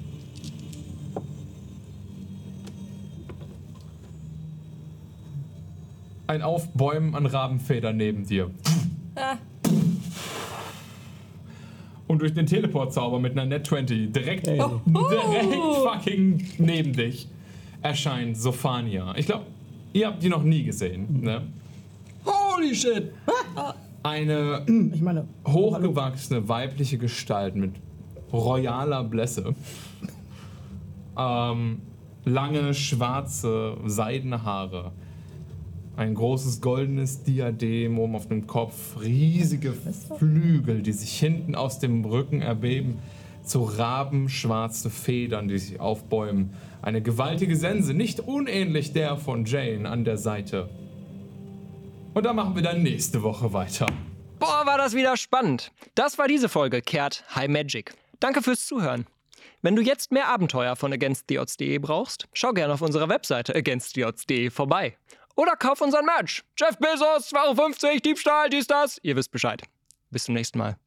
Ein Aufbäumen an Rabenfedern neben dir. Ah, Und durch den Teleportzauber mit einer Net 20 direkt, Hey. direkt fucking neben dich erscheint Sophania. Ich glaube, ihr habt die noch nie gesehen. Ne? Holy shit! Eine Ich meine, hochgewachsene weibliche Gestalt mit royaler Blässe. Ähm, lange schwarze seidene Haare. Ein großes goldenes Diadem oben auf dem Kopf. Riesige Flügel, die sich hinten aus dem Rücken erbeben. Zu rabenschwarze Federn, die sich aufbäumen. Eine gewaltige Sense, nicht unähnlich der von Jane an der Seite. Und da machen wir dann nächste Woche weiter. Boah, war das wieder spannend. Das war diese Folge Kehrt High Magic. Danke fürs Zuhören. Wenn du jetzt mehr Abenteuer von againsttheodds.de E brauchst, schau gerne auf unserer Webseite againsttheodds.de E vorbei. Oder kauf unseren Merch. Jeff Bezos, 2,50 Diebstahl, dies, das. Ihr wisst Bescheid. Bis zum nächsten Mal.